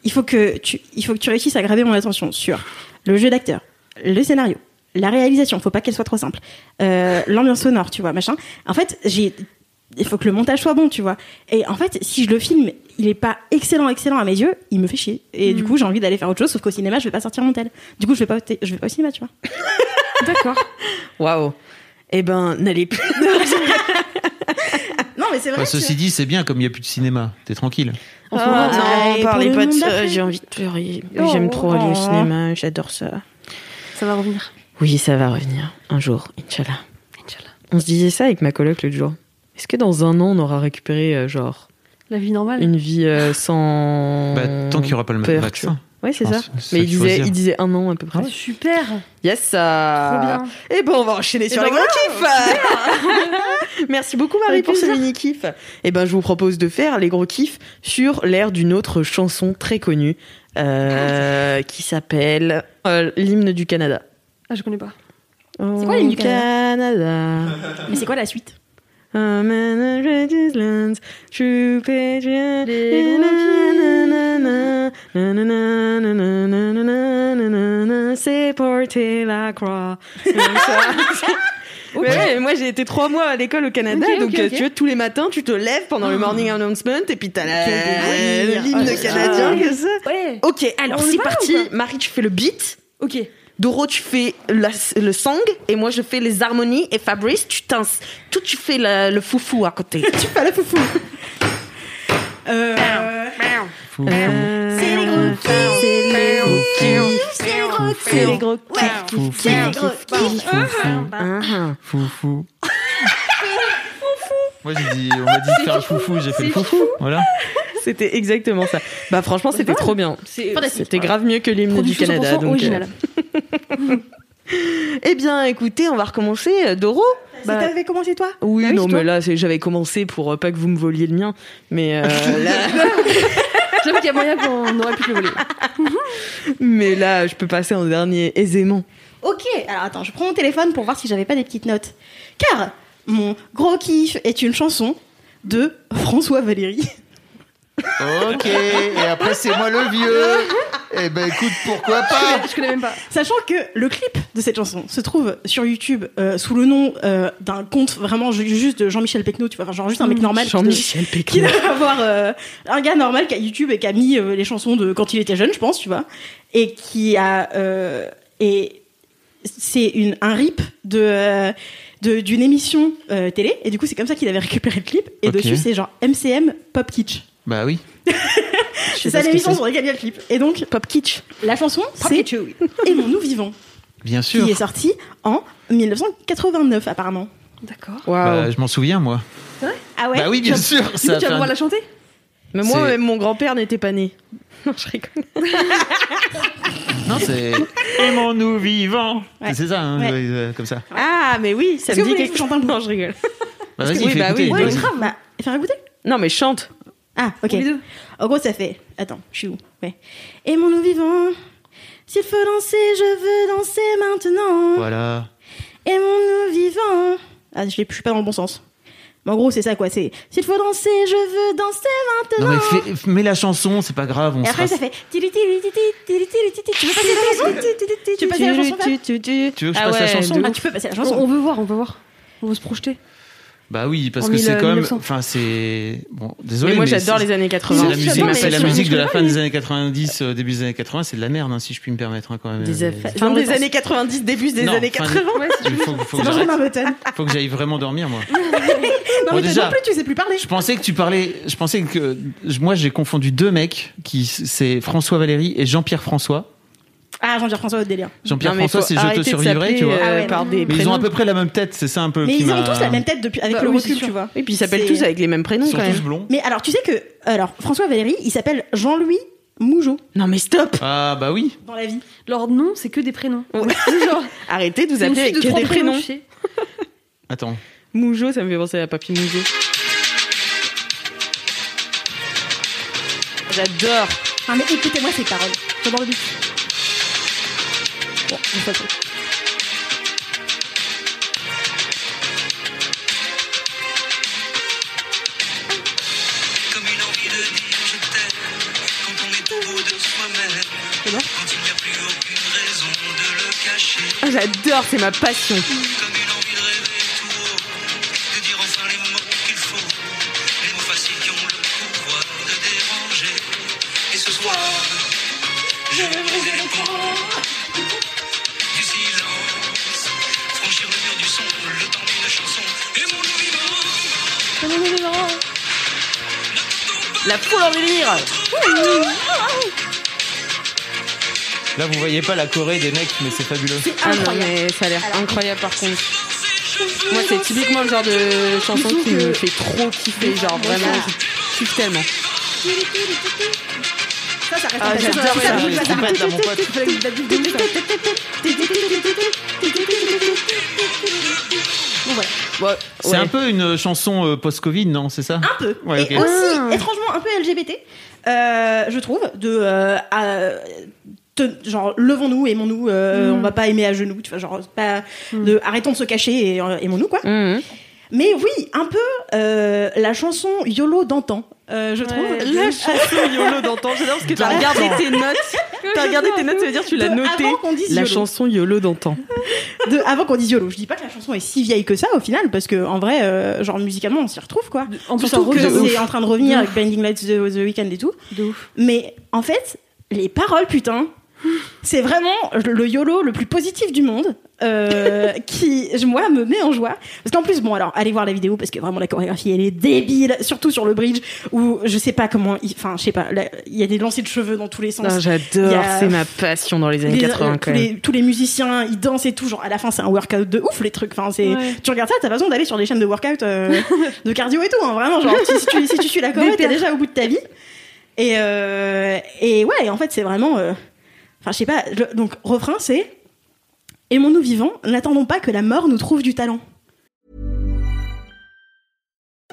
[SPEAKER 4] il faut que tu, il faut que tu réussisses à graver mon attention sur le jeu d'acteur, le scénario, la réalisation. Faut pas qu'elle soit trop simple. Euh, L'ambiance sonore, tu vois, machin. En fait, j'ai, il faut que le montage soit bon, tu vois. Et en fait, si je le filme, il est pas excellent excellent à mes yeux, il me fait chier. Et du coup, j'ai envie d'aller faire autre chose. Sauf qu'au cinéma, je vais pas sortir mon tel. Du coup, je vais pas, au thé- je vais pas au cinéma, tu vois.
[SPEAKER 2] D'accord.
[SPEAKER 1] Waouh. Eh ben, n'allez plus.
[SPEAKER 4] Non, mais c'est vrai.
[SPEAKER 5] Bah,
[SPEAKER 4] que-
[SPEAKER 5] ceci dit, c'est bien comme il n'y a plus de cinéma. T'es tranquille.
[SPEAKER 2] En ce
[SPEAKER 1] Ah,
[SPEAKER 2] moment,
[SPEAKER 4] euh,
[SPEAKER 1] non,
[SPEAKER 4] et
[SPEAKER 1] par
[SPEAKER 4] pour
[SPEAKER 1] les
[SPEAKER 4] le
[SPEAKER 1] potes,
[SPEAKER 4] monde
[SPEAKER 1] euh,
[SPEAKER 4] d'après.
[SPEAKER 1] j'ai envie de pleurer.
[SPEAKER 4] Oh,
[SPEAKER 1] J'aime trop aller au
[SPEAKER 4] oh.
[SPEAKER 1] cinéma, j'adore ça.
[SPEAKER 2] ça va revenir.
[SPEAKER 1] Oui, ça va revenir un jour, Inch'Allah.
[SPEAKER 2] Inch'Allah.
[SPEAKER 1] On se disait ça avec ma coloc l'autre jour. Est-ce que dans un an, on aura récupéré, euh, genre,
[SPEAKER 2] La vie normale.
[SPEAKER 1] une vie euh, sans.
[SPEAKER 5] Bah, tant qu'il n'y aura pas le
[SPEAKER 1] Euh, peur, tu
[SPEAKER 5] vaccin.
[SPEAKER 1] Ouais, c'est
[SPEAKER 5] Ah,
[SPEAKER 1] ça.
[SPEAKER 5] c'est- c'est
[SPEAKER 1] Mais
[SPEAKER 5] ça
[SPEAKER 1] il
[SPEAKER 5] qu'il faut
[SPEAKER 1] disait,
[SPEAKER 5] dire.
[SPEAKER 1] il disait un an à peu près.
[SPEAKER 2] Super,
[SPEAKER 1] Yes, ça.
[SPEAKER 2] trop bien.
[SPEAKER 1] Et ben, on va enchaîner sur
[SPEAKER 2] ben
[SPEAKER 1] les gros kiffs. Merci beaucoup Marie
[SPEAKER 2] Avec
[SPEAKER 1] pour ce
[SPEAKER 2] plaisir.
[SPEAKER 1] mini kiff. Et ben, je vous propose de faire les gros kiffs sur l'air d'une autre chanson très connue euh, qui s'appelle euh, l'hymne du Canada.
[SPEAKER 2] Ah, je connais pas.
[SPEAKER 1] C'est
[SPEAKER 4] quoi l'hymne du
[SPEAKER 1] Canada?
[SPEAKER 4] Mais c'est quoi la suite
[SPEAKER 1] Ah, man, I read these lines, true patriot.
[SPEAKER 2] Les
[SPEAKER 1] Na,
[SPEAKER 2] gros
[SPEAKER 1] na, na, na, na, na, na, na, na, na, na, na, na, na, C'est porter la croix. Comme ça. Mais ouais, moi j'ai été trois mois à l'école au Canada,
[SPEAKER 2] Ok, ok,
[SPEAKER 1] donc euh,
[SPEAKER 2] ok. Oh.
[SPEAKER 1] tu vois, tous les matins tu te lèves pendant le morning announcement et puis t'as la-
[SPEAKER 4] Quel délire.
[SPEAKER 1] l'hymne
[SPEAKER 4] Oh,
[SPEAKER 1] canadien.
[SPEAKER 2] putain.
[SPEAKER 1] que ça.
[SPEAKER 2] Ouais.
[SPEAKER 1] Ok, alors
[SPEAKER 2] On y
[SPEAKER 1] c'est
[SPEAKER 2] va ou
[SPEAKER 1] parti.
[SPEAKER 2] pas
[SPEAKER 1] Marie, tu fais le beat.
[SPEAKER 2] Ok.
[SPEAKER 1] Doro, tu fais la- le sang et moi je fais les harmonies et Fabrice, tu t'ins, tout tu fais la- le foufou à côté. tu fais le foufou.
[SPEAKER 4] Euh,
[SPEAKER 5] Faut-
[SPEAKER 1] Euh,
[SPEAKER 4] C'est les gros kiffs.
[SPEAKER 1] C'est les gros kiffs.
[SPEAKER 4] C'est les gros kiffs.
[SPEAKER 1] C'est les gros
[SPEAKER 4] Ouais.
[SPEAKER 1] kiffs.
[SPEAKER 5] faut- faut-
[SPEAKER 4] C'est les gros kiffs.
[SPEAKER 5] faut- faut-
[SPEAKER 1] Ah, ah.
[SPEAKER 5] Foufou. Moi, j'ai dit, on m'a dit de faire le foufou, j'ai fait le foufou. Voilà.
[SPEAKER 1] C'était exactement ça. Bah franchement, c'était trop bien.
[SPEAKER 2] C'est
[SPEAKER 4] Fantastique.
[SPEAKER 1] C'était grave mieux que l'hymne du
[SPEAKER 2] production
[SPEAKER 1] Canada.
[SPEAKER 2] 100%
[SPEAKER 1] Donc, euh,
[SPEAKER 2] originale.
[SPEAKER 1] Eh bien, écoutez, on va recommencer. Euh, Doro
[SPEAKER 4] Si t'avais commencé toi
[SPEAKER 1] Oui,
[SPEAKER 4] Ah oui,
[SPEAKER 1] non,
[SPEAKER 4] c'est toi.
[SPEAKER 1] mais là, c'est- j'avais commencé pour euh, pas que vous me voliez le mien. Mais, euh, là,
[SPEAKER 2] J'avoue qu'il y a moyen qu'on aurait pu le voler.
[SPEAKER 1] mais là, je peux passer en dernier aisément.
[SPEAKER 4] Ok, alors attends, je prends mon téléphone pour voir si j'avais pas des petites notes. Car mon gros kiff est une chanson de François Valéry.
[SPEAKER 5] Ok, et après, c'est moi le vieux. Eh ben, écoute, pourquoi pas
[SPEAKER 2] Je connais même pas.
[SPEAKER 4] Sachant que le clip de cette chanson se trouve sur YouTube euh, sous le nom euh, d'un compte vraiment ju- juste de Jean-Michel Pecno, tu vois, genre juste un mec normal. qui de-
[SPEAKER 1] Jean-Michel
[SPEAKER 4] qui
[SPEAKER 1] Pékin.
[SPEAKER 4] doit avoir euh, un gars normal qui a YouTube et qui a mis euh, les chansons de quand il était jeune, je pense, tu vois, et qui a euh, et c'est une un rip de euh, de- d'une émission euh, télé et du coup c'est comme ça qu'il avait récupéré le clip et
[SPEAKER 5] Ok.
[SPEAKER 4] dessus c'est genre MCM Pop Kitsch.
[SPEAKER 5] Bah oui.
[SPEAKER 4] C'est ça l'émission sur laquelle il y a le clip. Et donc
[SPEAKER 1] Pop Kitsch.
[SPEAKER 4] la chanson c'est Aimons-nous vivants
[SPEAKER 5] Bien
[SPEAKER 4] qui
[SPEAKER 5] sûr.
[SPEAKER 4] est sortie en 1989 apparemment.
[SPEAKER 2] D'accord.
[SPEAKER 1] Waouh.
[SPEAKER 5] Bah, je m'en souviens, moi.
[SPEAKER 4] Ah ouais.
[SPEAKER 5] Bah oui, bien sûr.
[SPEAKER 2] Du coup,
[SPEAKER 5] ça a
[SPEAKER 2] tu
[SPEAKER 5] fait
[SPEAKER 2] vas
[SPEAKER 5] un-
[SPEAKER 2] pouvoir la chanter
[SPEAKER 1] mais moi,
[SPEAKER 5] c'est-
[SPEAKER 1] même mon grand-père n'était pas né. Non, je rigole.
[SPEAKER 5] Non, c'est. Aimons-nous vivants.
[SPEAKER 4] Ouais.
[SPEAKER 5] C'est ça, hein,
[SPEAKER 4] Ouais.
[SPEAKER 5] euh, comme ça.
[SPEAKER 1] Ah, mais oui, ça
[SPEAKER 4] Est-ce
[SPEAKER 1] me
[SPEAKER 4] que vous
[SPEAKER 1] dit
[SPEAKER 4] voulez que
[SPEAKER 1] quelque
[SPEAKER 4] je chante un bout
[SPEAKER 1] Non, je rigole.
[SPEAKER 5] Bah,
[SPEAKER 1] Parce que-
[SPEAKER 5] vas-y,
[SPEAKER 1] oui,
[SPEAKER 5] fais
[SPEAKER 1] bah
[SPEAKER 5] écouter.
[SPEAKER 1] oui,
[SPEAKER 5] vas-y.
[SPEAKER 1] oui.
[SPEAKER 4] Ouais, grave. Bah, faire écouter.
[SPEAKER 1] Non, mais chante.
[SPEAKER 4] Ah, ok.
[SPEAKER 2] les deux.
[SPEAKER 4] En gros, ça fait. Attends, je suis où Ouais. Aimons-nous vivants. S'il faut danser, je veux danser maintenant.
[SPEAKER 5] Voilà.
[SPEAKER 4] Aimons-nous vivants. Ah, je l'ai- je suis pas dans le bon sens. Mais en gros, c'est ça quoi. C'est. S'il faut danser, je veux danser maintenant.
[SPEAKER 5] Non, mais fais- fais- mets la chanson, c'est pas grave, on
[SPEAKER 4] Et
[SPEAKER 5] se
[SPEAKER 4] après,
[SPEAKER 5] sera-
[SPEAKER 4] ça fait. Tili, tili, tili, tili, tili, tili. Tu veux passer la chanson Tu veux
[SPEAKER 5] Tu veux que je
[SPEAKER 4] passer la chanson Fab
[SPEAKER 5] passe la chanson
[SPEAKER 4] Ah, tu peux passer la
[SPEAKER 2] On,
[SPEAKER 4] chanson.
[SPEAKER 2] on veut voir, on veut voir. On veut se projeter.
[SPEAKER 5] Bah oui, parce
[SPEAKER 2] En
[SPEAKER 5] que c'est
[SPEAKER 2] mille-
[SPEAKER 5] quand même.
[SPEAKER 2] 1900.
[SPEAKER 5] Enfin, c'est. Bon, désolé.
[SPEAKER 1] Mais moi,
[SPEAKER 5] mais
[SPEAKER 1] j'adore
[SPEAKER 5] c'est-
[SPEAKER 1] les années
[SPEAKER 5] C'est
[SPEAKER 1] 80.
[SPEAKER 5] la musique,
[SPEAKER 2] mais
[SPEAKER 5] c'est la
[SPEAKER 2] je-
[SPEAKER 5] musique
[SPEAKER 2] je
[SPEAKER 5] de
[SPEAKER 2] peux
[SPEAKER 5] la
[SPEAKER 2] pas,
[SPEAKER 5] fin
[SPEAKER 2] mais-
[SPEAKER 5] des années 90, euh, début des années 80, c'est de la merde, hein, si je puis me permettre, hein, quand même.
[SPEAKER 1] Des
[SPEAKER 5] Euh,
[SPEAKER 1] affaires- Fin des années 90, début des
[SPEAKER 5] Non,
[SPEAKER 1] années
[SPEAKER 5] fin des-
[SPEAKER 1] 80.
[SPEAKER 5] Il faut, faut que
[SPEAKER 4] C'est Benjamin
[SPEAKER 5] j'arrête.
[SPEAKER 4] Button.
[SPEAKER 5] Faut que j'aille vraiment dormir, moi.
[SPEAKER 4] Non,
[SPEAKER 5] Bon,
[SPEAKER 4] mais toi
[SPEAKER 5] déjà-
[SPEAKER 4] non plus, tu sais plus parler.
[SPEAKER 5] Je pensais que tu parlais. Je pensais que. Moi, j'ai confondu deux mecs, qui c'est François Valéry et Jean-Pierre François.
[SPEAKER 4] Ah, Jean-Pierre François, votre délire.
[SPEAKER 5] Jean-Pierre
[SPEAKER 1] Non, mais
[SPEAKER 5] François,
[SPEAKER 1] faut
[SPEAKER 5] c'est Je
[SPEAKER 1] arrêter
[SPEAKER 5] te
[SPEAKER 1] de
[SPEAKER 5] survivrai, tu vois.
[SPEAKER 1] s'appeler,
[SPEAKER 4] Ah
[SPEAKER 1] euh,
[SPEAKER 4] ouais,
[SPEAKER 1] par
[SPEAKER 4] non.
[SPEAKER 1] des
[SPEAKER 5] Mais ils ont à
[SPEAKER 1] prénoms.
[SPEAKER 5] peu près la même tête, c'est ça un peu.
[SPEAKER 4] Mais
[SPEAKER 5] qui
[SPEAKER 4] ils ont
[SPEAKER 5] m'a-
[SPEAKER 4] tous la même tête depuis, avec
[SPEAKER 2] Bah
[SPEAKER 4] le
[SPEAKER 2] oui,
[SPEAKER 4] recul,
[SPEAKER 2] c'est sûr.
[SPEAKER 4] tu vois.
[SPEAKER 1] Et puis ils s'appellent
[SPEAKER 4] C'est-
[SPEAKER 1] tous avec les mêmes prénoms
[SPEAKER 5] Ils sont
[SPEAKER 1] quand
[SPEAKER 5] tous
[SPEAKER 1] même.
[SPEAKER 5] blonds.
[SPEAKER 4] Mais alors, tu sais que alors François Valéry, il s'appelle Jean-Louis Mougeot
[SPEAKER 1] Non mais stop
[SPEAKER 5] Ah, bah oui.
[SPEAKER 4] dans la vie.
[SPEAKER 2] Leur nom, c'est que des prénoms.
[SPEAKER 1] Ouais.
[SPEAKER 2] C'est genre,
[SPEAKER 1] Arrêtez de vous
[SPEAKER 2] c'est une
[SPEAKER 1] appeler avec
[SPEAKER 2] suite de
[SPEAKER 1] que
[SPEAKER 2] trois
[SPEAKER 1] des prénoms.
[SPEAKER 2] tu sais.
[SPEAKER 5] Attends.
[SPEAKER 1] Moujo, ça me fait penser à Papy Moujo. J'adore
[SPEAKER 4] Ah mais écoutez-moi ces paroles. J'adore le beat. Bon, je sais pas trop.
[SPEAKER 6] Comme une envie de dire je t'aime Quand on est au bout de soi-même
[SPEAKER 4] Comment
[SPEAKER 6] Quand il n'y a plus aucune raison de le cacher
[SPEAKER 1] Ah, J'adore, c'est ma passion.
[SPEAKER 6] Comme une envie de rêver tout haut De dire enfin les mots qu'il faut Les mots faciles qui ont le pouvoir de déranger Et ce soir Je vais briser les ponts Du silence Franchir le mur du son Le temps d'une chanson Et mon loup vivant
[SPEAKER 1] La foule en délire
[SPEAKER 5] Là, vous voyez pas la Corée des mecs, mais c'est fabuleux.
[SPEAKER 1] Ah non mais ça a l'air incroyable par contre. Moi c'est typiquement le genre de chanson qui me fait trop kiffer, genre vraiment je kiffe tellement.
[SPEAKER 4] Ça, ça reste
[SPEAKER 1] Ah,
[SPEAKER 4] un
[SPEAKER 1] j'adore
[SPEAKER 4] passage.
[SPEAKER 1] ça.
[SPEAKER 4] joue
[SPEAKER 5] Les
[SPEAKER 4] pas,
[SPEAKER 5] trompettes,
[SPEAKER 4] joue
[SPEAKER 5] là, mon
[SPEAKER 4] pas.
[SPEAKER 5] pote.
[SPEAKER 4] Il fallait que je batte du début, ça. Bon, voilà.
[SPEAKER 1] Ouais,
[SPEAKER 5] C'est
[SPEAKER 1] ouais.
[SPEAKER 5] un peu une chanson euh, post-Covid, non C'est ça
[SPEAKER 4] Un peu.
[SPEAKER 5] Ouais,
[SPEAKER 4] et
[SPEAKER 5] ok.
[SPEAKER 4] aussi, étrangement, un peu LGBT, euh, je trouve, de. euh, à- te- genre, levons-nous, aimons-nous, euh, on va pas aimer à genoux, tu vois, genre, c'est pas. De, arrêtons de se cacher et euh, aimons-nous, quoi.
[SPEAKER 1] Mhm.
[SPEAKER 4] Mais oui, un peu euh, la chanson YOLO d'antan, euh, je trouve.
[SPEAKER 1] La chanson YOLO d'antan, j'adore parce que t'as regardé tes notes. T'as regardé tes notes, ça veut dire que tu l'as
[SPEAKER 4] De
[SPEAKER 1] noté.
[SPEAKER 4] Avant qu'on dise
[SPEAKER 1] La
[SPEAKER 4] YOLO.
[SPEAKER 1] chanson YOLO d'antan.
[SPEAKER 4] De avant qu'on dise YOLO. Je dis pas que la chanson est si vieille que ça au final, parce que en vrai, euh, genre musicalement, on s'y retrouve quoi.
[SPEAKER 2] En plus,
[SPEAKER 4] Surtout
[SPEAKER 2] en
[SPEAKER 4] que
[SPEAKER 2] revient de
[SPEAKER 4] c'est
[SPEAKER 2] ouf.
[SPEAKER 4] en train de revenir avec Blinding Lights the, The Weeknd et tout.
[SPEAKER 2] De ouf.
[SPEAKER 4] Mais en fait, les paroles, putain, c'est vraiment le YOLO le plus positif du monde. euh, qui je- moi me met en joie parce qu'en plus bon alors allez voir la vidéo parce que vraiment la chorégraphie elle est débile surtout sur le bridge où je sais pas comment il- enfin je sais pas là, il y a des lancers de cheveux dans tous les sens
[SPEAKER 1] Ah,
[SPEAKER 4] Il y
[SPEAKER 1] J'adore,
[SPEAKER 4] a-
[SPEAKER 1] c'est ma passion dans les années
[SPEAKER 4] les- euh,
[SPEAKER 1] 80
[SPEAKER 4] tous,
[SPEAKER 1] quand même.
[SPEAKER 4] les, tous les musiciens, ils dansent et tout. Genre, à la fin, c'est un workout de ouf, les trucs. Enfin, c'est,
[SPEAKER 2] Ouais.
[SPEAKER 4] tu regardes ça, t'as raison d'aller sur des chaînes de workout, euh, de cardio et tout, hein, vraiment. Genre, si, si tu, si tu suis la choré, t'es
[SPEAKER 2] Dépère.
[SPEAKER 4] déjà au bout de ta vie. Et, euh, et ouais, et en fait, c'est vraiment, euh, enfin, je sais pas, le- donc, refrain, c'est, aimons-nous vivants, n'attendons pas que la mort nous trouve du talent.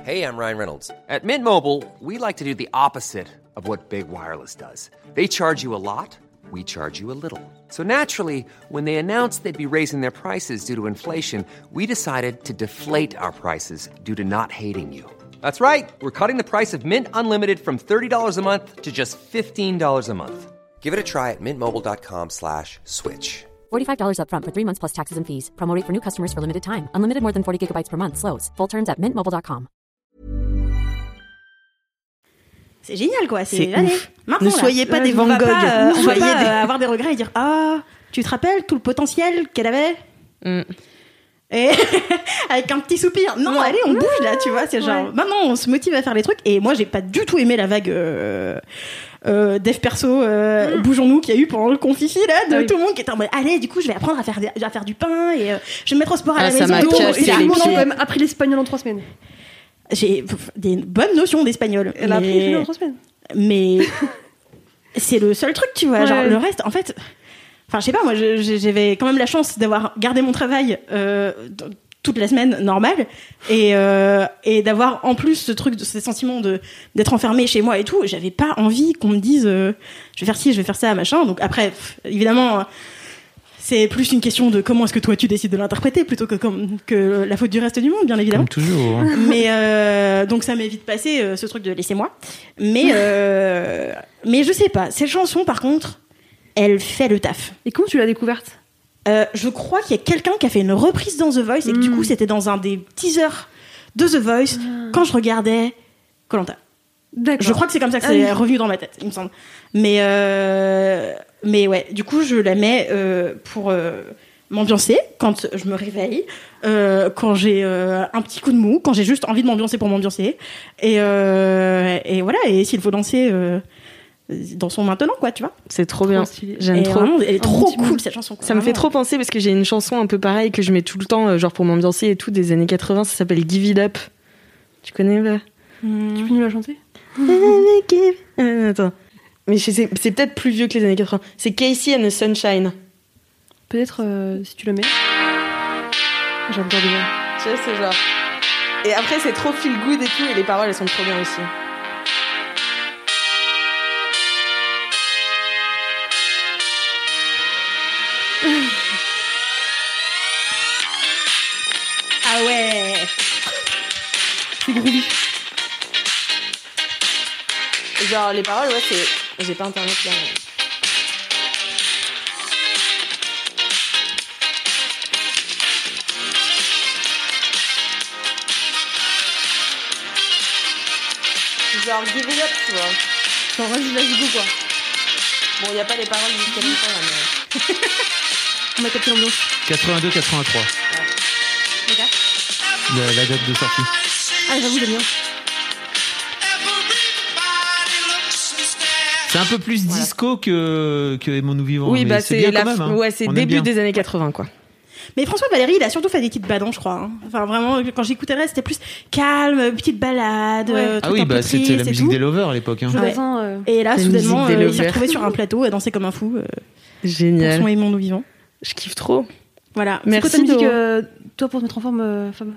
[SPEAKER 7] Hey, I'm Ryan Reynolds. At Mint Mobile, we like to do the opposite of what Big Wireless does. They charge you a lot, we charge you a little. So naturally, when they announced they'd be raising their prices due to inflation, we decided to deflate our prices due to not hating you. That's right. We're cutting the price of Mint Unlimited from $30 a month to just $15 a month. Give it a try at mintmobile.com slash switch.
[SPEAKER 8] $45 upfront for three months plus taxes and fees. Promo rate for new customers for limited time. Unlimited more than 40 gigabytes per month. Slows. Full terms at mintmobile.com.
[SPEAKER 4] C'est génial, quoi. C'est
[SPEAKER 1] C'est
[SPEAKER 4] l'année.
[SPEAKER 1] ouf.
[SPEAKER 4] Maintenant,
[SPEAKER 1] Ne
[SPEAKER 4] là.
[SPEAKER 1] soyez pas des
[SPEAKER 4] on
[SPEAKER 1] Van
[SPEAKER 4] va
[SPEAKER 1] Gogh.
[SPEAKER 4] pas, euh,
[SPEAKER 1] Ne
[SPEAKER 4] on va
[SPEAKER 1] soyez
[SPEAKER 4] pas,
[SPEAKER 1] des-
[SPEAKER 4] euh, avoir des regrets et dire Ah, tu te rappelles tout le potentiel qu'elle avait
[SPEAKER 1] Mm.
[SPEAKER 4] Et avec un petit soupir. Non, allez, on bouge là, tu vois. C'est genre,
[SPEAKER 2] Ouais.
[SPEAKER 4] maintenant, on se motive à faire les trucs. Et moi, j'ai pas du tout aimé la vague euh, euh, dev perso, euh, bougeons-nous, qu'il y a eu pendant le confifi, là, de
[SPEAKER 2] Mm. Ah oui.
[SPEAKER 4] tout le monde qui était en mode, allez, du coup, je vais apprendre à faire, des- à faire du pain et euh, je vais me mettre au sport à
[SPEAKER 1] Ah,
[SPEAKER 4] la
[SPEAKER 1] ça
[SPEAKER 4] maison.
[SPEAKER 1] m'a
[SPEAKER 4] et tout.
[SPEAKER 2] Donc,
[SPEAKER 1] cassé
[SPEAKER 4] Et
[SPEAKER 2] et
[SPEAKER 4] là,
[SPEAKER 2] tout le
[SPEAKER 1] les
[SPEAKER 2] monde a quand
[SPEAKER 1] pieds.
[SPEAKER 2] même appris l'espagnol en trois semaines.
[SPEAKER 4] J'ai pff, des bonnes notions d'espagnol.
[SPEAKER 2] Elle a appris
[SPEAKER 4] mais-
[SPEAKER 2] l'espagnol en trois semaines.
[SPEAKER 4] mais c'est le seul truc, tu vois.
[SPEAKER 2] Ouais.
[SPEAKER 4] Genre, le reste, en fait, enfin, je sais pas, moi, je- je- j'avais quand même la chance d'avoir gardé mon travail euh, d- toute la semaine normale et, euh, et d'avoir en plus ce truc, de- ce sentiment de d'être enfermé chez moi et tout. J'avais pas envie qu'on me dise, euh, je vais faire ci, je vais faire ça, machin. Donc après, pff, évidemment. euh, C'est plus une question de comment est-ce que toi tu décides de l'interpréter plutôt que, comme, que la faute du reste du monde, bien évidemment.
[SPEAKER 5] Comme toujours. hein.
[SPEAKER 4] Mais euh, donc ça m'est vite passé euh, ce truc de laissez-moi. Mais euh, mais je sais pas. Cette chanson par contre, elle fait le taf.
[SPEAKER 2] Et comment tu l'as découverte
[SPEAKER 4] Euh, je crois qu'il y a quelqu'un qui a fait une reprise dans The Voice et que du coup c'était dans un des teasers de The Voice quand je regardais Colanta.
[SPEAKER 2] D'accord.
[SPEAKER 4] Je crois que c'est comme ça que
[SPEAKER 2] Ah
[SPEAKER 4] c'est
[SPEAKER 2] oui.
[SPEAKER 4] revenu dans ma tête, il me semble. Mais euh, mais ouais, du coup je la mets euh, pour euh, m'ambiancer quand je me réveille, euh, quand j'ai euh, un petit coup de mou, quand j'ai juste envie de m'ambiancer pour m'ambiancer. Et, euh, et voilà, et s'il faut danser, euh, dansons maintenant, quoi, tu vois.
[SPEAKER 1] C'est trop bien.
[SPEAKER 2] stylé.
[SPEAKER 1] J'aime
[SPEAKER 4] Et
[SPEAKER 1] trop.
[SPEAKER 4] vraiment, elle est trop
[SPEAKER 2] petit
[SPEAKER 4] cool
[SPEAKER 2] monde.
[SPEAKER 4] cette chanson. quoi.
[SPEAKER 1] Ça me fait
[SPEAKER 4] Vraiment.
[SPEAKER 1] trop penser parce que j'ai une chanson un peu pareille que je mets tout le temps, euh, genre pour m'ambiancer et tout, des années 80, ça s'appelle Give It Up. Tu connais là
[SPEAKER 2] Tu peux nous la chanter
[SPEAKER 1] Euh, Attends. Mais je sais- c'est peut-être plus vieux que les années 80. C'est Casey and the Sunshine.
[SPEAKER 2] Peut-être euh, si tu la mets. J'adore déjà.
[SPEAKER 1] Tu vois, c'est genre. Et après, c'est trop feel good et tout, et les paroles, elles sont trop bien aussi.
[SPEAKER 4] Ah ouais
[SPEAKER 2] C'est groovy.
[SPEAKER 1] Genre, les paroles, ouais, c'est. J'ai pas internet là. mais- Genre, give it up, tu vois.
[SPEAKER 2] Genre, vas-y, vas-y, go quoi.
[SPEAKER 1] Bon, y a pas les paroles du Californie, là, mais.
[SPEAKER 2] On a capté l'ambiance.
[SPEAKER 5] 82-83. La, la date de sortie.
[SPEAKER 2] Ah, j'avoue, j'aime bien.
[SPEAKER 5] C'est un peu plus disco que, que Aimons-nous vivants.
[SPEAKER 1] Oui,
[SPEAKER 5] mais
[SPEAKER 1] bah,
[SPEAKER 5] c'est
[SPEAKER 1] c'est
[SPEAKER 5] bien
[SPEAKER 1] la.
[SPEAKER 5] quand même. hein.
[SPEAKER 1] Ouais, c'est
[SPEAKER 5] On aime
[SPEAKER 1] début
[SPEAKER 5] bien.
[SPEAKER 1] des années 80, quoi.
[SPEAKER 4] Mais François Valéry, il a surtout fait des petites badons, je crois. hein. Enfin, vraiment, quand j'écoutais le reste, c'était plus calme, petite balade,
[SPEAKER 2] Ouais.
[SPEAKER 4] euh,
[SPEAKER 5] Ah
[SPEAKER 4] truc un
[SPEAKER 5] oui,
[SPEAKER 4] peu
[SPEAKER 5] bah, c'était la
[SPEAKER 4] triste et
[SPEAKER 5] musique
[SPEAKER 4] tout.
[SPEAKER 5] des lovers à l'époque. hein.
[SPEAKER 2] Je
[SPEAKER 4] Ouais.
[SPEAKER 2] ressens, euh,
[SPEAKER 4] Et là,
[SPEAKER 1] La
[SPEAKER 4] soudainement,
[SPEAKER 1] musique des
[SPEAKER 4] euh, il s'est
[SPEAKER 1] lovers.
[SPEAKER 4] retrouvé sur un plateau à danser comme un fou. Euh,
[SPEAKER 1] Génial.
[SPEAKER 4] Pensons et nous vivants.
[SPEAKER 1] Je kiffe trop.
[SPEAKER 4] Voilà.
[SPEAKER 2] C'est quoi ta
[SPEAKER 1] Merci,
[SPEAKER 2] musique,
[SPEAKER 1] Doro.
[SPEAKER 2] euh, toi, pour te mettre en forme, euh, Fab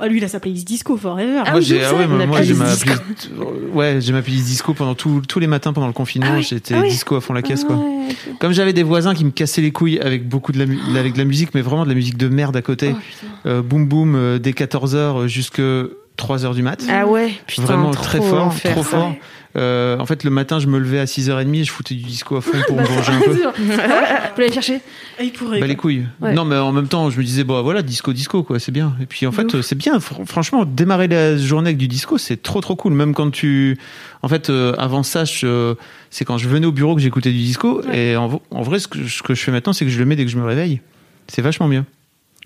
[SPEAKER 4] Ah, lui, il a sa playlist disco forever.
[SPEAKER 1] Ah
[SPEAKER 5] moi,
[SPEAKER 1] oui,
[SPEAKER 5] j'ai,
[SPEAKER 1] c'est
[SPEAKER 5] ah
[SPEAKER 1] vrai,
[SPEAKER 5] ouais,
[SPEAKER 1] on a
[SPEAKER 5] moi,
[SPEAKER 1] pas
[SPEAKER 5] j'ai
[SPEAKER 1] les
[SPEAKER 5] ma
[SPEAKER 1] discos.
[SPEAKER 5] playlist- ouais, j'ai ma playlist disco pendant tout- tous les matins pendant le confinement.
[SPEAKER 2] Ah ouais,
[SPEAKER 5] J'étais
[SPEAKER 2] ah ouais.
[SPEAKER 5] disco à fond la caisse,
[SPEAKER 2] Ah
[SPEAKER 5] quoi.
[SPEAKER 2] ouais, ok.
[SPEAKER 5] Comme j'avais des voisins qui me cassaient les couilles avec beaucoup de la, mu- avec de la musique, mais vraiment de la musique de merde à côté.
[SPEAKER 2] Oh, putain.
[SPEAKER 5] Euh, boum boum, euh, dès 14h jusque 3h du mat.
[SPEAKER 1] Ah ouais, putain,
[SPEAKER 5] Vraiment
[SPEAKER 1] trop
[SPEAKER 5] très fort,
[SPEAKER 1] enfer,
[SPEAKER 5] trop hein,
[SPEAKER 1] ça.
[SPEAKER 5] fort. Euh, en fait, le matin, je me levais à 6h30 et je foutais du disco à fond pour me venger un
[SPEAKER 2] Ah,
[SPEAKER 5] peu.
[SPEAKER 2] dur. Ah, Vous l'avez cherché
[SPEAKER 4] Et il pourrait.
[SPEAKER 5] Bah, les
[SPEAKER 4] quoi.
[SPEAKER 5] couilles.
[SPEAKER 2] Ouais.
[SPEAKER 5] Non, mais en même temps, je me disais, bon, voilà, disco, disco, quoi, c'est bien. Et puis, en fait, euh, c'est bien. Fr- franchement, démarrer la journée avec du disco, c'est trop, trop cool. Même quand tu. En fait, euh, avant ça, je- c'est quand je venais au bureau que j'écoutais du disco. Et en, v- en vrai, ce que, ce que je fais maintenant, c'est que je le mets dès que je me réveille. C'est vachement mieux.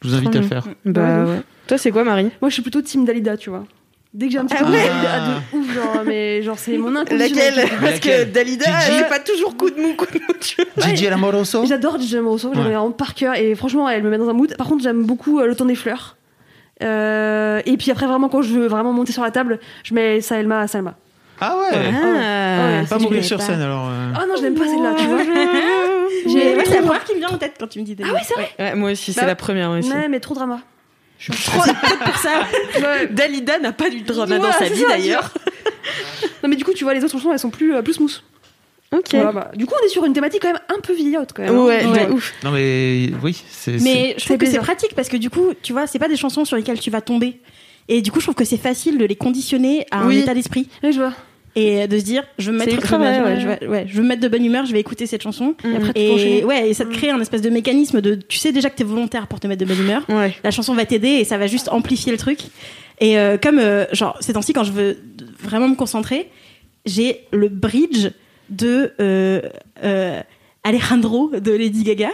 [SPEAKER 5] Je vous invite à le faire.
[SPEAKER 1] Bah ouais. Toi, c'est quoi, Marie
[SPEAKER 2] Moi, je suis plutôt team Dalida, tu vois. Dès que j'ai un petit
[SPEAKER 1] Ah
[SPEAKER 2] peu de
[SPEAKER 1] ouais
[SPEAKER 2] Dalida de ouf, genre, mais genre, c'est mon inconditionnel.
[SPEAKER 5] Parce que
[SPEAKER 1] Dalida,
[SPEAKER 5] Gigi
[SPEAKER 1] pas toujours coup de mou, coup de mou. tu vois.
[SPEAKER 5] Gigi Lamoroso
[SPEAKER 2] J'adore Gigi Amoroso, j'en
[SPEAKER 5] Ouais.
[SPEAKER 2] ai vraiment par cœur et franchement elle me met dans un mood. Par contre j'aime beaucoup euh, le temps des fleurs. Euh, et puis après vraiment quand je veux vraiment monter sur la table, je mets Saelma à Salma.
[SPEAKER 5] Ah ouais
[SPEAKER 2] ouais,
[SPEAKER 5] Pas
[SPEAKER 2] si
[SPEAKER 5] mourir
[SPEAKER 4] je
[SPEAKER 5] sur
[SPEAKER 4] l'avais
[SPEAKER 5] scène alors. euh.
[SPEAKER 2] Oh non je l'aime pas celle-là, tu vois.
[SPEAKER 1] Ah
[SPEAKER 4] Mais
[SPEAKER 2] J'ai
[SPEAKER 4] ouais, c'est la
[SPEAKER 2] trop...
[SPEAKER 4] première qui me vient en tête quand tu me dis des
[SPEAKER 2] Ah ouais c'est vrai.
[SPEAKER 1] Ouais, moi aussi, c'est
[SPEAKER 2] Bah,
[SPEAKER 1] la première. Moi aussi.
[SPEAKER 2] Ouais mais trop drama.
[SPEAKER 5] Je suis
[SPEAKER 4] Trop, c'est peut-être pour ça.
[SPEAKER 1] Dalida n'a pas du drama
[SPEAKER 2] Ouais, c'est ça, Non mais du coup tu vois les autres chansons elles sont plus euh, plus smooth.
[SPEAKER 1] Ok.
[SPEAKER 2] Voilà, bah, Du coup on est sur une thématique quand même un peu vieillotte quand même. hein.
[SPEAKER 1] Ouais,
[SPEAKER 4] Ouais.
[SPEAKER 1] de ouf.
[SPEAKER 5] Non mais oui, c'est. c'est-
[SPEAKER 4] Mais je trouve que c'est
[SPEAKER 2] plaisir.
[SPEAKER 4] pratique parce que du coup, tu vois, c'est pas des chansons sur lesquelles tu vas tomber. Et du coup, je trouve que c'est facile de les conditionner à un
[SPEAKER 1] Oui.
[SPEAKER 4] état d'esprit
[SPEAKER 2] Ouais, je vois.
[SPEAKER 4] et de se dire, je veux me
[SPEAKER 1] C'est
[SPEAKER 4] mettre de
[SPEAKER 1] ultra
[SPEAKER 4] bonne humeur,
[SPEAKER 1] vrai, Mm.
[SPEAKER 4] je vais- ouais, je veux me mettre de bonne humeur, je vais écouter cette chanson.
[SPEAKER 2] Et après tu
[SPEAKER 4] Et
[SPEAKER 2] t'enchaînes.
[SPEAKER 4] ouais, et ça te crée un espèce de mécanisme de, tu sais déjà que t'es volontaire pour te mettre de bonne humeur.
[SPEAKER 1] Ouais.
[SPEAKER 4] la chanson va t'aider et ça va juste amplifier le truc. Et euh, comme, euh, genre, ces temps-ci, quand je veux d- vraiment me concentrer, j'ai le bridge de euh, euh, Alejandro de Lady Gaga.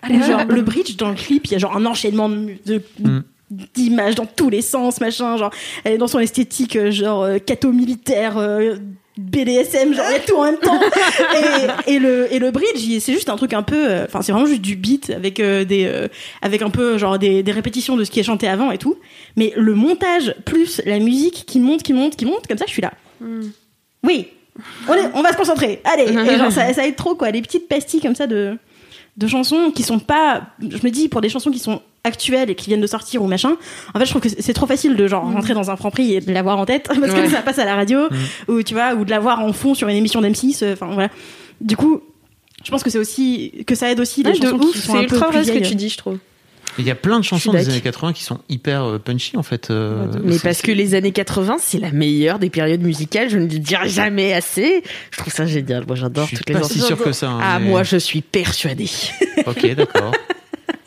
[SPEAKER 2] Allez,
[SPEAKER 4] Genre,
[SPEAKER 2] genre
[SPEAKER 4] le bridge dans le clip, il y a genre un enchaînement de mu- de-
[SPEAKER 5] Mm.
[SPEAKER 4] d'images dans tous les sens, machin. Genre, elle est dans son esthétique, euh, genre, euh, cato-militaire. euh, BDSM, genre, il y a tout en même temps. Et, et le, et le bridge, il- c'est juste un truc un peu. euh, Enfin, c'est vraiment juste du beat avec euh, des. euh, avec un peu, genre, des, des répétitions de ce qui est chanté avant et tout. Mais le montage, plus la musique qui monte, qui monte, qui monte, comme ça, je suis là. Oui, on, est- on va se concentrer. Allez, et genre, ça, ça aide trop, quoi. Les petites pastilles comme ça de, de chansons qui sont pas. Je me dis, pour des chansons qui sont actuelles et qui viennent de sortir ou machin, en fait, je trouve que c'est c'est trop facile de genre rentrer dans un franc prix et de l'avoir en tête parce que
[SPEAKER 1] Mm. Ouais. Mm.
[SPEAKER 4] ça passe à la radio ou tu vois, ou de l'avoir en fond sur une émission d'M6. euh, Enfin, voilà. Du coup. Je pense que c'est aussi que ça aide aussi les
[SPEAKER 1] Ouais, de
[SPEAKER 4] chansons
[SPEAKER 1] ouf,
[SPEAKER 4] qui sont un
[SPEAKER 1] c'est
[SPEAKER 4] peu
[SPEAKER 1] ultra
[SPEAKER 4] plus
[SPEAKER 1] vrai ce que
[SPEAKER 4] vieilles.
[SPEAKER 1] tu dis, je trouve.
[SPEAKER 5] Il y a plein de chansons
[SPEAKER 1] Je suis
[SPEAKER 5] des
[SPEAKER 1] d'accord.
[SPEAKER 5] années 80 qui sont hyper euh, punchy en fait. euh,
[SPEAKER 1] Mais
[SPEAKER 5] c'est-
[SPEAKER 1] parce que les années 80, c'est la meilleure des périodes musicales, je ne le dirai jamais assez. Je trouve ça génial, moi
[SPEAKER 5] Je
[SPEAKER 1] j'adore
[SPEAKER 5] suis
[SPEAKER 1] toutes les
[SPEAKER 5] pas si sûr que ça. hein,
[SPEAKER 1] Ah,
[SPEAKER 5] mais-
[SPEAKER 1] moi je suis persuadée.
[SPEAKER 5] Ok, d'accord.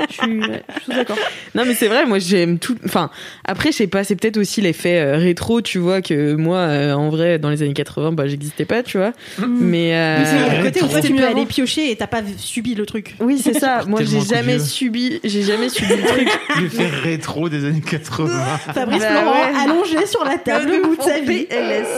[SPEAKER 2] je suis, ouais, je suis d'accord.
[SPEAKER 1] Non mais c'est vrai, moi j'aime tout. Enfin, après je sais pas, c'est peut-être aussi l'effet euh, rétro, tu vois, que moi euh, en vrai dans les années 80, bah j'existais pas, tu vois.
[SPEAKER 2] Mm.
[SPEAKER 1] Mais euh,
[SPEAKER 4] Mais c'est le côté où toi,
[SPEAKER 2] Trop
[SPEAKER 4] tu peux
[SPEAKER 2] bien.
[SPEAKER 4] aller piocher et t'as pas subi le truc.
[SPEAKER 1] oui c'est ça. Moi
[SPEAKER 5] Tellement
[SPEAKER 1] j'ai
[SPEAKER 5] un coup de
[SPEAKER 1] jamais
[SPEAKER 5] vieux.
[SPEAKER 1] subi, j'ai jamais subi le truc.
[SPEAKER 5] Le faire rétro des années 80.
[SPEAKER 4] Fabrice
[SPEAKER 1] Bah
[SPEAKER 4] Florent
[SPEAKER 1] ouais.
[SPEAKER 4] allongé sur la table au bout de sa vie.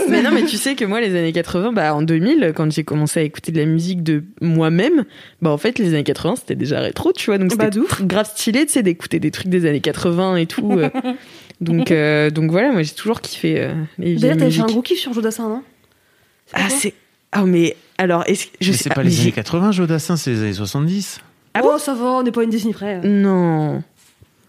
[SPEAKER 1] Mais non mais tu sais que moi les années 80, bah en 2000, quand j'ai commencé à écouter de la musique de moi-même, bah en fait les années 80 c'était déjà rétro, tu vois, donc
[SPEAKER 2] Bah,
[SPEAKER 1] c'était grave stylé, tu sais, d'écouter des trucs des années 80 et tout. euh. donc euh, donc voilà, moi j'ai toujours kiffé euh, les vieilles
[SPEAKER 2] D'ailleurs t'avais fait un
[SPEAKER 1] musiques.
[SPEAKER 2] gros kiff sur Jodassin non
[SPEAKER 1] Ah, c'est. Ah, mais alors, est-ce que. Je
[SPEAKER 5] Mais
[SPEAKER 1] sais
[SPEAKER 5] c'est
[SPEAKER 1] ah,
[SPEAKER 5] pas
[SPEAKER 1] mais
[SPEAKER 5] les
[SPEAKER 1] j'ai-
[SPEAKER 5] années 80, Jodassin, c'est les années 70.
[SPEAKER 1] Ah
[SPEAKER 2] Oh ça va, on n'est pas Mm. à une décennie près.
[SPEAKER 1] Non.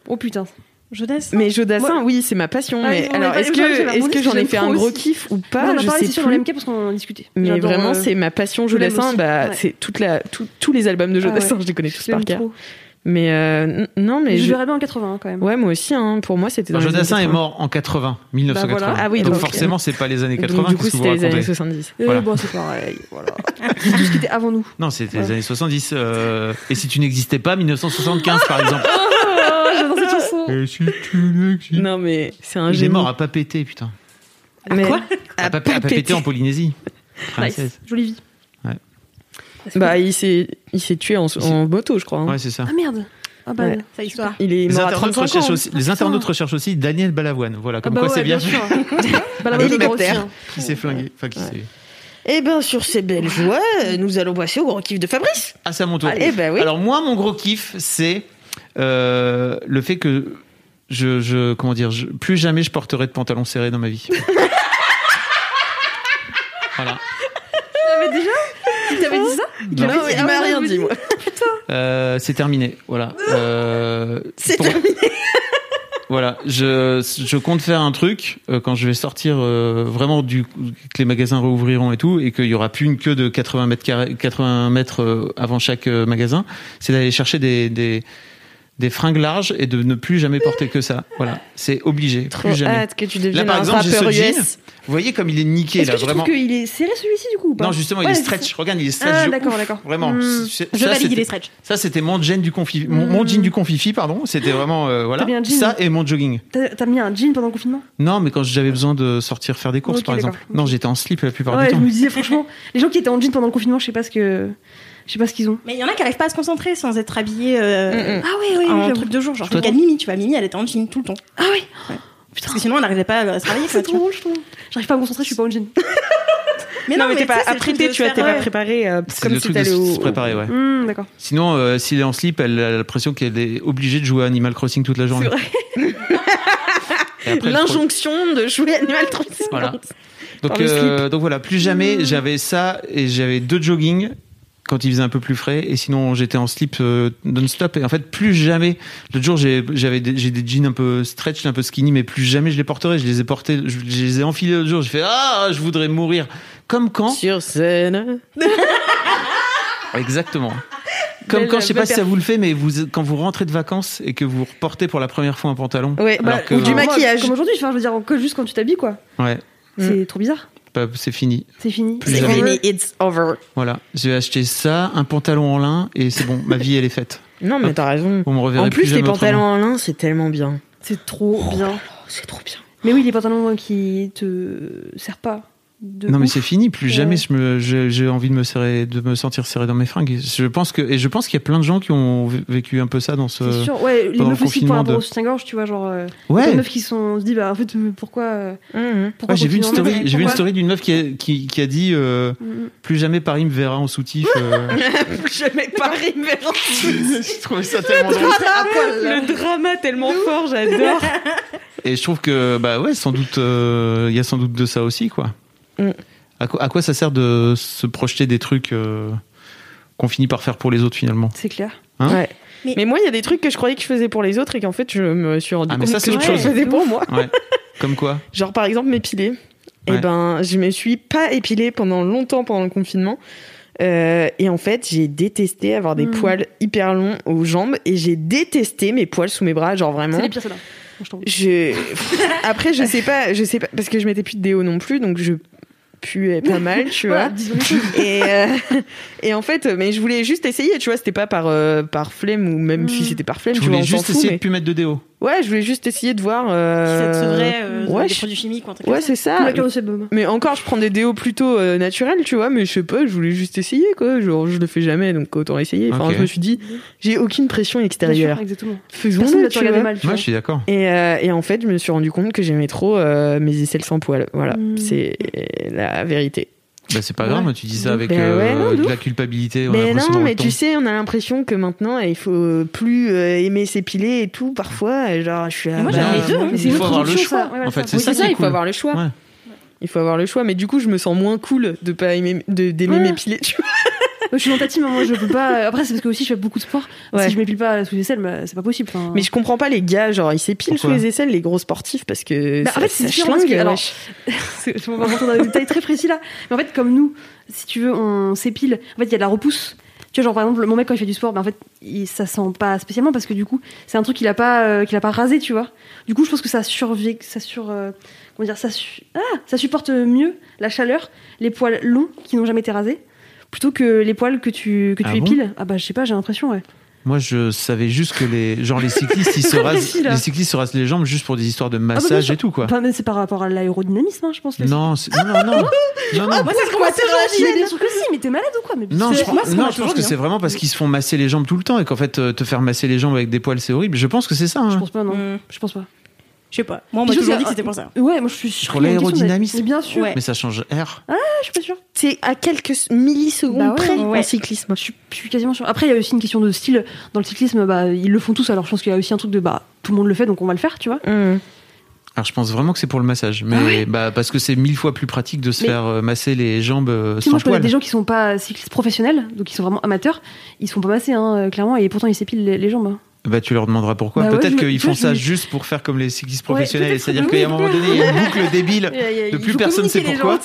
[SPEAKER 2] Oh putain.
[SPEAKER 4] Jeunesse.
[SPEAKER 1] Mais Jodassin, oui, c'est ma passion.
[SPEAKER 2] Ah,
[SPEAKER 1] mais
[SPEAKER 2] on
[SPEAKER 1] alors,
[SPEAKER 2] avait
[SPEAKER 1] est-ce
[SPEAKER 2] pas- moi, j'avais
[SPEAKER 1] que, est
[SPEAKER 2] abordé
[SPEAKER 1] que
[SPEAKER 2] ce
[SPEAKER 1] j'en ai
[SPEAKER 2] sujet
[SPEAKER 1] fait
[SPEAKER 2] trop
[SPEAKER 1] un gros
[SPEAKER 2] aussi.
[SPEAKER 1] kiff ou
[SPEAKER 2] Ouais,
[SPEAKER 1] pas
[SPEAKER 2] on en
[SPEAKER 1] Je
[SPEAKER 2] parlé
[SPEAKER 1] sais
[SPEAKER 2] c'est sur
[SPEAKER 1] plus.
[SPEAKER 2] le MK parce qu'on en discutait.
[SPEAKER 1] Mais
[SPEAKER 2] J'adore,
[SPEAKER 1] vraiment,
[SPEAKER 2] euh,
[SPEAKER 1] c'est ma passion,
[SPEAKER 2] je l'aime
[SPEAKER 1] Jodassin.
[SPEAKER 2] aussi,
[SPEAKER 1] Bah,
[SPEAKER 2] ouais.
[SPEAKER 1] c'est toute la, tout- tous les albums de
[SPEAKER 2] Ah ouais.
[SPEAKER 1] Jodassin, je les connais tous
[SPEAKER 2] je l'aime
[SPEAKER 1] par cœur.
[SPEAKER 2] trop.
[SPEAKER 1] Mais euh, n- non, mais.
[SPEAKER 2] Je,
[SPEAKER 1] je-
[SPEAKER 2] verrais bien en 80 quand même.
[SPEAKER 1] Ouais, moi aussi, hein. pour moi, c'était dans les
[SPEAKER 5] Jodassin
[SPEAKER 1] années
[SPEAKER 5] est mort en 80, 1980.
[SPEAKER 2] Bah voilà.
[SPEAKER 1] Ah oui,
[SPEAKER 5] donc
[SPEAKER 1] donc,
[SPEAKER 5] forcément, c'est pas les années
[SPEAKER 1] 80. Donc,
[SPEAKER 5] 80.
[SPEAKER 1] du coup,
[SPEAKER 5] qu'est-ce que vous
[SPEAKER 1] c'était les années
[SPEAKER 5] racontez
[SPEAKER 1] 70.
[SPEAKER 2] Euh,
[SPEAKER 5] Voilà.
[SPEAKER 2] Bon, c'est pareil, voilà. C'est tout ce qui était avant nous.
[SPEAKER 5] Non, c'était les
[SPEAKER 2] Voilà.
[SPEAKER 5] années 70. euh, et si tu n'existais pas, 1975 par exemple.
[SPEAKER 2] Oh, j'adore cette chanson.
[SPEAKER 5] et si tu n'existais
[SPEAKER 1] Non, mais c'est un
[SPEAKER 5] Il est
[SPEAKER 1] génie.
[SPEAKER 5] mort à pas péter, putain.
[SPEAKER 1] Mais-
[SPEAKER 4] quoi
[SPEAKER 5] À pas, à pas péter en Polynésie. Princesse.
[SPEAKER 2] Jolie vie.
[SPEAKER 5] Ouais.
[SPEAKER 1] Bah, il s'est il s'est tué en,
[SPEAKER 5] s'est-
[SPEAKER 1] en moto, je crois. hein.
[SPEAKER 5] Ouais, c'est ça.
[SPEAKER 2] Ah merde. Ah bah.
[SPEAKER 1] Ouais.
[SPEAKER 4] Sa histoire.
[SPEAKER 1] Il est
[SPEAKER 5] Les
[SPEAKER 1] mort à
[SPEAKER 5] internautes,
[SPEAKER 1] 35 ans. Ah,
[SPEAKER 5] recherchent aussi, les internautes recherchent aussi Daniel Balavoine. Voilà, comme
[SPEAKER 2] ah bah
[SPEAKER 5] quoi
[SPEAKER 2] ouais,
[SPEAKER 5] c'est bien,
[SPEAKER 2] sûr. bah la
[SPEAKER 5] Le
[SPEAKER 2] bonne idée aussi.
[SPEAKER 5] docteur.
[SPEAKER 2] hein.
[SPEAKER 5] qui s'est flingué. Enfin, qui s'est-
[SPEAKER 1] Eh ben, sur ces belles joies, euh, nous allons passer au grand kiff de Fabrice.
[SPEAKER 5] Ah, c'est à mon tour.
[SPEAKER 1] Allez, bah oui.
[SPEAKER 5] Alors, moi, mon gros kiff, c'est euh, le fait que je, je comment dire, je- plus jamais je porterai de pantalon serré dans ma vie. voilà.
[SPEAKER 2] T'avais déjà Tu t'avais dit ça
[SPEAKER 5] Non.
[SPEAKER 1] Non, il m'a rien dit, moi.
[SPEAKER 5] Euh, c'est terminé. Voilà. Euh,
[SPEAKER 1] C'est
[SPEAKER 5] pour-
[SPEAKER 1] terminé.
[SPEAKER 5] Voilà, je, je compte faire un truc euh, quand je vais sortir euh, vraiment du que les magasins rouvriront et tout et qu'il y aura plus une queue de 80 mètres carrés- 80 mètres euh, avant chaque euh, magasin, c'est d'aller chercher des, des des fringues larges et de ne plus jamais porter que ça. Voilà, c'est obligé,
[SPEAKER 1] Trop
[SPEAKER 5] plus jamais.
[SPEAKER 1] hâte que tu deviennes
[SPEAKER 5] Là par
[SPEAKER 1] un
[SPEAKER 5] exemple, j'ai ce
[SPEAKER 1] rappeur US.
[SPEAKER 5] jean. Vous voyez comme il est niqué
[SPEAKER 2] Est-ce
[SPEAKER 5] là,
[SPEAKER 2] que tu
[SPEAKER 5] vraiment.
[SPEAKER 2] trouves qu'il est serré celui-ci du coup ou pas
[SPEAKER 5] Non, justement, il
[SPEAKER 2] Ouais,
[SPEAKER 5] est
[SPEAKER 2] c'est-
[SPEAKER 5] stretch. Regarde, il est stretch.
[SPEAKER 2] Ah,
[SPEAKER 5] de
[SPEAKER 2] d'accord,
[SPEAKER 5] ouf.
[SPEAKER 2] d'accord.
[SPEAKER 5] Vraiment.
[SPEAKER 2] Hmm.
[SPEAKER 5] C'est-
[SPEAKER 4] Je
[SPEAKER 5] ça,
[SPEAKER 4] valide, il
[SPEAKER 5] c'était-
[SPEAKER 4] est stretch.
[SPEAKER 5] ça, c'était mon jean du confi, mon, mon jean du confifi, pardon. C'était vraiment euh, voilà.
[SPEAKER 2] Mm. T'as bien un jean.
[SPEAKER 5] Ça et mon jogging.
[SPEAKER 2] T'as t'as mis un jean pendant le confinement
[SPEAKER 5] Non, mais quand j'avais besoin de sortir faire des courses,
[SPEAKER 2] Ok,
[SPEAKER 5] par exemple.
[SPEAKER 2] d'accord.
[SPEAKER 5] Non, j'étais en slip la plupart
[SPEAKER 2] Ouais,
[SPEAKER 5] du
[SPEAKER 2] je
[SPEAKER 5] temps.
[SPEAKER 2] me disais franchement, les gens qui étaient en jean pendant le confinement, je sais pas ce que, je sais pas ce qu'ils ont.
[SPEAKER 4] Mais il y en a qui arrivent pas à se concentrer sans être habillés
[SPEAKER 1] Mm,
[SPEAKER 4] euh,
[SPEAKER 2] Ah oui, oui,
[SPEAKER 4] en
[SPEAKER 2] j'avoue.
[SPEAKER 4] truc de jour. Genre, je
[SPEAKER 5] Toi,
[SPEAKER 4] regarde Mimi, tu vois, Mimi, elle était en jean tout le temps.
[SPEAKER 2] Ah oui.
[SPEAKER 1] Oh,
[SPEAKER 4] Parce que sinon, elle n'arrivait pas à se travailler. quoi,
[SPEAKER 2] Ah, C'est
[SPEAKER 4] tu
[SPEAKER 2] trop
[SPEAKER 4] vois.
[SPEAKER 2] drôle, je trouve. J'arrive pas à me concentrer, je suis pas en jean.
[SPEAKER 4] Mais
[SPEAKER 1] Non, mais t'es
[SPEAKER 4] tu sais,
[SPEAKER 1] pas
[SPEAKER 4] c'est le truc
[SPEAKER 1] apprêté,
[SPEAKER 4] de
[SPEAKER 1] tu vois, t'es
[SPEAKER 4] se faire-
[SPEAKER 1] pas
[SPEAKER 4] ouais.
[SPEAKER 1] préparé euh,
[SPEAKER 5] C'est
[SPEAKER 1] comme
[SPEAKER 5] le
[SPEAKER 1] si
[SPEAKER 5] truc de
[SPEAKER 1] t'allais
[SPEAKER 5] se-
[SPEAKER 1] au.
[SPEAKER 5] se préparer, ouais.
[SPEAKER 2] Hum, D'accord.
[SPEAKER 5] Sinon, euh, s'il est en slip, elle a l'impression qu'elle est obligée de jouer à Animal Crossing toute la journée. Et après, elle trouve-
[SPEAKER 1] L'injonction de jouer Animal Crossing.
[SPEAKER 5] Voilà. Donc,
[SPEAKER 1] Par le Mmh.
[SPEAKER 5] euh, donc voilà, plus jamais j'avais ça et j'avais deux jogging quand il faisait un peu plus frais et sinon j'étais en slip euh, non-stop et en fait plus jamais l'autre jour j'ai j'avais des, j'ai des jeans un peu stretch un peu skinny mais plus jamais je les porterai je les ai portés je, je les ai enfilés l'autre jour j'ai fait ah je voudrais mourir comme quand
[SPEAKER 1] Sur scène.
[SPEAKER 5] exactement comme
[SPEAKER 1] Belle-
[SPEAKER 5] quand je sais pas
[SPEAKER 1] belle
[SPEAKER 5] si ça vous le fait mais vous quand vous rentrez de vacances et que vous reportez pour la première fois un pantalon
[SPEAKER 1] Ouais. bah,
[SPEAKER 2] Bah,
[SPEAKER 5] Alors que- euh,
[SPEAKER 1] ou du
[SPEAKER 5] Comme
[SPEAKER 1] maquillage.
[SPEAKER 2] Comme aujourd'hui, enfin, je veux dire, encore juste quand tu t'habilles, quoi.
[SPEAKER 5] ouais
[SPEAKER 2] C'est trop bizarre.
[SPEAKER 5] bah, c'est fini
[SPEAKER 2] C'est fini.
[SPEAKER 5] Plus
[SPEAKER 2] C'est
[SPEAKER 5] jamais.
[SPEAKER 2] over.
[SPEAKER 1] Fini, it's over.
[SPEAKER 5] voilà j'ai acheté ça un pantalon en lin et c'est bon ma vie elle est faite
[SPEAKER 1] Non,
[SPEAKER 5] Ah.
[SPEAKER 1] mais t'as raison.
[SPEAKER 5] on me reverra
[SPEAKER 1] En plus, les
[SPEAKER 5] jamais
[SPEAKER 1] pantalons
[SPEAKER 5] autrement.
[SPEAKER 1] en lin, c'est tellement bien.
[SPEAKER 2] C'est trop bien.
[SPEAKER 1] Oh, c'est trop bien.
[SPEAKER 2] Mais oui, les pantalons qui te servent pas. De
[SPEAKER 5] Non mais
[SPEAKER 2] ouf.
[SPEAKER 5] c'est fini, plus
[SPEAKER 2] Ouais.
[SPEAKER 5] jamais je me- je- j'ai envie de me serrer, de me sentir serré dans mes fringues. Je pense que et je pense qu'il y a plein de gens qui ont vé- vécu un peu ça dans
[SPEAKER 2] C'est
[SPEAKER 5] ce.
[SPEAKER 2] sûr. Ouais, les
[SPEAKER 5] pendant
[SPEAKER 2] meufs
[SPEAKER 5] le
[SPEAKER 2] aussi par
[SPEAKER 5] confinement
[SPEAKER 2] rapport
[SPEAKER 5] de-
[SPEAKER 2] au soutien-gorge, tu vois, genre. euh, Les
[SPEAKER 5] Ouais.
[SPEAKER 2] meufs qui sont, se disent, bah en fait, euh, pourquoi. euh,
[SPEAKER 1] Mhm.
[SPEAKER 2] pourquoi
[SPEAKER 5] Ouais, j'ai vu une
[SPEAKER 2] continuer en
[SPEAKER 5] story,
[SPEAKER 2] mode-
[SPEAKER 5] j'ai vu une
[SPEAKER 2] pourquoi
[SPEAKER 5] story d'une meuf qui a, qui, qui a dit euh,
[SPEAKER 2] Mm.
[SPEAKER 5] plus jamais Paris me verra en soutif. euh.
[SPEAKER 1] Jamais Paris vers
[SPEAKER 5] je trouvais ça tellement drôle.
[SPEAKER 1] Ah,
[SPEAKER 4] Ah,
[SPEAKER 2] Ah,
[SPEAKER 1] Le drama tellement fort, j'adore.
[SPEAKER 5] Et je trouve que bah ouais, sans doute, euh, il y a sans doute de ça aussi quoi.
[SPEAKER 1] Mm.
[SPEAKER 5] À, quoi à quoi ça sert de se projeter des trucs euh, qu'on finit par faire pour les autres finalement
[SPEAKER 2] C'est clair.
[SPEAKER 1] ouais.
[SPEAKER 4] Mais-
[SPEAKER 1] mais... moi, il y a des trucs que je croyais que je faisais pour les autres et qu'en fait, je me suis rendu
[SPEAKER 5] Ah, mais
[SPEAKER 1] compte
[SPEAKER 5] ça, c'est
[SPEAKER 1] que
[SPEAKER 5] autre
[SPEAKER 1] je
[SPEAKER 5] chose.
[SPEAKER 1] faisais pour moi.
[SPEAKER 5] Ouais. Comme quoi
[SPEAKER 1] Genre par exemple m'épiler.
[SPEAKER 5] Ouais.
[SPEAKER 1] Et ben je me suis pas épilée pendant longtemps pendant le confinement. Euh, et en fait, j'ai détesté avoir
[SPEAKER 4] Hmm.
[SPEAKER 1] des
[SPEAKER 2] Mm.
[SPEAKER 1] poils hyper longs aux jambes et j'ai détesté mes poils sous mes bras, genre vraiment.
[SPEAKER 2] C'est les pires, celles-là. Franchement, je t'en-
[SPEAKER 1] Je après je sais pas, je sais pas parce que je mettais plus de déo non plus, donc je puais pas mal, tu vois.
[SPEAKER 2] Voilà, disons les choses.
[SPEAKER 1] Et, euh, et en fait, mais je voulais juste essayer, tu vois, c'était pas par euh, par flemme ou même
[SPEAKER 2] Mm.
[SPEAKER 4] Hmm.
[SPEAKER 1] si c'était par flemme,
[SPEAKER 5] Je
[SPEAKER 1] tu vois,
[SPEAKER 5] voulais
[SPEAKER 1] on s'en
[SPEAKER 5] juste
[SPEAKER 1] fout,
[SPEAKER 5] essayer
[SPEAKER 1] mais-
[SPEAKER 5] de plus mettre de déo.
[SPEAKER 1] Ouais, je voulais juste essayer de voir
[SPEAKER 4] Si
[SPEAKER 1] euh,
[SPEAKER 4] ça te sauverait euh,
[SPEAKER 1] ouais,
[SPEAKER 4] des
[SPEAKER 1] je-
[SPEAKER 4] produits chimiques ou un truc
[SPEAKER 1] Ouais,
[SPEAKER 4] comme ça.
[SPEAKER 1] c'est ça.
[SPEAKER 2] Tout la cœur de cette bombe.
[SPEAKER 1] Mais encore, je prends des déos plutôt euh, naturels, tu vois, mais je sais pas, je voulais juste essayer, quoi. Genre, je le fais jamais, donc autant essayer. Enfin,
[SPEAKER 5] Ok.
[SPEAKER 1] je me suis dit, j'ai aucune pression
[SPEAKER 2] Bien sûr,
[SPEAKER 1] extérieure.
[SPEAKER 2] exactement. Personne
[SPEAKER 1] Faisons-le,
[SPEAKER 2] ne te
[SPEAKER 1] tu
[SPEAKER 2] regardait
[SPEAKER 1] vois.
[SPEAKER 2] mal. tu
[SPEAKER 5] Moi
[SPEAKER 2] vois.
[SPEAKER 5] je suis d'accord.
[SPEAKER 1] Et, euh, et en fait, je me suis rendu compte que j'aimais trop euh, mes aisselles sans poils. Voilà,
[SPEAKER 2] Mm.
[SPEAKER 1] c'est la vérité.
[SPEAKER 5] Bah, c'est pas
[SPEAKER 1] Ouais.
[SPEAKER 5] grave, tu dis ça
[SPEAKER 1] Donc,
[SPEAKER 5] avec
[SPEAKER 1] bah
[SPEAKER 5] euh,
[SPEAKER 1] ouais, non, de
[SPEAKER 5] de
[SPEAKER 1] ouf.
[SPEAKER 5] la culpabilité. on a
[SPEAKER 1] mais
[SPEAKER 5] l'impression
[SPEAKER 1] non,
[SPEAKER 5] d'en
[SPEAKER 1] mais tu
[SPEAKER 5] retomber.
[SPEAKER 1] sais, on a l'impression que maintenant, il faut plus euh, aimer s'épiler et tout, parfois. et Genre, je suis à.
[SPEAKER 4] moi,
[SPEAKER 5] Bah,
[SPEAKER 4] j'avais les deux, hein.
[SPEAKER 5] Il
[SPEAKER 2] C'est
[SPEAKER 5] faut
[SPEAKER 2] une
[SPEAKER 5] avoir le
[SPEAKER 2] option,
[SPEAKER 5] choix.
[SPEAKER 2] ça. Ouais,
[SPEAKER 5] en
[SPEAKER 2] ouais,
[SPEAKER 5] fait,
[SPEAKER 2] ça.
[SPEAKER 5] c'est
[SPEAKER 1] Oui,
[SPEAKER 5] ça
[SPEAKER 1] c'est ça,
[SPEAKER 5] qui est
[SPEAKER 1] il faut
[SPEAKER 5] cool.
[SPEAKER 1] avoir le choix.
[SPEAKER 5] Ouais.
[SPEAKER 1] Il faut avoir le choix, mais du coup, je me sens moins cool de pas aimer, de- d'aimer
[SPEAKER 2] Ouais.
[SPEAKER 1] m'épiler, tu
[SPEAKER 2] Je suis dans ta team, hein, moi je peux pas. Après, c'est parce que aussi je fais beaucoup de sport.
[SPEAKER 1] Ouais.
[SPEAKER 2] Si je m'épile pas sous les selles, bah, c'est pas possible. enfin.
[SPEAKER 1] Mais je comprends pas les gars, genre ils s'épilent sous
[SPEAKER 5] Pourquoi
[SPEAKER 1] les aisselles, les gros sportifs, parce que.
[SPEAKER 2] Bah, en
[SPEAKER 1] ça-
[SPEAKER 2] fait, c'est
[SPEAKER 1] ça
[SPEAKER 2] différent, parce
[SPEAKER 1] chlingue,
[SPEAKER 2] que- alors,
[SPEAKER 1] wesh.
[SPEAKER 2] C'est- je vais pas rentrer dans des détails très précis là. Mais en fait, comme nous, si tu veux, on s'épile. En fait, il y a de la repousse. Tu vois, genre par exemple, mon mec quand il fait du sport, ben en fait, il, ça sent pas spécialement parce que du coup, c'est un truc qu'il a pas, euh, qu'il a pas rasé, tu vois. Du coup, je pense que ça survie, ça sur, euh, comment dire, ça, su- ah, ça supporte mieux la chaleur, les poils longs qui n'ont jamais été rasés, plutôt que les poils que tu que tu
[SPEAKER 5] Ah bon
[SPEAKER 2] épiles. ah bah je sais pas, j'ai l'impression ouais.
[SPEAKER 5] Moi, je savais juste que les, genre, les cyclistes, ils se
[SPEAKER 2] Très
[SPEAKER 5] rasent,
[SPEAKER 2] précis, là.
[SPEAKER 5] les cyclistes se rasent les jambes juste pour des histoires de
[SPEAKER 2] bah, bien
[SPEAKER 5] massage
[SPEAKER 2] sûr.
[SPEAKER 5] et tout, quoi.
[SPEAKER 2] Enfin, mais c'est par rapport à l'aérodynamisme, hein, je pense. le-
[SPEAKER 5] Non, c'est- non, non, non, non, non.
[SPEAKER 4] Moi, c'est ce qu'on m'a toujours
[SPEAKER 2] Ah,
[SPEAKER 4] dit.
[SPEAKER 2] mais bien sûr que si, mais t'es malade ou quoi mais
[SPEAKER 5] Non,
[SPEAKER 4] c'est-
[SPEAKER 5] je,
[SPEAKER 4] moi,
[SPEAKER 5] pense-
[SPEAKER 4] c'est ce qu'on
[SPEAKER 5] non,
[SPEAKER 4] m'a
[SPEAKER 5] je
[SPEAKER 4] toujours
[SPEAKER 5] pense que
[SPEAKER 4] dit,
[SPEAKER 5] c'est vraiment parce qu'ils se font masser les jambes tout le temps et qu'en fait, euh, te faire masser les jambes avec des poils, c'est horrible. Je pense que c'est ça. hein.
[SPEAKER 2] Je pense pas, non.
[SPEAKER 4] Mm.
[SPEAKER 2] Je pense pas.
[SPEAKER 4] Je sais pas. Moi, on m'a
[SPEAKER 2] Puis je
[SPEAKER 4] toujours
[SPEAKER 2] sais-
[SPEAKER 4] dit que c'était pour ça.
[SPEAKER 2] Ouais, moi je suis sûre
[SPEAKER 5] Pour
[SPEAKER 2] qu'il y a une question de-
[SPEAKER 5] l'aérodynamisme.
[SPEAKER 2] Mais bien sûr.
[SPEAKER 4] Ouais.
[SPEAKER 5] Mais ça change R.
[SPEAKER 2] Ah, je suis pas sûre.
[SPEAKER 1] C'est à quelques millisecondes
[SPEAKER 2] Bah ouais,
[SPEAKER 1] près
[SPEAKER 4] ouais.
[SPEAKER 1] en cyclisme.
[SPEAKER 2] Je suis, je suis quasiment sûre. Après, il y a aussi une question de style. Dans le cyclisme, bah, ils le font tous. Alors, je pense qu'il y a aussi un truc de bah, tout le monde le fait, donc on va le faire, tu vois.
[SPEAKER 1] Mmh.
[SPEAKER 5] Alors je pense vraiment que c'est pour le massage, mais bah parce que c'est mille fois plus pratique de se
[SPEAKER 2] Mais-
[SPEAKER 5] faire euh, masser les jambes euh,
[SPEAKER 2] Tu sais,
[SPEAKER 5] sans
[SPEAKER 2] moi, je connais
[SPEAKER 5] poil.
[SPEAKER 2] des gens qui sont pas cyclistes professionnels, donc ils sont vraiment amateurs. Ils sont pas massés, hein, euh, clairement, et pourtant ils s'épilent les, les jambes. hein.
[SPEAKER 5] Bah tu leur demanderas pourquoi.
[SPEAKER 2] Bah ouais,
[SPEAKER 5] peut-être
[SPEAKER 2] je me-
[SPEAKER 5] qu'ils
[SPEAKER 2] tu vois,
[SPEAKER 5] font
[SPEAKER 2] je
[SPEAKER 5] ça
[SPEAKER 2] me-
[SPEAKER 5] juste pour faire comme les cyclistes professionnels,
[SPEAKER 2] peut-être,
[SPEAKER 5] c'est-à-dire
[SPEAKER 2] oui. Ah,
[SPEAKER 5] qu'il y a un moment donné il y a une boucle débile de plus personne sait pourquoi.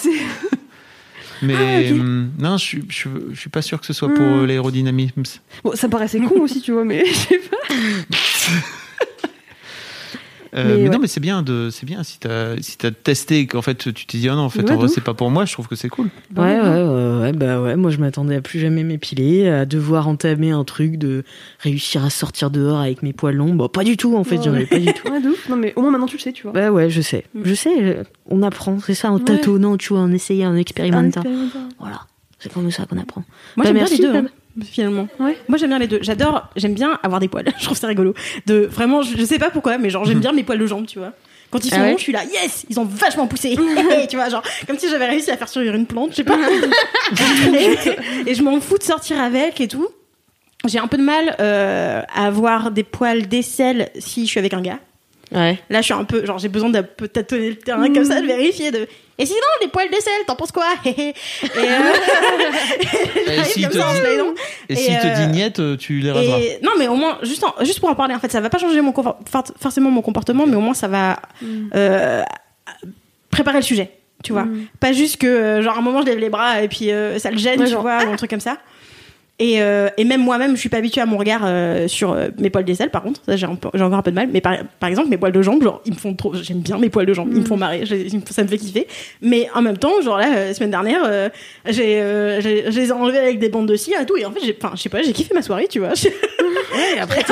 [SPEAKER 5] Mais hum, non, je suis, je, suis- je suis pas sûr que ce soit pour
[SPEAKER 2] Hmm.
[SPEAKER 5] euh, l'aérodynamisme.
[SPEAKER 2] Bon, ça me paraissait con aussi, tu vois, mais je sais pas.
[SPEAKER 5] Euh,
[SPEAKER 2] Mais
[SPEAKER 5] mais
[SPEAKER 2] ouais.
[SPEAKER 5] non, mais c'est bien de, c'est bien si t'as si t'as testé et qu'en fait tu t'es dit ah non en fait
[SPEAKER 2] Ouais,
[SPEAKER 5] en
[SPEAKER 2] de
[SPEAKER 5] vrai
[SPEAKER 2] ouf.
[SPEAKER 5] c'est pas pour moi, je trouve que c'est cool.
[SPEAKER 2] Bah
[SPEAKER 1] Ouais, ouais,
[SPEAKER 2] hein.
[SPEAKER 1] ouais, ouais, bah ouais, moi je m'attendais à plus jamais m'épiler, à devoir entamer un truc de réussir à sortir dehors avec mes poils longs. Bah, pas du tout en fait,
[SPEAKER 2] Ouais.
[SPEAKER 1] j'en avais pas du tout.
[SPEAKER 2] Ouais, de ouf. Non, mais au moins maintenant tu le sais, tu vois.
[SPEAKER 1] Bah ouais, je sais. Je sais, euh, on apprend, c'est ça, en
[SPEAKER 2] Ouais.
[SPEAKER 1] tâtonnant, tu vois, en essayant, en expérimentant.
[SPEAKER 2] Expérimental.
[SPEAKER 1] Voilà, c'est comme ça qu'on apprend.
[SPEAKER 4] Moi,
[SPEAKER 1] Bah,
[SPEAKER 4] j'aime bien les
[SPEAKER 1] merci,
[SPEAKER 4] deux,
[SPEAKER 1] Fab.
[SPEAKER 4] hein, finalement.
[SPEAKER 2] Ouais.
[SPEAKER 4] Moi, j'aime bien les deux. J'adore, j'aime bien avoir des poils. je trouve ça rigolo. De, vraiment, je, je sais pas pourquoi, mais genre, j'aime bien mes poils de jambes, tu vois. Quand ils sont
[SPEAKER 1] Hmm. Ah ouais
[SPEAKER 4] longs, je suis là, yes, ils ont vachement poussé. tu vois, genre, comme si j'avais réussi à faire survivre une plante, je sais pas. et, et je m'en fous de sortir avec et tout. J'ai un peu de mal euh, à avoir des poils d'aisselle si je suis avec un gars.
[SPEAKER 1] Ouais.
[SPEAKER 4] Là, je suis un peu, genre, j'ai besoin d'un peu tâtonner le terrain comme ça, de
[SPEAKER 2] Mm.
[SPEAKER 4] vérifier. De... Et sinon, les poils d'aisselle, t'en penses quoi Et euh,
[SPEAKER 5] Et
[SPEAKER 4] j'arrive
[SPEAKER 5] s'il
[SPEAKER 4] comme
[SPEAKER 5] te,
[SPEAKER 4] ça entre les dents.
[SPEAKER 5] et
[SPEAKER 4] et
[SPEAKER 5] s'il te
[SPEAKER 4] euh,
[SPEAKER 5] dit niette, euh, tu les raseras.
[SPEAKER 4] Et non, mais au moins, juste, en- juste pour en parler, en fait, ça va pas changer mon confort- for- forcément mon comportement, mais au moins ça va
[SPEAKER 2] Mm.
[SPEAKER 4] euh, préparer le sujet, tu vois. Pas juste que, euh, genre, à un moment, je lève les bras et puis euh, ça le gêne,
[SPEAKER 2] Ouais,
[SPEAKER 4] tu
[SPEAKER 2] genre, ah,
[SPEAKER 4] vois, ou un truc comme ça. Et, euh, et même moi-même, je suis pas habituée à mon regard euh, sur euh, mes poils d'aisselle, par contre. Ça, j'ai un peu- j'ai encore un peu de mal. Mais par, par exemple, mes poils de jambes, genre, ils me font trop. J'aime bien mes poils de jambes, ils me font marrer, je les- ils me font- ça me fait kiffer. Mais en même temps, genre là, euh, la semaine dernière, euh, j'ai, euh, j'ai- je les ai enlevés avec des bandes de cire et tout. Et en fait, j'ai, enfin, je sais pas, j'ai kiffé ma soirée, tu vois.
[SPEAKER 1] après
[SPEAKER 4] Avec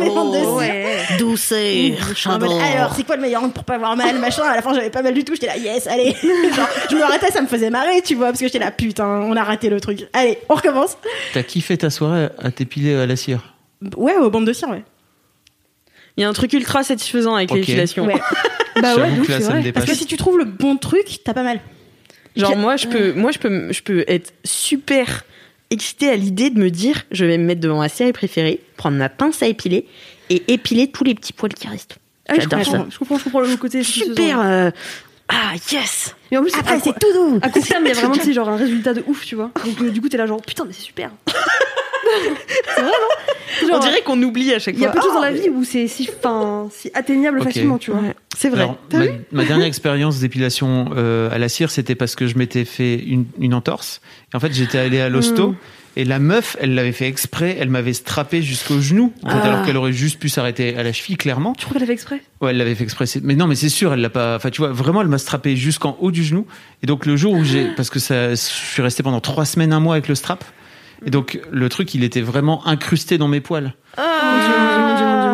[SPEAKER 4] mes bandes de
[SPEAKER 2] Oh,
[SPEAKER 4] cire.
[SPEAKER 1] Douceur,
[SPEAKER 4] En mode, alors, c'est quoi le meilleur angle pour pas avoir mal, machin À la fin, j'avais pas mal du tout. J'étais là, yes, allez. Genre, je me ratais, ça me faisait marrer, tu vois, parce que j'étais là, putain, on a raté le truc. Allez, on recommence.
[SPEAKER 5] T'as kiffé ta soirée à t'épiler à la cire.
[SPEAKER 4] Ouais, aux bandes de cire, ouais.
[SPEAKER 1] Il y a un truc ultra satisfaisant avec
[SPEAKER 5] Ok.
[SPEAKER 1] l'épilation.
[SPEAKER 4] Ouais.
[SPEAKER 2] Bah ouais,
[SPEAKER 5] J'avoue
[SPEAKER 2] de
[SPEAKER 5] que
[SPEAKER 2] ouf,
[SPEAKER 5] là
[SPEAKER 2] c'est
[SPEAKER 5] ça me
[SPEAKER 2] vrai.
[SPEAKER 4] Parce que
[SPEAKER 5] dépasse.
[SPEAKER 4] si tu trouves le bon truc, t'as pas mal.
[SPEAKER 1] Genre
[SPEAKER 4] Quel-
[SPEAKER 1] moi je peux moi je peux je peux être super excitée à l'idée de me dire je vais me mettre devant ma série préférée, prendre ma pince à épiler et épiler tous les petits poils qui restent.
[SPEAKER 2] Ah, je,
[SPEAKER 1] J'adore
[SPEAKER 2] comprends, je comprends, je comprends le côté.
[SPEAKER 1] Super
[SPEAKER 2] satisfaisant.
[SPEAKER 1] euh, ah yes.
[SPEAKER 2] Mais en plus,
[SPEAKER 1] Après
[SPEAKER 2] c'est
[SPEAKER 1] Ah, c'est tout doux.
[SPEAKER 2] À court terme, il y a vraiment tu sais, genre, un résultat de ouf, tu vois. Donc euh, du coup, t'es là genre putain, mais c'est super. c'est vrai, non
[SPEAKER 1] On dirait qu'on oublie à chaque
[SPEAKER 2] Il y a
[SPEAKER 1] fois.
[SPEAKER 2] peu de choses dans
[SPEAKER 1] Ah,
[SPEAKER 2] la vie où c'est si, enfin, si atteignable
[SPEAKER 5] Ok.
[SPEAKER 2] facilement, tu vois.
[SPEAKER 1] Ouais, c'est vrai.
[SPEAKER 5] Alors, ma, ma dernière expérience d'épilation euh, à la cire, c'était parce que je m'étais fait une, une entorse. Et en fait, j'étais allé à l'hosto.
[SPEAKER 1] Hmm.
[SPEAKER 5] Et la meuf, elle l'avait fait exprès, elle m'avait strappé jusqu'au genou, en fait,
[SPEAKER 1] Ah.
[SPEAKER 5] alors qu'elle aurait juste pu s'arrêter à la cheville, clairement.
[SPEAKER 2] Tu crois qu'elle a fait exprès
[SPEAKER 5] Ouais, elle l'avait fait exprès. c'est- Mais non, mais c'est sûr, elle l'a pas. Enfin, tu vois, vraiment, elle m'a strappé jusqu'en haut du genou. Et donc, le jour où j'ai. Parce que ça, je suis resté pendant trois semaines, un mois avec le strap. Et donc, le truc, il était vraiment incrusté dans mes poils.
[SPEAKER 1] Ah.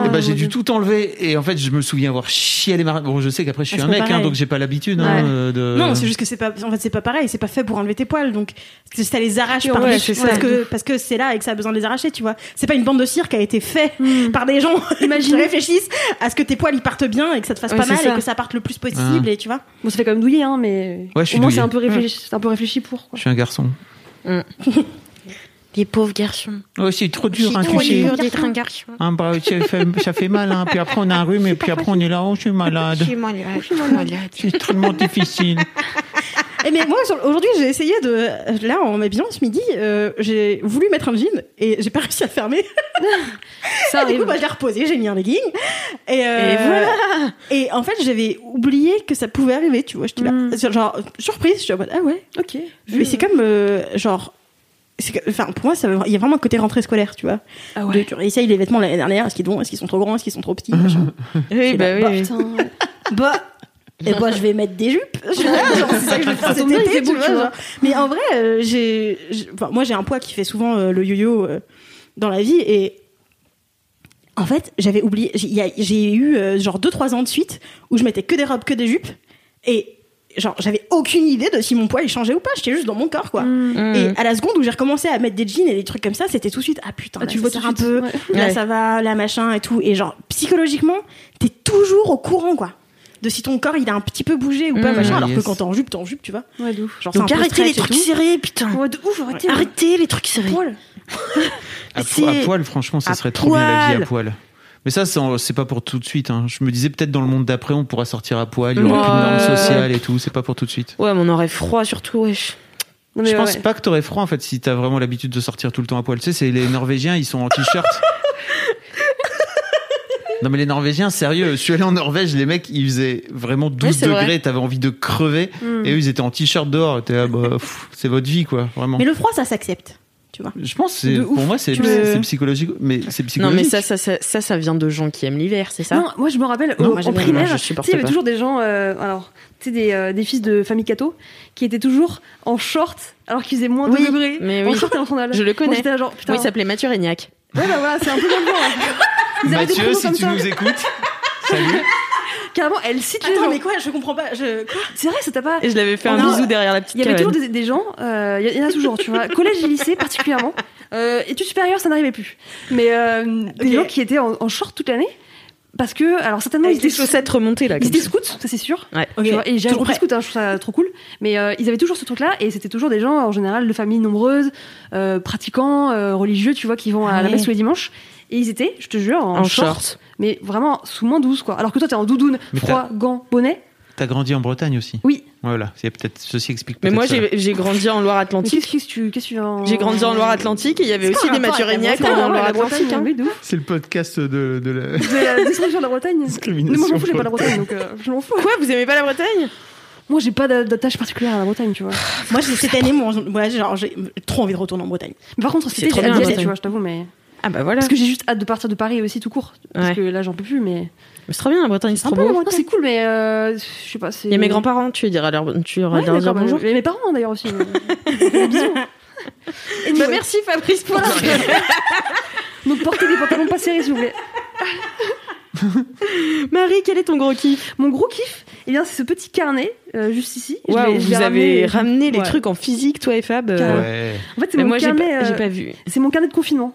[SPEAKER 1] Eh
[SPEAKER 5] Et bah, j'ai dû tout enlever. Et en fait, je me souviens avoir chialé ma. Bon, je sais qu'après, je suis
[SPEAKER 4] Est-ce
[SPEAKER 5] un
[SPEAKER 4] que
[SPEAKER 5] mec, hein,
[SPEAKER 4] pareil
[SPEAKER 5] donc j'ai pas l'habitude.
[SPEAKER 2] Ouais.
[SPEAKER 5] Hein, euh, de...
[SPEAKER 4] Non, c'est juste que c'est pas, en fait, c'est pas pareil. C'est pas fait pour enlever tes poils, donc c'est- ça les arrache
[SPEAKER 1] Ouais,
[SPEAKER 4] par
[SPEAKER 1] ouais,
[SPEAKER 4] les-
[SPEAKER 1] c'est
[SPEAKER 4] parce
[SPEAKER 1] ça.
[SPEAKER 4] que parce que c'est là et que ça a besoin de les arracher, tu vois. C'est pas une bande de cire qui a été faite
[SPEAKER 1] Hmm.
[SPEAKER 4] par des gens qui
[SPEAKER 2] Imagine.
[SPEAKER 4] réfléchissent à ce que tes poils ils partent bien et que ça te fasse
[SPEAKER 1] Ouais,
[SPEAKER 4] pas
[SPEAKER 1] c'est
[SPEAKER 4] mal
[SPEAKER 1] ça. Ah.
[SPEAKER 4] et que ça parte le plus possible et tu vois.
[SPEAKER 2] Bon, ça fait quand même douiller, hein, mais
[SPEAKER 5] Ouais, je suis
[SPEAKER 2] au moins
[SPEAKER 5] douillé.
[SPEAKER 2] c'est un peu réfléchi, c'est un peu réfléchi pour.
[SPEAKER 5] Je
[SPEAKER 2] Quoi.
[SPEAKER 5] suis un garçon.
[SPEAKER 1] Les pauvres garçons.
[SPEAKER 5] Ouais, c'est trop dur, hein,
[SPEAKER 1] Trop
[SPEAKER 5] tu sais.
[SPEAKER 1] dur d'être un garçon.
[SPEAKER 5] Hein, bah, ça, fait, ça fait mal, hein. puis après on a un rhume, et puis après on est là, oh, je suis malade.
[SPEAKER 1] malade, je suis malade.
[SPEAKER 5] C'est extrêmement difficile.
[SPEAKER 4] Et Eh, mais moi sur- aujourd'hui j'ai essayé de là en m'habillant ce midi, euh, j'ai voulu mettre un jean et j'ai pas réussi à fermer.
[SPEAKER 2] Ça
[SPEAKER 4] Du
[SPEAKER 2] arrive.
[SPEAKER 4] coup, bah, je l'ai reposé, j'ai mis un legging. Et, euh,
[SPEAKER 1] Et voilà.
[SPEAKER 4] Et en fait, j'avais oublié que ça pouvait arriver, tu vois. J'étais là,
[SPEAKER 2] Mm.
[SPEAKER 4] genre, surprise, je suis en mode, ah ouais.
[SPEAKER 2] Ok.
[SPEAKER 4] Mais c'est comme, euh, genre, c'est que- enfin, pour moi, ça veut- il y a vraiment un côté rentrée scolaire, tu vois.
[SPEAKER 2] Ah
[SPEAKER 4] De- tu réessayes les vêtements l'année dernière, est-ce qu'ils te vont, est-ce qu'ils sont trop grands, est-ce qu'ils sont trop petits, machin.
[SPEAKER 1] Oui, bah oui. oui.
[SPEAKER 2] Putain.
[SPEAKER 4] Bah, et bah, je vais mettre des jupes. Je sais pas, genre, c'est ça que je vais faire
[SPEAKER 2] Ça
[SPEAKER 4] cet
[SPEAKER 2] tombe bien, il
[SPEAKER 4] été,
[SPEAKER 2] fait beau,
[SPEAKER 4] tu vois,
[SPEAKER 2] tu vois.
[SPEAKER 4] genre. Mais en vrai, euh, j'ai, j'ai- enfin, moi, j'ai un poids qui fait souvent euh, le yo-yo euh, dans la vie et. En fait, j'avais oublié. J'ai il y a- j'ai eu euh, genre 2-3 ans de suite où je mettais que des robes, que des jupes. Et genre, j'avais aucune idée de si mon poids il changeait ou pas. J'étais juste dans mon corps, quoi.
[SPEAKER 2] Mm.
[SPEAKER 1] Mm.
[SPEAKER 4] Et à la seconde où j'ai recommencé à mettre des jeans et des trucs comme ça, c'était tout de suite Ah putain,
[SPEAKER 2] Ah,
[SPEAKER 4] là,
[SPEAKER 2] tu
[SPEAKER 4] ça
[SPEAKER 2] vois tout
[SPEAKER 4] serre
[SPEAKER 2] de
[SPEAKER 4] un
[SPEAKER 2] suite.
[SPEAKER 4] peu.
[SPEAKER 2] Ouais.
[SPEAKER 4] Là,
[SPEAKER 1] Ouais.
[SPEAKER 4] ça va, là, machin et tout. Et genre, psychologiquement, t'es toujours au courant, quoi. de si ton corps il a un petit peu bougé ou
[SPEAKER 2] Mm.
[SPEAKER 4] pas,
[SPEAKER 1] Mmh.
[SPEAKER 4] machin, alors que
[SPEAKER 5] Yes.
[SPEAKER 4] quand t'es en jupe, t'es en jupe, tu vois.
[SPEAKER 2] Ouais, de ouf.
[SPEAKER 4] Genre,
[SPEAKER 1] Donc
[SPEAKER 4] c'est un peu
[SPEAKER 1] arrêtez les
[SPEAKER 4] stretch et
[SPEAKER 1] trucs
[SPEAKER 4] tout.
[SPEAKER 1] serrés, putain.
[SPEAKER 2] Ouais, de ouf, arrêtez. hein.
[SPEAKER 1] Arrêtez les trucs
[SPEAKER 2] le
[SPEAKER 1] serrés.
[SPEAKER 2] poil.
[SPEAKER 5] À,
[SPEAKER 1] C'est-
[SPEAKER 5] po- à poil, franchement, ça
[SPEAKER 1] à
[SPEAKER 5] serait trop bien la vie
[SPEAKER 1] poil.
[SPEAKER 5] à poil. Mais ça, c'est en- c'est pas pour tout de suite. hein. Je me disais peut-être dans le monde d'après, on pourra sortir à poil, il y aura plus de
[SPEAKER 1] Ouais.
[SPEAKER 5] normes sociales et tout. C'est pas pour tout de suite.
[SPEAKER 1] Ouais, mais on aurait froid surtout, wesh.
[SPEAKER 2] Non, mais
[SPEAKER 5] Je pense
[SPEAKER 2] ouais.
[SPEAKER 5] pas que t'aurais froid en fait si t'as vraiment l'habitude de sortir tout le temps à poil. Tu sais, c'est les Norvégiens, ils sont en t-shirt. Non mais les Norvégiens, sérieux, je suis allé en Norvège, les mecs, ils faisaient vraiment 12
[SPEAKER 1] c'est vrai.
[SPEAKER 5] degrés, t'avais envie de crever, et eux, ils étaient en t-shirt dehors, T'es, ah, bah, pff, c'est votre vie quoi, vraiment.
[SPEAKER 4] Mais le froid, ça s'accepte.
[SPEAKER 5] Je pense, que c'est-
[SPEAKER 4] De
[SPEAKER 5] pour
[SPEAKER 4] ouf,
[SPEAKER 5] moi, c'est
[SPEAKER 4] tu veux-
[SPEAKER 5] c'est psychologique, mais c'est
[SPEAKER 1] Non,
[SPEAKER 5] psychologique.
[SPEAKER 1] mais ça ça, ça, ça, ça vient de gens qui aiment l'hiver, c'est ça
[SPEAKER 2] Non, moi je me rappelle
[SPEAKER 1] Non,
[SPEAKER 2] au-
[SPEAKER 1] moi,
[SPEAKER 2] en
[SPEAKER 1] j'aime bien, moi,
[SPEAKER 2] primaire,
[SPEAKER 1] je
[SPEAKER 2] tu sais,
[SPEAKER 1] supporte
[SPEAKER 2] il y avait
[SPEAKER 1] pas.
[SPEAKER 2] toujours des gens, euh, alors tu sais des, euh, des fils de famille catho qui étaient toujours en short alors qu'ils faisaient moins de
[SPEAKER 1] Oui,
[SPEAKER 2] degrés,
[SPEAKER 1] mais
[SPEAKER 2] en
[SPEAKER 1] oui.
[SPEAKER 2] short et en sandales.
[SPEAKER 1] Je le
[SPEAKER 2] Moi,
[SPEAKER 1] connais.
[SPEAKER 2] j'étais là, genre putain.
[SPEAKER 1] Oui, il s'appelait Mathieu Régnac.
[SPEAKER 2] Ouais, bah voilà, c'est un peu comme moi. Ils avaient des
[SPEAKER 5] Mathieu,
[SPEAKER 2] promos
[SPEAKER 5] si
[SPEAKER 2] comme
[SPEAKER 5] tu
[SPEAKER 2] ça.
[SPEAKER 5] nous écoutes, salut.
[SPEAKER 2] Carrément, elle cite les
[SPEAKER 4] Attends,
[SPEAKER 2] gens.
[SPEAKER 4] mais quoi Je comprends pas. Je...
[SPEAKER 2] C'est vrai, ça t'a pas.
[SPEAKER 1] Et je l'avais fait un
[SPEAKER 2] Non,
[SPEAKER 1] bisou derrière la petite
[SPEAKER 2] Il y avait
[SPEAKER 1] cabane.
[SPEAKER 2] toujours des, des gens, euh, il y, en a toujours, tu vois, collège et lycée particulièrement, euh, études supérieures ça n'arrivait plus, mais euh,
[SPEAKER 4] Ok.
[SPEAKER 2] des gens qui étaient en, en short toute l'année parce que, alors certainement Ah, ils
[SPEAKER 1] Avec
[SPEAKER 2] étaient
[SPEAKER 1] des chaussettes remontées là.
[SPEAKER 2] Ils
[SPEAKER 1] comme
[SPEAKER 2] étaient
[SPEAKER 1] ça.
[SPEAKER 2] scouts, ça Euh, c'est sûr.
[SPEAKER 1] Ouais.
[SPEAKER 2] Tu vois, et j'ai
[SPEAKER 4] Toujours
[SPEAKER 2] adoré les
[SPEAKER 4] prêt.
[SPEAKER 2] scouts, hein, je trouve ça trop cool. Mais euh, ils avaient toujours ce truc-là, et c'était toujours des gens en général de familles nombreuses, euh, pratiquants, euh, religieux, tu vois, qui vont à la
[SPEAKER 4] Ouais.
[SPEAKER 2] messe tous les dimanches. Et ils étaient, je te jure, en,
[SPEAKER 1] En
[SPEAKER 2] short,
[SPEAKER 1] short.
[SPEAKER 2] mais vraiment sous moins 12 quoi. Alors que toi t'es en doudoune,
[SPEAKER 5] Mais
[SPEAKER 2] froid, gants, bonnet.
[SPEAKER 5] T'as grandi en Bretagne aussi
[SPEAKER 2] Oui.
[SPEAKER 5] Voilà, c'est peut-être ceci explique
[SPEAKER 1] Mais
[SPEAKER 5] peut-être
[SPEAKER 1] moi,
[SPEAKER 5] ça.
[SPEAKER 1] j'ai j'ai grandi en
[SPEAKER 2] Mais
[SPEAKER 1] Loire-Atlantique.
[SPEAKER 2] qu'est-ce que tu, qu'est-ce que tu viens Ah, en-
[SPEAKER 1] J'ai grandi en Loire-Atlantique et il y avait
[SPEAKER 4] C'est
[SPEAKER 1] aussi
[SPEAKER 4] quoi
[SPEAKER 1] des
[SPEAKER 4] le rapport
[SPEAKER 1] Mathieu
[SPEAKER 4] avec la
[SPEAKER 1] Régnac
[SPEAKER 2] Putain,
[SPEAKER 1] en
[SPEAKER 2] ouais, la
[SPEAKER 1] Loire-Atlantique.
[SPEAKER 2] Bretagne,
[SPEAKER 1] hein.
[SPEAKER 2] mais de ouf.
[SPEAKER 5] C'est le podcast de, de la
[SPEAKER 2] C'est la description de la Bretagne. Mais
[SPEAKER 5] discrimination.
[SPEAKER 2] moi, je m'en fous, j'ai pas la
[SPEAKER 5] Bretagne.
[SPEAKER 2] Bretagne, donc euh, je m'en fous.
[SPEAKER 1] hein. Quoi, vous aimez pas la Bretagne
[SPEAKER 2] Moi, j'ai pas d'a- d'attache particulière à la Bretagne, tu vois.
[SPEAKER 4] Moi, j'ai- cette année, moi, moi, genre, j'ai trop envie de retourner en Bretagne.
[SPEAKER 2] Mais par contre, en
[SPEAKER 1] C'est
[SPEAKER 2] cité,
[SPEAKER 1] trop
[SPEAKER 2] j'ai
[SPEAKER 1] bien,
[SPEAKER 2] hâte d'y
[SPEAKER 1] la
[SPEAKER 2] aller,
[SPEAKER 1] Bretagne.
[SPEAKER 2] tu vois, je t'avoue, mais.
[SPEAKER 1] Ah bah voilà.
[SPEAKER 2] Parce que j'ai juste hâte de partir de Paris aussi tout court. Parce
[SPEAKER 1] Ouais.
[SPEAKER 2] que là, j'en peux plus, mais.
[SPEAKER 1] Mais C'est trop bien la Bretagne, c'est trop
[SPEAKER 2] Sympa, la
[SPEAKER 1] beau.
[SPEAKER 2] Bretagne. Non, c'est cool, mais euh, je sais pas. c'est-
[SPEAKER 1] Il y a mes grands-parents, tu diras leur, tu iras
[SPEAKER 2] Ouais,
[SPEAKER 1] leur dire
[SPEAKER 2] d'accord, bah,
[SPEAKER 1] bonjour.
[SPEAKER 2] mais mes parents d'ailleurs aussi. mais- Bisous. Et
[SPEAKER 1] Bah,
[SPEAKER 2] donc,
[SPEAKER 1] merci Fabrice pour
[SPEAKER 2] Voilà. donc portez des pantalons pas serrés s'il vous plaît.
[SPEAKER 1] Marie, quel est ton gros kiff
[SPEAKER 2] Mon gros kiff, eh bien c'est ce petit carnet euh, juste ici. Je l'ai- je l'ai
[SPEAKER 1] Vous avez ramené les
[SPEAKER 2] Ouais.
[SPEAKER 1] trucs en physique, toi et Fab. euh,
[SPEAKER 2] Carrément.
[SPEAKER 5] Ouais.
[SPEAKER 2] En fait c'est
[SPEAKER 1] Mais
[SPEAKER 2] mon
[SPEAKER 1] moi, j'ai
[SPEAKER 2] carnet.
[SPEAKER 1] pas, j'ai
[SPEAKER 2] euh,
[SPEAKER 1] pas vu.
[SPEAKER 2] C'est mon carnet de confinement.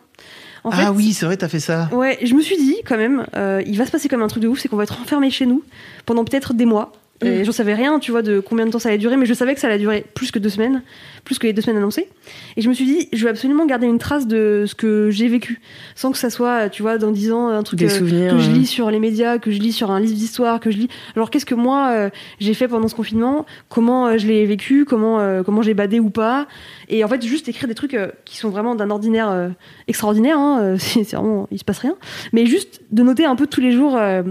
[SPEAKER 2] En fait,
[SPEAKER 5] ah oui, c'est vrai, t'as fait ça.
[SPEAKER 2] Ouais, je me suis dit quand même, euh, il va se passer comme un truc de ouf, c'est qu'on va être enfermés chez nous pendant peut-être des mois.
[SPEAKER 1] Mm.
[SPEAKER 2] Et j'en savais rien, tu vois, de combien de temps ça allait durer, mais je savais que ça allait durer plus que deux semaines, plus que les deux semaines annoncées. Et je me suis dit, je vais absolument garder une trace de ce que j'ai vécu, sans que ça soit, tu vois, dans dix ans, un truc
[SPEAKER 1] Des
[SPEAKER 2] euh,
[SPEAKER 1] souvenirs.
[SPEAKER 2] que je
[SPEAKER 1] euh.
[SPEAKER 2] lis sur les médias, que je lis sur un livre d'histoire, que je lis. Alors qu'est-ce que moi euh, j'ai fait pendant ce confinement Comment euh, je l'ai vécu Comment euh, comment j'ai badé ou pas Et en fait juste écrire des trucs euh, qui sont vraiment d'un ordinaire euh, extraordinaire. Hein, euh, c'est c'est vraiment il se passe rien. Mais juste de noter un peu tous les jours, euh,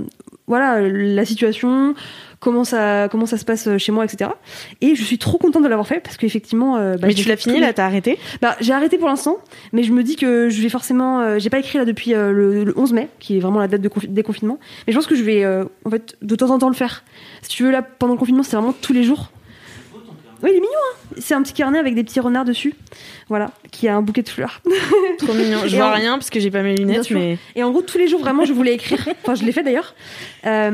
[SPEAKER 2] voilà euh, la situation. Comment ça, comment ça se passe euh, chez moi, etc. Et je suis trop contente de l'avoir fait parce qu'effectivement. euh, bah,
[SPEAKER 1] mais
[SPEAKER 2] je l'ai
[SPEAKER 1] tu l'as
[SPEAKER 2] fait
[SPEAKER 1] fini
[SPEAKER 2] tous les
[SPEAKER 1] là, t'as arrêté
[SPEAKER 2] bah, j'ai arrêté pour l'instant, mais je me dis que je vais forcément. euh, j'ai pas écrit là depuis euh, le, le 11 mai, qui est vraiment la date de confi- déconfinement. Mais je pense que je vais, euh, en fait, de temps en temps le faire. Si tu veux, là, pendant le confinement, c'est vraiment tous les jours. Oui, il est mignon, hein C'est un petit carnet avec des petits renards dessus. Voilà, qui a un bouquet de fleurs.
[SPEAKER 1] Trop mignon. Je
[SPEAKER 2] Et
[SPEAKER 1] vois
[SPEAKER 2] en-
[SPEAKER 1] rien parce que j'ai pas mes
[SPEAKER 2] Bien
[SPEAKER 1] lunettes,
[SPEAKER 2] sûr.
[SPEAKER 1] mais
[SPEAKER 2] Et en gros, tous les jours, vraiment, je voulais écrire. Enfin, je l'ai fait d'ailleurs.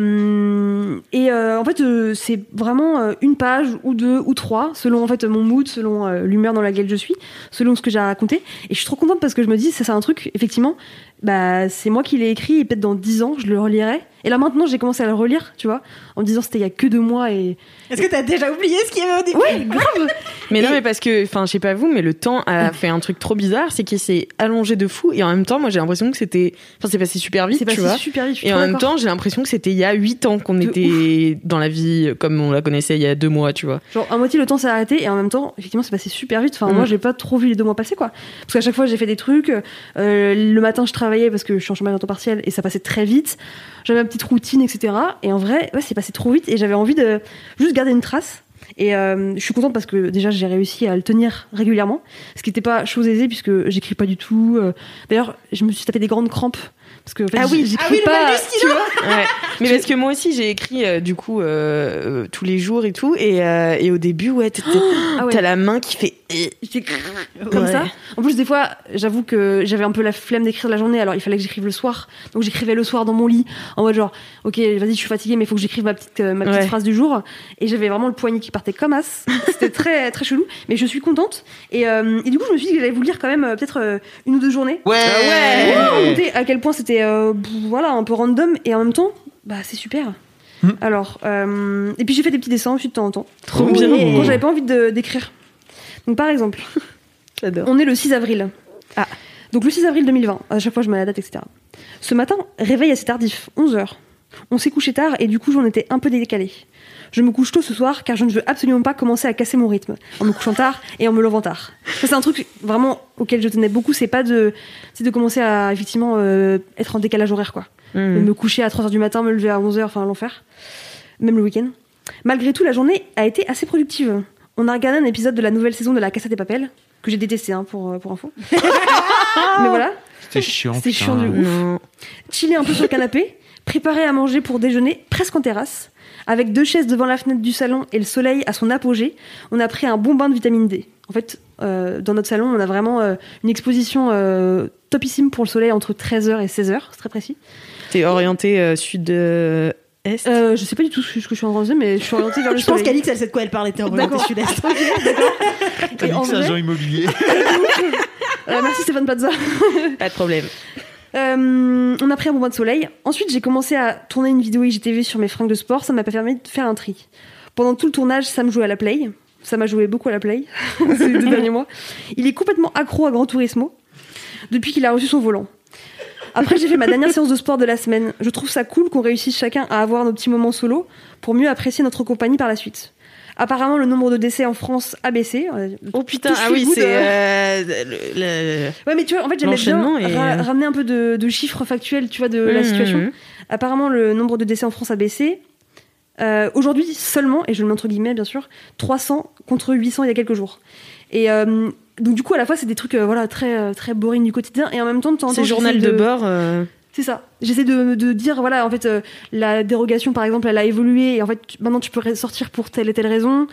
[SPEAKER 2] Euh, et euh, en fait, euh, c'est vraiment euh, une page ou deux ou trois, selon en fait mon mood, selon euh, l'humeur dans laquelle je suis, selon ce que j'ai à raconter. Et je suis trop contente parce que je me dis, ça c'est un truc, effectivement, bah c'est moi qui l'ai écrit et peut-être dans dix ans, je le relirai. Et là maintenant, j'ai commencé à le relire, tu vois, en me disant c'était il y a que deux mois et
[SPEAKER 4] Est-ce que t'as déjà oublié ce qu'il y avait au début
[SPEAKER 2] ouais, grave.
[SPEAKER 1] mais non, mais parce que, enfin, je sais pas vous, mais le temps a fait un truc trop bizarre, c'est qu'il s'est allongé de fou et en même temps, moi, j'ai l'impression que c'était, enfin, c'est passé super vite,
[SPEAKER 2] C'est
[SPEAKER 1] tu
[SPEAKER 2] passé
[SPEAKER 1] vois.
[SPEAKER 2] super vite. je suis
[SPEAKER 1] Et en
[SPEAKER 2] trop
[SPEAKER 1] même
[SPEAKER 2] d'accord.
[SPEAKER 1] temps, j'ai l'impression que c'était il y a 8 ans qu'on
[SPEAKER 2] De
[SPEAKER 1] était dans la vie comme on la connaissait il y a 2 mois, tu vois.
[SPEAKER 2] Genre, à moitié le temps s'est arrêté et en même temps, effectivement, c'est passé super vite. Enfin,
[SPEAKER 1] Mm.
[SPEAKER 2] moi, j'ai pas trop vu les deux mois passer, quoi. Parce qu'à chaque fois, j'ai fait des trucs. euh, le matin, je travaillais parce que je suis en chômage en temps partiel et ça passait très vite. J'avais ma petite routine, etc. Et en vrai, ouais, c'est passé trop vite et j'avais envie de juste garder une trace. Et euh, je suis contente parce que déjà j'ai réussi à le tenir régulièrement, ce qui n'était pas chose aisée puisque j'écris pas du tout. euh. D'ailleurs, je me suis tapé des grandes crampes parce que en fait,
[SPEAKER 1] Ah oui,
[SPEAKER 2] j-
[SPEAKER 4] Ah
[SPEAKER 2] j'écris
[SPEAKER 4] oui, le
[SPEAKER 2] pas.
[SPEAKER 4] malus qu'il a
[SPEAKER 1] Ouais. Mais parce que moi aussi, j'ai écrit euh, du coup euh, euh, tous les jours et tout. Et, euh, et au début, ouais, t'étais-
[SPEAKER 2] Ah ouais.
[SPEAKER 1] t'as la main qui fait. eh.
[SPEAKER 2] J'étais comme
[SPEAKER 1] Ouais.
[SPEAKER 2] ça. En plus, des fois, j'avoue que j'avais un peu la flemme d'écrire la journée, alors il fallait que j'écrive le soir. Donc j'écrivais le soir dans mon lit, en mode genre, ok, vas-y, je suis fatiguée, mais il faut que j'écrive ma petite, euh, ma petite
[SPEAKER 1] Ouais.
[SPEAKER 2] phrase du jour. Et j'avais vraiment le poignet qui partait comme as. C'était très, très chelou, mais je suis contente. Et, euh, et du coup, je me suis dit que j'allais vous lire quand même euh, peut-être euh, une ou deux journées.
[SPEAKER 5] Ouais,
[SPEAKER 1] ouais.
[SPEAKER 2] Pour raconter à quel point c'était euh, voilà, un peu random, et en même temps, bah c'est super. Alors, euh, et puis j'ai fait des petits dessins aussi de temps en temps.
[SPEAKER 1] Hmm. Trop
[SPEAKER 2] Quand-
[SPEAKER 1] bien.
[SPEAKER 2] Quand j'avais pas envie de- d'écrire. Donc par exemple,
[SPEAKER 1] J'adore.
[SPEAKER 2] on est le 6 avril.
[SPEAKER 1] Ah.
[SPEAKER 2] Donc le 6 avril 2020, à chaque fois je mets la date, etc. Ce matin, réveil assez tardif, 11h. On s'est couché tard et du coup j'en étais un peu décalé. Je me couche tôt ce soir car je ne veux absolument pas commencer à casser mon rythme en me couchant tard et en me levant tard. Ça, c'est un truc vraiment auquel je tenais beaucoup, c'est pas de, c'est de commencer à effectivement euh, être en décalage horaire quoi.
[SPEAKER 1] Mm.
[SPEAKER 2] Me coucher à 3h du matin, me lever à 11h, enfin l'enfer. Même le week-end. Malgré tout, la journée a été assez productive. On a regardé un épisode de la nouvelle saison de La Casa des Papel, que j'ai détesté hein, pour, euh, pour info. Mais voilà,
[SPEAKER 5] C'était chiant.
[SPEAKER 2] C'était
[SPEAKER 5] putain.
[SPEAKER 2] chiant de ouf.
[SPEAKER 1] Non.
[SPEAKER 2] chiller un peu sur le canapé, préparer à manger pour déjeuner presque en terrasse, avec deux chaises devant la fenêtre du salon et le soleil à son apogée, on a pris un bon bain de vitamine D. En fait, euh, dans notre salon, on a vraiment euh, une exposition euh, topissime pour le soleil entre 13h et 16h, c'est très précis.
[SPEAKER 1] T'es orienté euh, sud euh, est.
[SPEAKER 2] Euh, je sais pas du tout ce que je suis orientée, mais je suis orientée vers le
[SPEAKER 4] Je pense
[SPEAKER 2] soleil.
[SPEAKER 4] qu'Alix, elle sait de quoi elle parle, était en
[SPEAKER 2] D'accord.
[SPEAKER 4] orientée sud-est.
[SPEAKER 5] T'as
[SPEAKER 2] Et
[SPEAKER 5] dit
[SPEAKER 2] en
[SPEAKER 5] que c'est
[SPEAKER 2] vrai-
[SPEAKER 5] agent immobilier.
[SPEAKER 2] Euh, merci Stéphane Plaza.
[SPEAKER 1] Pas de problème.
[SPEAKER 2] Euh, on a pris un bon bain de soleil. Ensuite, j'ai commencé à tourner une vidéo IGTV sur mes fringues de sport. Ça m'a permis de faire un tri. Pendant tout le tournage, ça me jouait à la play. Ça m'a joué beaucoup à la play ces deux derniers mois. Il est complètement accro à Grand Turismo depuis qu'il a reçu son volant. Après, j'ai fait ma dernière séance de sport de la semaine. Je trouve ça cool qu'on réussisse chacun à avoir nos petits moments solo pour mieux apprécier notre compagnie par la suite. Apparemment, le nombre de décès en France a baissé. Euh,
[SPEAKER 1] Oh putain,
[SPEAKER 2] Touche
[SPEAKER 1] ah
[SPEAKER 2] le
[SPEAKER 1] oui,
[SPEAKER 2] bout
[SPEAKER 1] c'est
[SPEAKER 2] de-
[SPEAKER 1] euh, le- le-
[SPEAKER 2] Ouais, mais tu vois, en fait, j'aimais bien
[SPEAKER 1] L'enchaînement est- euh,
[SPEAKER 2] ra- ramener un peu de, de chiffres factuels, tu vois, de Euh, la
[SPEAKER 1] Mmh,
[SPEAKER 2] situation.
[SPEAKER 1] mmh.
[SPEAKER 2] Apparemment, le nombre de décès en France a baissé. Euh, Aujourd'hui seulement, et je le mets entre guillemets bien sûr, 300 contre 800 il y a quelques jours. Et euh, donc du coup, à la fois, c'est des trucs euh, voilà très euh, très boring du quotidien, et en même temps, de temps en temps,
[SPEAKER 1] C'est journal
[SPEAKER 2] j'essaie
[SPEAKER 1] de bord. euh,
[SPEAKER 2] C'est ça. J'essaie de, de dire voilà, en fait, euh, la dérogation par exemple, elle a évolué, et en fait, tu- maintenant tu peux sortir pour telle et telle raison.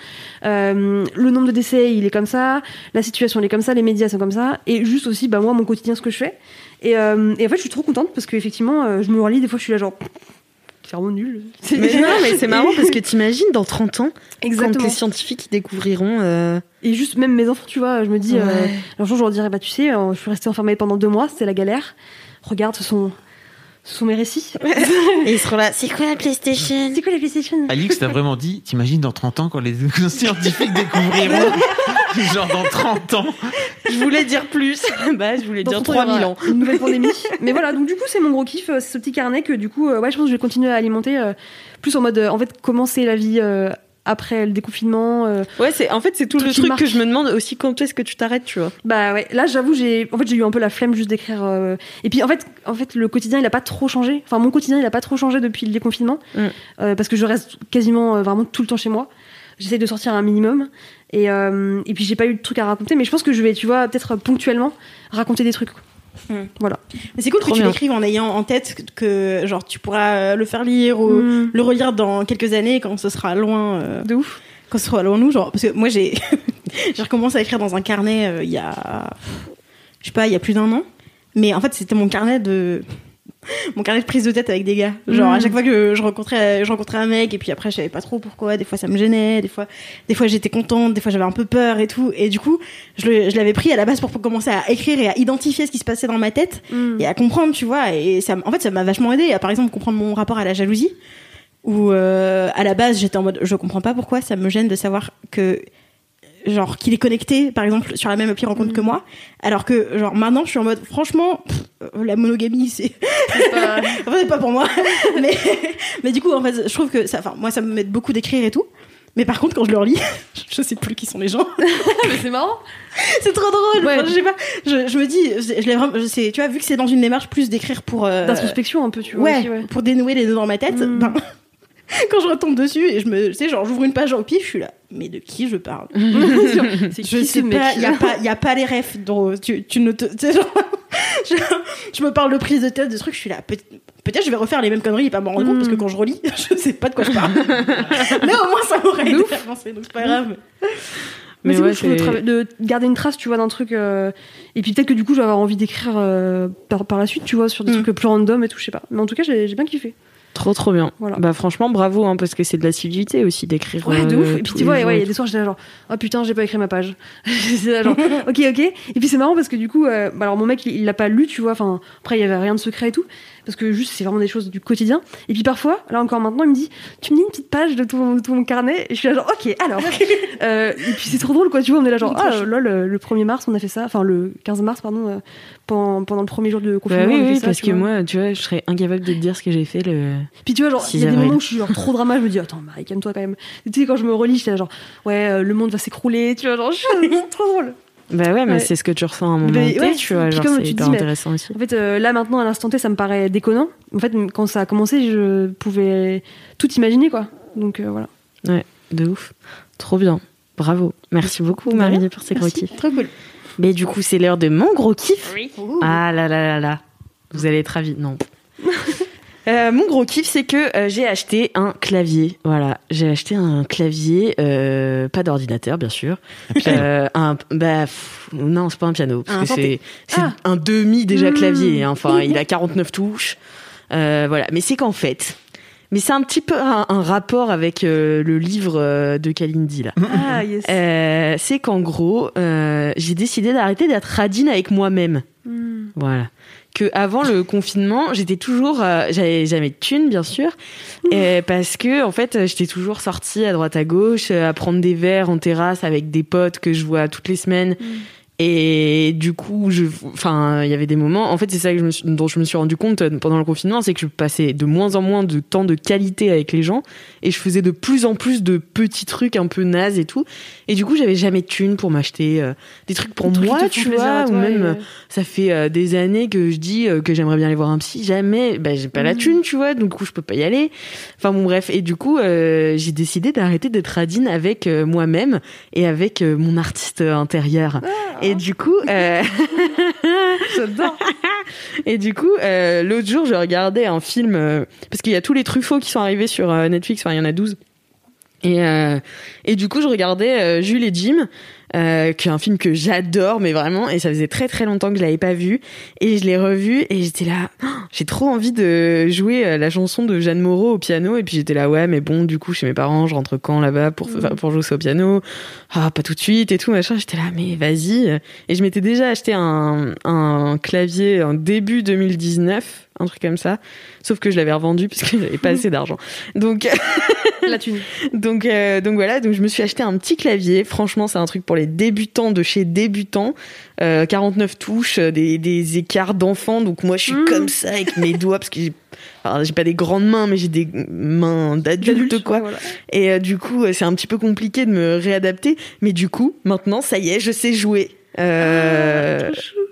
[SPEAKER 2] Euh, le nombre de décès, il est comme ça. La situation, elle est comme ça. Les médias sont comme ça. Et juste aussi, bah moi, mon quotidien, ce que je fais. Et, euh, et en fait, je suis trop contente parce qu'effectivement, euh, je me relis des fois, je suis là genre. C'est vraiment nul.
[SPEAKER 1] Mais non, mais c'est marrant parce que t'imagines dans 30 ans, quand
[SPEAKER 2] Exactement.
[SPEAKER 1] les scientifiques ils découvriront. euh,
[SPEAKER 2] Et juste même mes enfants, tu vois, je me dis, euh,
[SPEAKER 1] ouais.
[SPEAKER 2] un jour je leur dirais, bah tu sais, euh, je suis restée enfermée pendant deux mois, c'était la galère. Regarde, ce sont, ce sont mes récits.
[SPEAKER 1] Et ils seront là, c'est quoi la PlayStation
[SPEAKER 2] C'est quoi la PlayStation
[SPEAKER 5] Alix, t'as vraiment dit, t'imagines dans 30 ans quand les scientifiques découvriront, genre dans 30 ans,
[SPEAKER 1] Je voulais dire plus. bah, je voulais
[SPEAKER 2] Dans
[SPEAKER 1] dire
[SPEAKER 2] trois ans, il y
[SPEAKER 1] 3000
[SPEAKER 2] aura
[SPEAKER 1] ans.
[SPEAKER 2] Une nouvelle pandémie. Mais voilà, donc du coup, c'est mon gros kiff, euh, c'est ce petit carnet que du coup, euh, ouais, je pense que je vais continuer à alimenter euh, plus en mode, euh, en fait, comment c'est la vie euh, après le déconfinement. euh,
[SPEAKER 1] Ouais, c'est en fait c'est tout
[SPEAKER 2] Truc
[SPEAKER 1] le
[SPEAKER 2] qui
[SPEAKER 1] truc que
[SPEAKER 2] marche.
[SPEAKER 1] je me demande aussi quand est-ce que tu t'arrêtes, tu vois.
[SPEAKER 2] Bah ouais, là j'avoue, j'ai en fait j'ai eu un peu la flemme juste d'écrire euh, et puis en fait en fait le quotidien, il a pas trop changé. Enfin mon quotidien, il a pas trop changé depuis le déconfinement
[SPEAKER 1] Mm.
[SPEAKER 2] Euh, parce que je reste quasiment euh, vraiment tout le temps chez moi. J'essaie de sortir un minimum et euh, et puis j'ai pas eu de trucs à raconter mais je pense que je vais tu vois peut-être ponctuellement raconter des trucs. quoi.
[SPEAKER 4] Mm.
[SPEAKER 2] Voilà.
[SPEAKER 4] Mais c'est cool
[SPEAKER 1] Trop
[SPEAKER 4] que tu
[SPEAKER 1] bien.
[SPEAKER 4] l'écrives en ayant en tête que, que, genre, tu pourras euh, le faire lire ou
[SPEAKER 2] Mm.
[SPEAKER 4] le relire dans quelques années quand ce sera loin. euh,
[SPEAKER 2] De ouf.
[SPEAKER 4] quand ce sera loin de nous, genre, parce que moi j'ai j'ai recommencé à écrire dans un carnet euh, il y a, je sais pas, il y a plus d'un an. Mais en fait, c'était mon carnet de mon carnet de prise de tête avec des gars. Genre à chaque fois que je rencontrais je rencontrais un mec et puis après je savais pas trop pourquoi, des fois ça me gênait, des fois des fois j'étais contente, des fois j'avais un peu peur et tout et du coup, je le- je l'avais pris à la base pour commencer à écrire et à identifier ce qui se passait dans ma tête
[SPEAKER 2] Mm.
[SPEAKER 4] et à comprendre, tu vois. Et ça, m- en fait, ça m'a vachement aidé à, par exemple, comprendre mon rapport à la jalousie. Où, euh, à la base, j'étais en mode, je comprends pas pourquoi ça me gêne de savoir que, genre, qu'il est connecté, par exemple, sur la même appli rencontre que moi. Alors que, genre, maintenant, je suis en mode, franchement, pff, euh, la monogamie, c'est. en fait, c'est pas pour moi. mais, mais du coup, en fait, je trouve que ça, enfin, moi, ça me met beaucoup d'écrire et tout. Mais par contre, quand je le relis, je sais plus qui sont les gens.
[SPEAKER 2] Mais c'est marrant.
[SPEAKER 4] C'est trop drôle.
[SPEAKER 2] Ouais.
[SPEAKER 4] Enfin, je sais pas. Je, je me dis, je, je l'ai vraiment. je sais- tu vois, vu que c'est dans une démarche plus d'écrire pour euh,
[SPEAKER 2] D'introspection un peu, tu vois
[SPEAKER 4] ouais,
[SPEAKER 2] aussi, ouais.
[SPEAKER 4] pour dénouer les nœuds dans ma tête,
[SPEAKER 2] Mm.
[SPEAKER 4] ben, quand je retombe dessus et je me, tu sais, genre j'ouvre une page au pif, je suis là. Mais de qui je parle
[SPEAKER 2] C'est
[SPEAKER 4] Je
[SPEAKER 2] qui ce
[SPEAKER 4] sais
[SPEAKER 2] mec
[SPEAKER 4] pas. Il y a pas, y a pas les refs. donc tu, tu ne te, tu sais, genre, je, je me parle de prise de tête, de trucs. Je suis là. peut- Peut-être je vais refaire les mêmes conneries et pas m'en rendre compte
[SPEAKER 2] Mm.
[SPEAKER 4] parce que quand je relis, je sais pas de quoi je parle. mais au moins ça m'aurait aidé à avancer, donc c'est pas grave.
[SPEAKER 2] Mais,
[SPEAKER 1] Mais
[SPEAKER 2] c'est
[SPEAKER 1] ouais,
[SPEAKER 2] cool, je trouve, de,
[SPEAKER 1] c'est-
[SPEAKER 2] trava- de garder une trace, tu vois, d'un truc. euh, et puis peut-être que du coup, je vais avoir envie d'écrire euh, par, par la suite, tu vois, sur des
[SPEAKER 4] Mm.
[SPEAKER 2] trucs plus random et tout, je sais pas. Mais en tout cas, j'ai j'ai bien kiffé.
[SPEAKER 1] Trop trop bien.
[SPEAKER 2] Voilà.
[SPEAKER 1] Bah franchement bravo hein, parce que c'est de la civilité aussi d'écrire.
[SPEAKER 2] Ouais, de
[SPEAKER 1] euh,
[SPEAKER 2] ouf. Et puis
[SPEAKER 1] tous
[SPEAKER 2] tu
[SPEAKER 1] les
[SPEAKER 2] vois, ouais,
[SPEAKER 1] jours
[SPEAKER 2] ouais, il
[SPEAKER 1] et
[SPEAKER 2] y a des soirs, j'étais là genre, oh putain, j'ai pas écrit ma page. J'étais là genre, ok, ok. Et puis c'est marrant parce que du coup, euh, bah, alors mon mec, il, il l'a pas lu, tu vois, enfin, après, il y avait rien de secret et tout. parce que juste c'est vraiment des choses du quotidien. Et puis parfois, là encore maintenant, il me dit Tu me lis une petite page de ton, de ton carnet Et je suis là, genre, ok, alors. Euh, et puis c'est trop drôle, quoi, tu vois, on est là, genre, ah lol, euh, le 1er mars, on a fait ça, enfin le 15 mars, pardon, euh, pendant, pendant le premier jour de
[SPEAKER 1] Bah
[SPEAKER 2] confinement.
[SPEAKER 1] oui,
[SPEAKER 2] on a fait
[SPEAKER 1] oui,
[SPEAKER 2] ça,
[SPEAKER 1] parce
[SPEAKER 2] tu
[SPEAKER 1] que
[SPEAKER 2] vois.
[SPEAKER 1] moi, tu vois, je serais incapable de te dire ce que j'ai fait le.
[SPEAKER 2] Puis tu vois, genre,
[SPEAKER 1] 6
[SPEAKER 2] il y a des
[SPEAKER 1] avril.
[SPEAKER 2] moments où je suis genre trop drama, je me dis, attends, Marie, calme-toi quand même. Et tu sais, quand je me relis, j'étais là, genre, ouais, euh, le monde va s'écrouler, tu vois, genre, je- trop drôle.
[SPEAKER 1] Bah ouais, mais
[SPEAKER 2] Ouais.
[SPEAKER 1] c'est ce que tu ressens à un moment
[SPEAKER 2] Mais
[SPEAKER 1] T,
[SPEAKER 2] ouais,
[SPEAKER 1] tu vois,
[SPEAKER 2] puis
[SPEAKER 1] genre
[SPEAKER 2] comme tu
[SPEAKER 1] c'est
[SPEAKER 2] dis,
[SPEAKER 1] hyper
[SPEAKER 2] mais-
[SPEAKER 1] intéressant aussi.
[SPEAKER 2] En fait, euh, là maintenant, à l'instant T, ça me paraît déconnant. En fait, quand ça a commencé, je pouvais tout imaginer, quoi. Donc euh, voilà.
[SPEAKER 1] De ouf. Trop bien. Bravo. Merci beaucoup,
[SPEAKER 4] De
[SPEAKER 1] Marie,
[SPEAKER 4] rien.
[SPEAKER 1] pour ces gros
[SPEAKER 4] Merci.
[SPEAKER 1] kiffs.
[SPEAKER 4] Trop cool.
[SPEAKER 1] Mais du coup, c'est l'heure de mon gros kiff. Ah là là là là. Vous allez être ravis. Non. Euh, mon gros kiff, c'est que euh, j'ai acheté un clavier. Voilà, j'ai acheté un clavier, euh, pas d'ordinateur, bien sûr. Euh, un, bah, pff, non, c'est pas un piano, parce
[SPEAKER 4] Un
[SPEAKER 1] que c'est
[SPEAKER 4] synthé.
[SPEAKER 1] c'est
[SPEAKER 2] Ah.
[SPEAKER 1] un demi déjà
[SPEAKER 2] Mmh.
[SPEAKER 1] clavier. hein. Enfin, il a 49 touches. Euh, voilà, mais c'est qu'en fait, mais c'est un petit peu un, un rapport avec euh, le livre euh, de Kalindi là.
[SPEAKER 2] Ah, yes.
[SPEAKER 1] Euh, c'est qu'en gros, euh, j'ai décidé d'arrêter d'être radine avec moi-même.
[SPEAKER 2] Hmm.
[SPEAKER 1] Voilà. Que avant le confinement, j'étais toujours, euh, j'avais jamais de thunes, bien sûr,
[SPEAKER 2] Hmm.
[SPEAKER 1] euh, parce que en fait, euh, j'étais toujours sortie à droite à gauche, euh, à prendre des verres en terrasse avec des potes que je vois toutes les semaines.
[SPEAKER 2] Hmm.
[SPEAKER 1] Et du coup, je, enfin, il y avait des moments. En fait, c'est ça que je me suis- dont je me suis rendu compte euh, pendant le confinement, c'est que je passais de moins en moins de temps de qualité avec les gens, et je faisais de plus en plus de petits trucs un peu nazes et tout. Et du coup, j'avais jamais de thunes pour m'acheter euh, des trucs pour
[SPEAKER 2] Des trucs qui
[SPEAKER 1] moi,
[SPEAKER 2] te font
[SPEAKER 1] tu
[SPEAKER 2] plaisir à
[SPEAKER 1] vois, ou
[SPEAKER 2] toi
[SPEAKER 1] même.
[SPEAKER 2] et-
[SPEAKER 1] euh, ça fait euh, des années que je dis euh, que j'aimerais bien aller voir un psy, jamais, bah, j'ai pas
[SPEAKER 2] Mm.
[SPEAKER 1] la thune, tu vois, donc du coup je peux pas y aller. Enfin bon bref, et du coup euh, j'ai décidé d'arrêter d'être radine avec euh, moi-même et avec euh, mon artiste intérieur. Et du coup, euh,
[SPEAKER 2] Ah. J'adore.
[SPEAKER 1] et du coup, euh, l'autre jour, je regardais un film, euh, parce qu'il y a tous les Truffauts qui sont arrivés sur euh, Netflix, enfin, il y en a 12. Et, euh, et du coup, je regardais euh, Jules et Jim, euh, qui est un film que j'adore, mais vraiment, et ça faisait très très longtemps que je l'avais pas vu. Et je l'ai revu, et j'étais là, Oh, j'ai trop envie de jouer euh, la chanson de Jeanne Moreau au piano. Et puis j'étais là, ouais, mais bon, du coup, chez mes parents, je rentre quand là-bas pour, pour jouer ça au piano Ah, pas tout de suite et tout, machin. J'étais là, mais vas-y. Et je m'étais déjà acheté un, un clavier en début 2019, un truc comme ça. Sauf que je l'avais revendu parce que j'avais pas assez d'argent. Donc,
[SPEAKER 2] La thune.
[SPEAKER 1] donc, euh, donc voilà, donc je me suis acheté un petit clavier. Franchement, c'est un truc pour les débutants de chez débutants. Euh, 49 touches, euh, des, des écarts d'enfant. Donc moi, je suis
[SPEAKER 2] Mmh.
[SPEAKER 1] comme ça avec mes doigts parce que j'ai alors, j'ai pas des grandes mains, mais j'ai des mains d'adulte, quoi.
[SPEAKER 2] Voilà.
[SPEAKER 1] Et euh, du coup, euh, c'est un petit peu compliqué de me réadapter. Mais du coup, maintenant, ça y est, je sais jouer. Euh,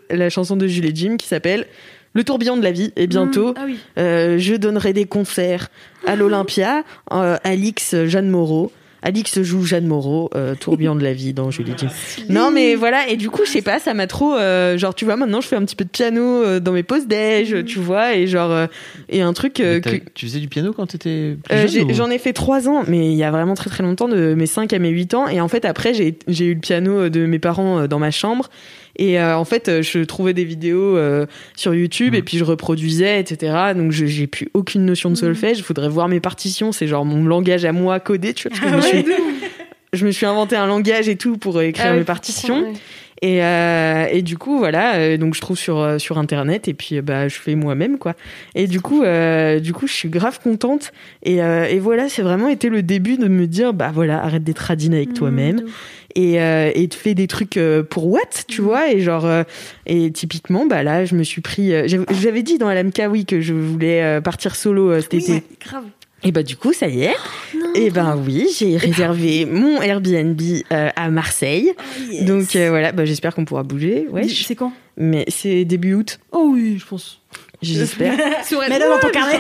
[SPEAKER 1] la chanson de Jules et Jim qui s'appelle Le tourbillon de la vie. Et bientôt,
[SPEAKER 2] Ah oui.
[SPEAKER 1] euh, je donnerai des concerts à l'Olympia. Euh, Alix, euh, Jeanne Moreau. Alix joue Jeanne Moreau, euh, tourbillon de la vie dans Julie Jim. Non mais voilà et du coup je sais pas ça m'a trop euh, genre tu vois maintenant je fais un petit peu de piano euh, dans mes pauses déj tu vois et genre euh, et un truc euh,
[SPEAKER 5] Mais t'as-
[SPEAKER 1] que
[SPEAKER 5] Tu faisais du piano quand t'étais plus
[SPEAKER 1] euh,
[SPEAKER 5] jeune,
[SPEAKER 1] j'ai-
[SPEAKER 5] ou-
[SPEAKER 1] J'en ai, fait trois ans, mais il y a vraiment très très longtemps, de mes 5 à mes 8 ans. Et en fait, après, j'ai j'ai eu le piano de mes parents euh, dans ma chambre. Et euh, en fait, euh, je trouvais des vidéos euh, sur YouTube
[SPEAKER 5] Mhm.
[SPEAKER 1] et puis je reproduisais, etc. Donc, je- j'ai plus aucune notion de solfège. Il faudrait voir mes partitions. C'est genre mon langage à moi codé, tu vois.
[SPEAKER 4] Ah
[SPEAKER 1] parce que je, me suis, je me suis inventé un langage et tout pour écrire mes partitions. Et, euh, et du coup, voilà, euh, donc je trouve sur, euh, sur internet et puis euh, bah, je fais moi-même quoi. Et du coup, euh, du coup, je suis grave contente. Et, euh, et voilà, c'est vraiment été le début de me dire bah voilà, arrête d'être radine
[SPEAKER 2] Mm.
[SPEAKER 1] avec toi-même et euh, et te fais des trucs euh, pour what, tu vois. Et genre, euh, et typiquement, bah là, je me suis pris. euh, j'avais- J'avais dit dans LMK, oui, que je voulais euh, partir solo euh, cet été.
[SPEAKER 2] Grave.
[SPEAKER 1] Et bah du coup, ça y est.
[SPEAKER 2] Oh,
[SPEAKER 1] et ben oui, j'ai réservé mon Airbnb euh, à Marseille.
[SPEAKER 2] Ah,
[SPEAKER 1] Donc euh, voilà, bah, j'espère qu'on pourra bouger. Ouais,
[SPEAKER 2] Dis- C'est quand
[SPEAKER 1] mais c'est début août,
[SPEAKER 2] Oh oui, je pense.
[SPEAKER 1] j'espère.
[SPEAKER 4] Mais là, dans ton carnet.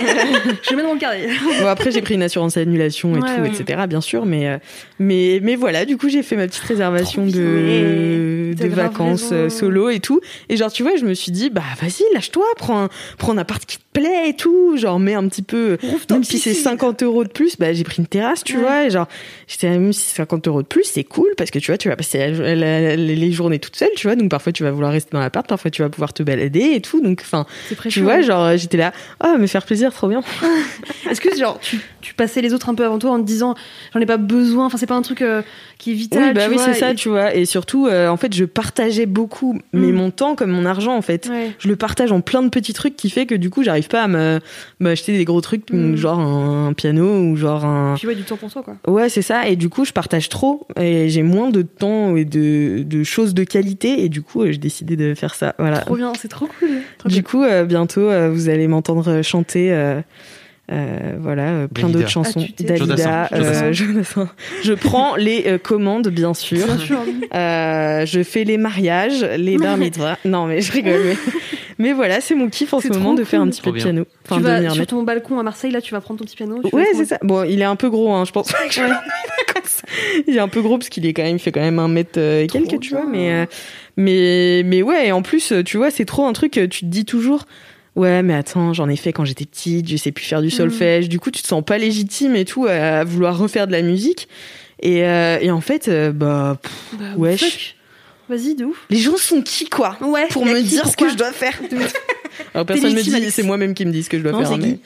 [SPEAKER 2] Je mets dans mon carnet.
[SPEAKER 1] bon après j'ai pris une assurance annulation et
[SPEAKER 2] Ouais,
[SPEAKER 1] tout,
[SPEAKER 2] ouais.
[SPEAKER 1] etc. Bien sûr, mais euh, mais mais voilà, du coup j'ai fait ma petite réservation de
[SPEAKER 2] T'as
[SPEAKER 1] de
[SPEAKER 2] grave
[SPEAKER 1] vacances
[SPEAKER 2] raison.
[SPEAKER 1] euh, solo et tout. Et genre tu vois, je me suis dit bah vas-y lâche-toi, prends un, prends un appart qui te plaît et tout, genre mets un petit peu, euh, même si c'est 50 euros de plus, bah j'ai pris une terrasse, tu vois, et genre j'étais là, même si c'est 50 euros de plus, c'est cool parce que tu vois tu vas passer la- la- les journées toute seule, tu vois, donc parfois tu vas vouloir rester dans l'appart, parfois tu vas pouvoir te balader et tout, donc enfin
[SPEAKER 2] C'est
[SPEAKER 1] tu vois genre j'étais là ah me faire plaisir trop bien.
[SPEAKER 2] Est-ce que genre tu, tu passais les autres un peu avant toi en te disant j'en ai pas besoin, enfin c'est pas un truc euh, qui est vital.
[SPEAKER 1] Oui, bah
[SPEAKER 2] tu
[SPEAKER 1] oui,
[SPEAKER 2] vois,
[SPEAKER 1] c'est ça,
[SPEAKER 2] et-
[SPEAKER 1] tu vois. Et surtout, euh, en fait, je partageais beaucoup, mais
[SPEAKER 2] Mm.
[SPEAKER 1] mon temps comme mon argent, en fait.
[SPEAKER 2] Ouais.
[SPEAKER 1] Je le partage en plein de petits trucs qui fait que du coup, j'arrive j'arrive pas à me- m'acheter des gros trucs,
[SPEAKER 2] Mm.
[SPEAKER 1] genre un piano ou genre un,
[SPEAKER 2] Puis ouais, du temps pour soi, quoi.
[SPEAKER 1] Ouais, c'est ça. Et du coup, je partage trop et j'ai moins de temps et de, de choses de qualité. Et du coup, euh, j'ai décidé de faire ça. Voilà.
[SPEAKER 2] Trop bien, c'est trop cool. Trop
[SPEAKER 1] du
[SPEAKER 2] cool.
[SPEAKER 1] coup, euh, bientôt, euh, vous allez m'entendre chanter. euh, euh, voilà, euh, plein
[SPEAKER 5] Dalida.
[SPEAKER 1] d'autres chansons.
[SPEAKER 2] Ah, tu t'es-
[SPEAKER 1] Dalida,
[SPEAKER 5] Jodassin.
[SPEAKER 1] euh, Jodassin. Je prends les euh, commandes, bien sûr.
[SPEAKER 2] Bien sûr.
[SPEAKER 1] Euh, je fais les mariages, les bar mitzvahs. Non, mais je rigole. Mais, mais voilà, c'est mon kiff en ce
[SPEAKER 2] C'est trop
[SPEAKER 1] moment de faire un
[SPEAKER 2] cool.
[SPEAKER 1] petit peu
[SPEAKER 5] Trop
[SPEAKER 1] de
[SPEAKER 5] bien.
[SPEAKER 1] piano. Enfin,
[SPEAKER 2] tu
[SPEAKER 1] de m'y
[SPEAKER 2] vas sur
[SPEAKER 1] remettre.
[SPEAKER 2] ton balcon à Marseille, là, tu vas prendre ton petit piano. tu
[SPEAKER 1] Ouais,
[SPEAKER 2] vas
[SPEAKER 1] c'est ça. Bon, il est un peu gros, hein, je pense. pas que je- il est un peu gros parce qu'il est quand même, il fait quand même un mètre euh, et quelques, tu vois. Mais, euh, mais, mais ouais, et en plus, euh, tu vois, c'est trop un truc, euh, tu te dis toujours, ouais, mais attends, j'en ai fait quand j'étais petite, je sais plus
[SPEAKER 2] Mm.
[SPEAKER 1] faire du solfège. Du coup, tu te sens pas légitime et tout à, à vouloir refaire de la musique. Et, euh, et en fait, euh, bah, pff,
[SPEAKER 2] prendre- Bah,
[SPEAKER 1] Wesh.
[SPEAKER 2] fuck. Vas-y, de ouf.
[SPEAKER 1] les gens sont qui, quoi?
[SPEAKER 2] Ouais,
[SPEAKER 1] Pour me dire ce que je dois faire. Alors, personne me
[SPEAKER 4] légitime,
[SPEAKER 1] dit,
[SPEAKER 4] Alex.
[SPEAKER 1] c'est moi-même qui me dis ce que je dois
[SPEAKER 4] Non,
[SPEAKER 1] faire.
[SPEAKER 4] c'est
[SPEAKER 1] mais-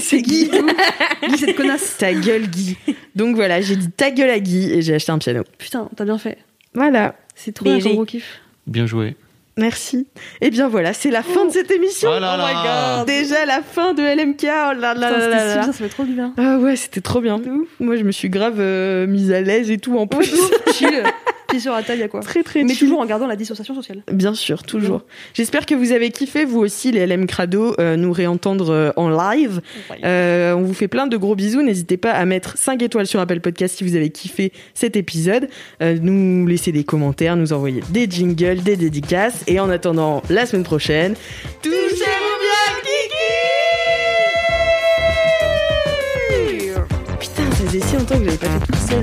[SPEAKER 1] c'est Guy.
[SPEAKER 2] Guy, cette connasse.
[SPEAKER 1] Ta gueule, Guy. Donc voilà, j'ai dit ta gueule à Guy et j'ai acheté un piano.
[SPEAKER 2] Putain, t'as bien fait.
[SPEAKER 1] Voilà.
[SPEAKER 2] C'est trop
[SPEAKER 4] Mais
[SPEAKER 2] bien, ton
[SPEAKER 4] j'ai-
[SPEAKER 2] gros kiff.
[SPEAKER 5] Bien joué.
[SPEAKER 1] Merci. Et bien voilà, c'est la fin de cette émission.
[SPEAKER 5] Oh là là.
[SPEAKER 1] my God. Déjà la fin de LMK. Oh là là là
[SPEAKER 2] Putain, c'était
[SPEAKER 1] là
[SPEAKER 2] stylé,
[SPEAKER 1] là.
[SPEAKER 2] ça, ça fait trop du bien.
[SPEAKER 1] Ah ouais, c'était trop bien. Moi, je me suis grave euh, mise à l'aise et tout en
[SPEAKER 2] Ouais,
[SPEAKER 1] plus.
[SPEAKER 2] de ouf. Chill. Pied sur la taille, quoi.
[SPEAKER 1] très très
[SPEAKER 2] Mais
[SPEAKER 1] chill.
[SPEAKER 2] toujours en gardant la dissociation sociale.
[SPEAKER 1] Bien sûr, toujours. J'espère que vous avez kiffé, vous aussi, les LM Crado, euh, nous réentendre euh, en live. Euh, on vous fait plein de gros bisous. N'hésitez pas à mettre 5 étoiles sur Apple Podcast si vous avez kiffé cet épisode. Euh, nous laisser des commentaires, nous envoyer des jingles, des dédicaces. Et en attendant la semaine prochaine, touchez-vous bien, Kiki Putain, ça faisait si longtemps que j'avais pas fait tout seul.